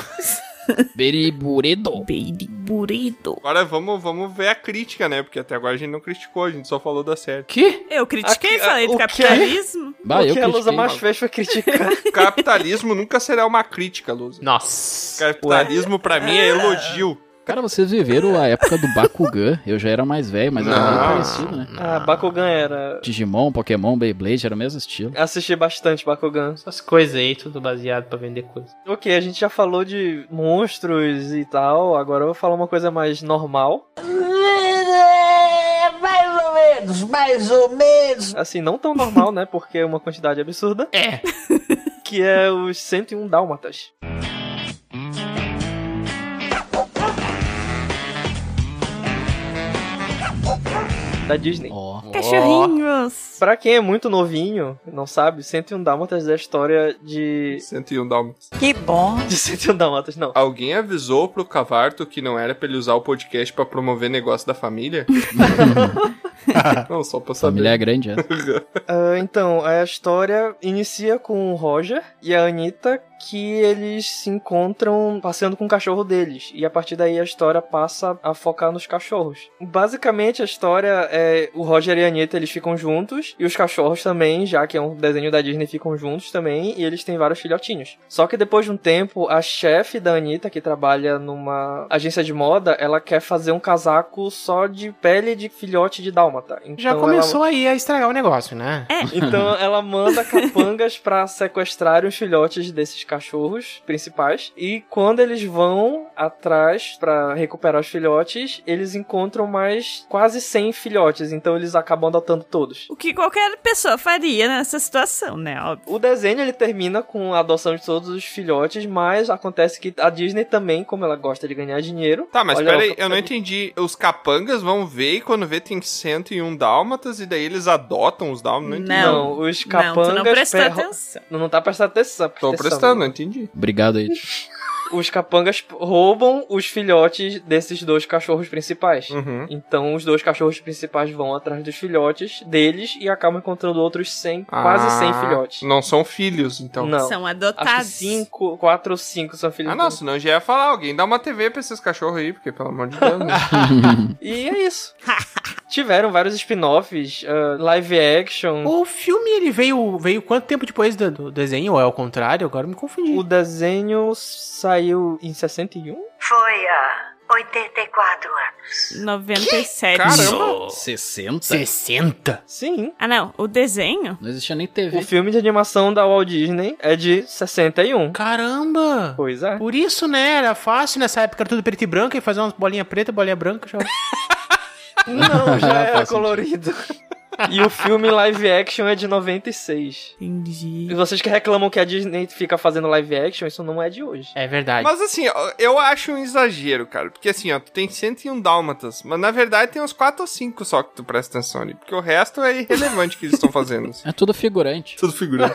Speaker 4: Beriburedo.
Speaker 1: Beriburedo.
Speaker 6: Agora vamos, vamos ver a crítica, né? Porque até agora a gente não criticou, a gente só falou da série.
Speaker 2: Que?
Speaker 1: Eu critiquei,
Speaker 6: Aqui, ah,
Speaker 1: falei
Speaker 6: o
Speaker 1: do
Speaker 6: quê?
Speaker 1: capitalismo.
Speaker 6: Bah, eu critiquei.
Speaker 7: fez foi criticar.
Speaker 6: Capitalismo nunca será uma crítica, Luz.
Speaker 2: Nossa.
Speaker 6: Capitalismo pra mim é elogio.
Speaker 4: Cara, vocês viveram a época do Bakugan. Eu já era mais velho, mas era
Speaker 6: Não.
Speaker 4: meio parecido, né?
Speaker 7: Ah, Bakugan era.
Speaker 4: Digimon, Pokémon, Beyblade, era o mesmo estilo.
Speaker 7: Assisti bastante Bakugan.
Speaker 2: Essas coisas aí, tudo baseado pra vender coisa.
Speaker 7: Ok, a gente já falou de monstros e tal, agora eu vou falar uma coisa mais normal.
Speaker 5: Mais ou menos, mais ou menos.
Speaker 7: Assim, não tão normal, né? Porque é uma quantidade absurda.
Speaker 2: É.
Speaker 7: Que é os 101 Dálmatas. Da Disney.
Speaker 1: Cachorrinhos.
Speaker 7: Pra quem é muito novinho, não sabe, 101 Dálmatas é a história de.
Speaker 6: 101 Dálmatas.
Speaker 7: Que bom! De 101 Dálmatas, não.
Speaker 6: Alguém avisou pro Cavarto que não era pra ele usar o podcast pra promover negócio da família?
Speaker 7: Não, só pra
Speaker 4: Família é grande, é.
Speaker 7: Ah, então, a história inicia com o Roger e a Anitta que eles se encontram passeando com o cachorro deles. E a partir daí a história passa a focar nos cachorros. Basicamente a história é o Roger e a Anitta eles ficam juntos e os cachorros também, já que é um desenho da Disney, ficam juntos também e eles têm vários filhotinhos. Só que depois de um tempo, a chefe da Anitta, que trabalha numa agência de moda, ela quer fazer um casaco só de pele de filhote de dálmata.
Speaker 2: Já
Speaker 7: Então, ela-
Speaker 2: começou aí a estragar o negócio, né?
Speaker 7: então ela manda capangas pra sequestrar os filhotes desses cachorros principais. E quando eles vão atrás pra recuperar os filhotes, eles encontram mais quase 100 filhotes. Então eles acabam adotando todos.
Speaker 1: O que qualquer pessoa faria nessa situação, né? Óbvio.
Speaker 7: O desenho ele termina com a adoção de todos os filhotes, mas acontece que a Disney também, como ela gosta de ganhar dinheiro.
Speaker 6: Tá, mas
Speaker 7: olha, é,
Speaker 6: peraí, eu não entendi. Os capangas vão ver e quando vê tem 101 dálmatas e daí eles adotam os dálmatas? Não, entendi.
Speaker 7: Não, os capangas. perro- Não, não tá prestando atenção.
Speaker 6: Tô
Speaker 7: presta atenção,
Speaker 6: prestando, não entendi.
Speaker 4: Obrigado aí.
Speaker 7: os capangas roubam os filhotes desses dois cachorros principais.
Speaker 6: Uhum.
Speaker 7: Então os dois cachorros principais vão atrás dos filhotes deles e acabam encontrando outros 100, quase 100
Speaker 6: Ah,
Speaker 7: filhotes.
Speaker 6: Não são filhos, então.
Speaker 7: Não.
Speaker 1: São
Speaker 7: Acho que
Speaker 1: adotados.
Speaker 7: cinco, quatro ou cinco são filhos.
Speaker 6: Ah, não, senão já ia falar, alguém dá uma TV pra esses cachorros aí, porque pelo amor de Deus, né?
Speaker 7: E é isso. Tiveram vários spin-offs, ah, live action.
Speaker 2: O filme, ele veio, veio quanto tempo depois do, do desenho? Ou é o contrário? Agora eu me confundi.
Speaker 7: O desenho saiu em 61?
Speaker 15: Foi há 84 anos.
Speaker 1: 97.
Speaker 4: Caramba! 60?
Speaker 2: 60?
Speaker 7: Sim.
Speaker 1: Ah, não. O desenho?
Speaker 4: Não existia nem TV.
Speaker 7: O filme de animação da Walt Disney é de 61.
Speaker 2: Caramba!
Speaker 7: Pois é.
Speaker 2: Por isso, né? Era fácil nessa época, era tudo preto e branco, e fazer umas bolinhas preta, bolinha branca. Já...
Speaker 7: Não, já era
Speaker 2: Faz
Speaker 7: colorido. E o filme live action é de 96.
Speaker 1: Entendi.
Speaker 7: E vocês que reclamam que a Disney fica fazendo live action, isso não é de hoje.
Speaker 2: É verdade.
Speaker 6: Mas assim, ó, eu acho um exagero, cara. Porque assim, ó, tu tem 101 dálmatas, mas na verdade tem uns 4 ou 5 só que tu presta atenção ali. Porque o resto é irrelevante que eles estão fazendo. assim.
Speaker 4: É tudo figurante.
Speaker 6: Tudo figurante.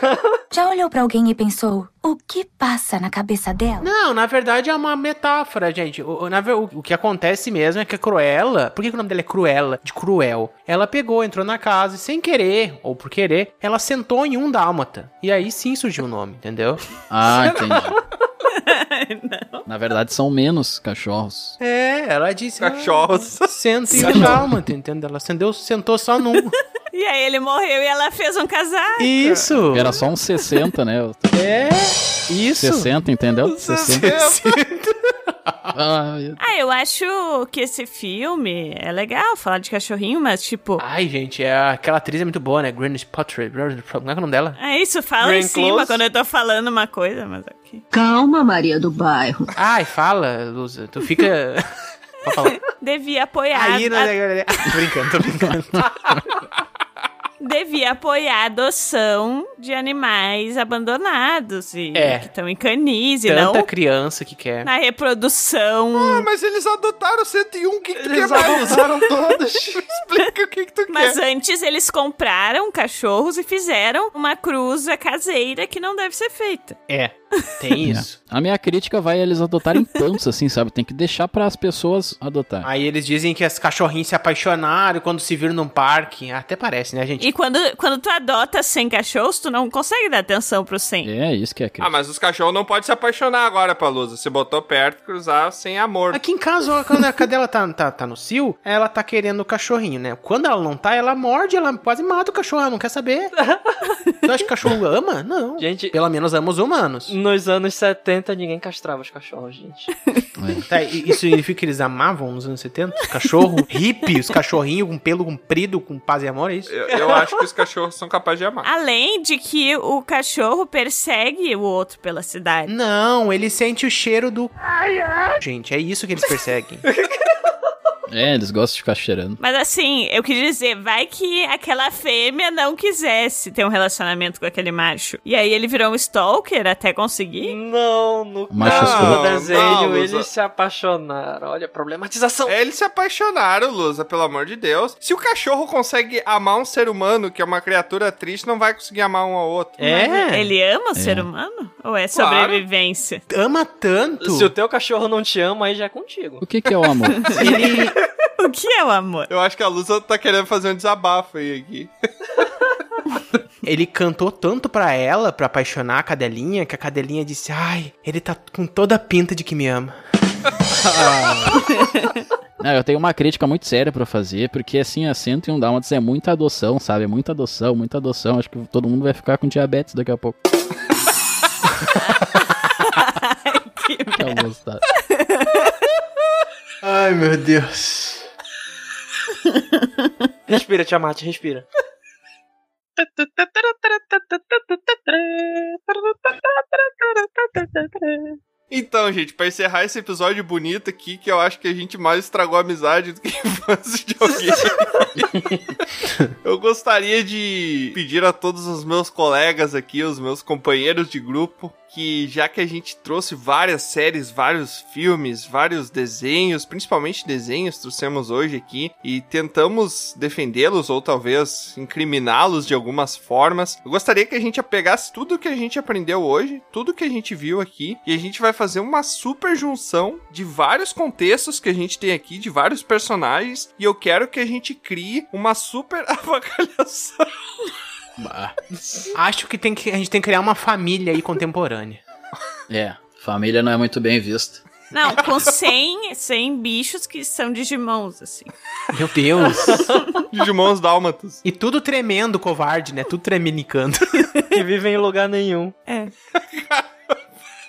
Speaker 16: Já olhou pra alguém e pensou, o que passa na cabeça dela?
Speaker 2: Não, na verdade é uma metáfora, gente. O, o- na ver- o- o que acontece mesmo é que a Cruella. Por que, que o nome dela é Cruella? De cruel. Ela pegou, entrou na casa e, sem querer, ou por querer, ela sentou em um dálmata. E aí sim surgiu o nome, entendeu?
Speaker 4: Ah, entendi. Na verdade, são menos cachorros.
Speaker 2: É, ela
Speaker 6: Tá
Speaker 2: disse.
Speaker 6: Cachorros.
Speaker 2: Senta em um dálmata, entendeu? Ela sentou, sentou só num.
Speaker 1: E aí ele morreu e ela fez um casaco.
Speaker 2: Isso!
Speaker 4: Era só uns 60, né?
Speaker 2: É! Isso!
Speaker 4: 60, entendeu? 60. Ah,
Speaker 1: Ah, eu acho que esse filme é legal falar de cachorrinho, mas tipo.
Speaker 2: Ai, gente, é, aquela atriz é muito boa, né? Gwyneth Paltrow. Como é que é o nome dela?
Speaker 7: Ah.
Speaker 1: É isso, fala em
Speaker 2: Glenn
Speaker 1: cima
Speaker 2: Close?
Speaker 1: quando eu tô falando uma coisa, mas ok.
Speaker 18: Calma, Maria do Bairro.
Speaker 2: Ai, fala, Lusa. Tu fica. Pode falar.
Speaker 1: Devia apoiar.
Speaker 2: Aí,
Speaker 1: a-
Speaker 2: né? Tô brincando, tô brincando.
Speaker 1: Devia apoiar a adoção de animais abandonados e
Speaker 2: É.
Speaker 1: que estão em canis e não né?
Speaker 2: Tanta criança que quer.
Speaker 1: na reprodução. Ah,
Speaker 6: mas eles adotaram 101, o que, que
Speaker 1: eles
Speaker 7: adotaram todos.
Speaker 6: Explica o que, que tu quer.
Speaker 1: Mas antes eles compraram cachorros e fizeram uma cruza caseira que não deve ser feita.
Speaker 2: É, tem isso.
Speaker 4: A minha crítica vai eles adotarem tantos, assim, sabe? Tem que deixar para as pessoas adotar.
Speaker 2: Aí eles dizem que as cachorrinhas se apaixonaram quando se viram num parque. Até parece, né, gente?
Speaker 1: E quando, quando tu adota 100 cachorros, tu não consegue dar atenção pro 100.
Speaker 4: É, isso que é
Speaker 6: Ah, mas os cachorros não podem se apaixonar agora, Palusa. Você botou perto, cruzar sem amor.
Speaker 2: Aqui em casa, ó, quando a cadela tá, tá, tá no cio, ela tá querendo o cachorrinho, né? Quando ela não tá, ela morde, ela quase mata o cachorro, ela não quer saber. Tu acha que o cachorro ama? Não.
Speaker 7: Gente,
Speaker 2: Pelo menos ama os humanos.
Speaker 7: nos anos 70 ninguém castrava os cachorros, gente.
Speaker 2: Tá, e isso significa que eles amavam nos anos 70? Os cachorro hippie, os cachorrinhos com pelo comprido, com paz e amor, é isso?
Speaker 6: Eu, eu acho que os cachorros são capazes de
Speaker 1: Ah,
Speaker 6: amar.
Speaker 1: Além de que o cachorro persegue o outro pela cidade.
Speaker 2: Não, ele sente o cheiro do. Gente, é isso que eles perseguem.
Speaker 4: É, eles gostam de ficar cheirando.
Speaker 1: Mas assim, eu quis dizer, vai que aquela fêmea não quisesse ter um relacionamento com aquele macho. E aí ele virou um stalker até conseguir?
Speaker 7: Não, no
Speaker 4: Macho
Speaker 7: caso do
Speaker 4: escroto.
Speaker 7: desenho,
Speaker 6: não, Lusa.
Speaker 7: eles se apaixonaram. Olha, problematização.
Speaker 6: É, Eles se apaixonaram, Lusa, pelo amor de Deus. Se o cachorro consegue amar um ser humano, que é uma criatura triste, não vai conseguir amar um ao outro.
Speaker 2: É?
Speaker 1: Mas Ele ama o ser humano? Ou é
Speaker 6: Claro.
Speaker 1: sobrevivência?
Speaker 2: Ama tanto.
Speaker 7: Se o teu cachorro não te ama, aí já é contigo.
Speaker 4: O que, que é o amor?
Speaker 2: Ele,
Speaker 1: O que é o amor?
Speaker 6: Eu acho que a Lusa tá querendo fazer um desabafo aí aqui.
Speaker 2: Ele cantou tanto pra ela, pra apaixonar a cadelinha, que a cadelinha disse: Ai, ele tá com toda a pinta de que me ama.
Speaker 4: Não, eu tenho uma crítica muito séria pra fazer, porque assim, a 101 Dálmatas é muita adoção, sabe? É muita adoção, muita adoção. Acho que todo mundo vai ficar com diabetes daqui a pouco. Que almoço, tá?
Speaker 2: Ai, meu Deus.
Speaker 7: Respira, Tiamat, respira.
Speaker 6: Então, gente, pra encerrar esse episódio bonito aqui, que eu acho que a gente mais estragou a amizade do que a infância de alguém. eu gostaria de pedir a todos os meus colegas aqui, os meus companheiros de grupo, que já que a gente trouxe várias séries, vários filmes, vários desenhos, principalmente desenhos, trouxemos hoje aqui e tentamos defendê-los ou talvez incriminá-los de algumas formas. Eu gostaria que a gente pegasse tudo que a gente aprendeu hoje, tudo que a gente viu aqui, e a gente vai fazer uma super junção de vários contextos que a gente tem aqui, de vários personagens, e eu quero que a gente crie uma super avacalhação.
Speaker 2: Acho que, tem que a gente tem que criar uma família aí contemporânea.
Speaker 4: É, família não é muito bem vista.
Speaker 1: Não, com 100, 100 bichos que são Digimons, assim.
Speaker 2: Meu Deus.
Speaker 6: Digimons dálmatas.
Speaker 2: E tudo tremendo, covarde, né? Tudo tremenicando.
Speaker 7: que vivem em lugar nenhum.
Speaker 1: É.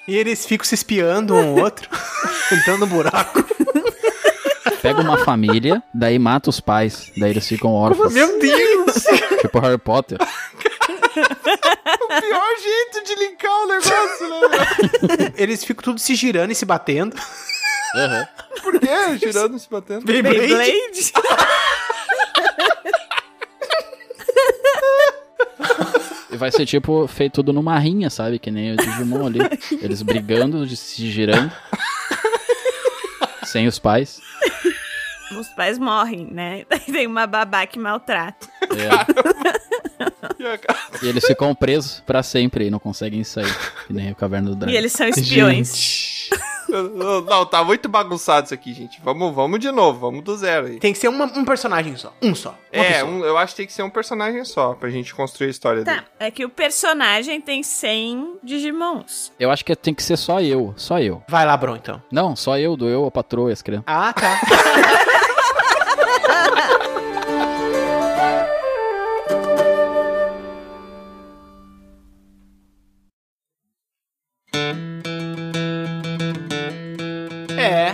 Speaker 2: E eles ficam se espiando um ao outro, entrando no buraco.
Speaker 4: Pega uma família, daí mata os pais, daí eles ficam órfãos.
Speaker 2: Meu Deus!
Speaker 4: Tipo Harry Potter.
Speaker 6: O pior jeito de linkar o negócio, né? meu?
Speaker 2: Eles ficam tudo se girando e se batendo.
Speaker 6: Por quê? Girando É, e se batendo.
Speaker 1: Beyblade?
Speaker 4: E vai ser tipo feito tudo numa rinha, sabe? Que nem o Digimon ali. Eles brigando, de- se girando. Sem os pais.
Speaker 1: Os pais morrem, né? Daí tem uma babá que maltrata.
Speaker 4: É.
Speaker 6: E a cara-
Speaker 4: E eles ficam presos pra sempre e não conseguem sair. Que nem o Caverna do Dragão.
Speaker 1: E eles são espiões.
Speaker 6: Não, não, tá muito bagunçado isso aqui, gente. Vamos, vamos de novo, vamos do zero aí.
Speaker 2: Tem que ser uma- um personagem só. Um só. Uma
Speaker 6: É,
Speaker 2: pessoa.
Speaker 6: um- eu acho que tem que ser um personagem só pra gente construir a história dele.
Speaker 1: Tá, é que o personagem tem 100 Digimons.
Speaker 4: Eu acho que tem que ser só eu, só eu.
Speaker 2: Vai lá, Bron, então.
Speaker 4: Não, só eu, do eu, a patroa e as crianças.
Speaker 2: Ah, tá. É,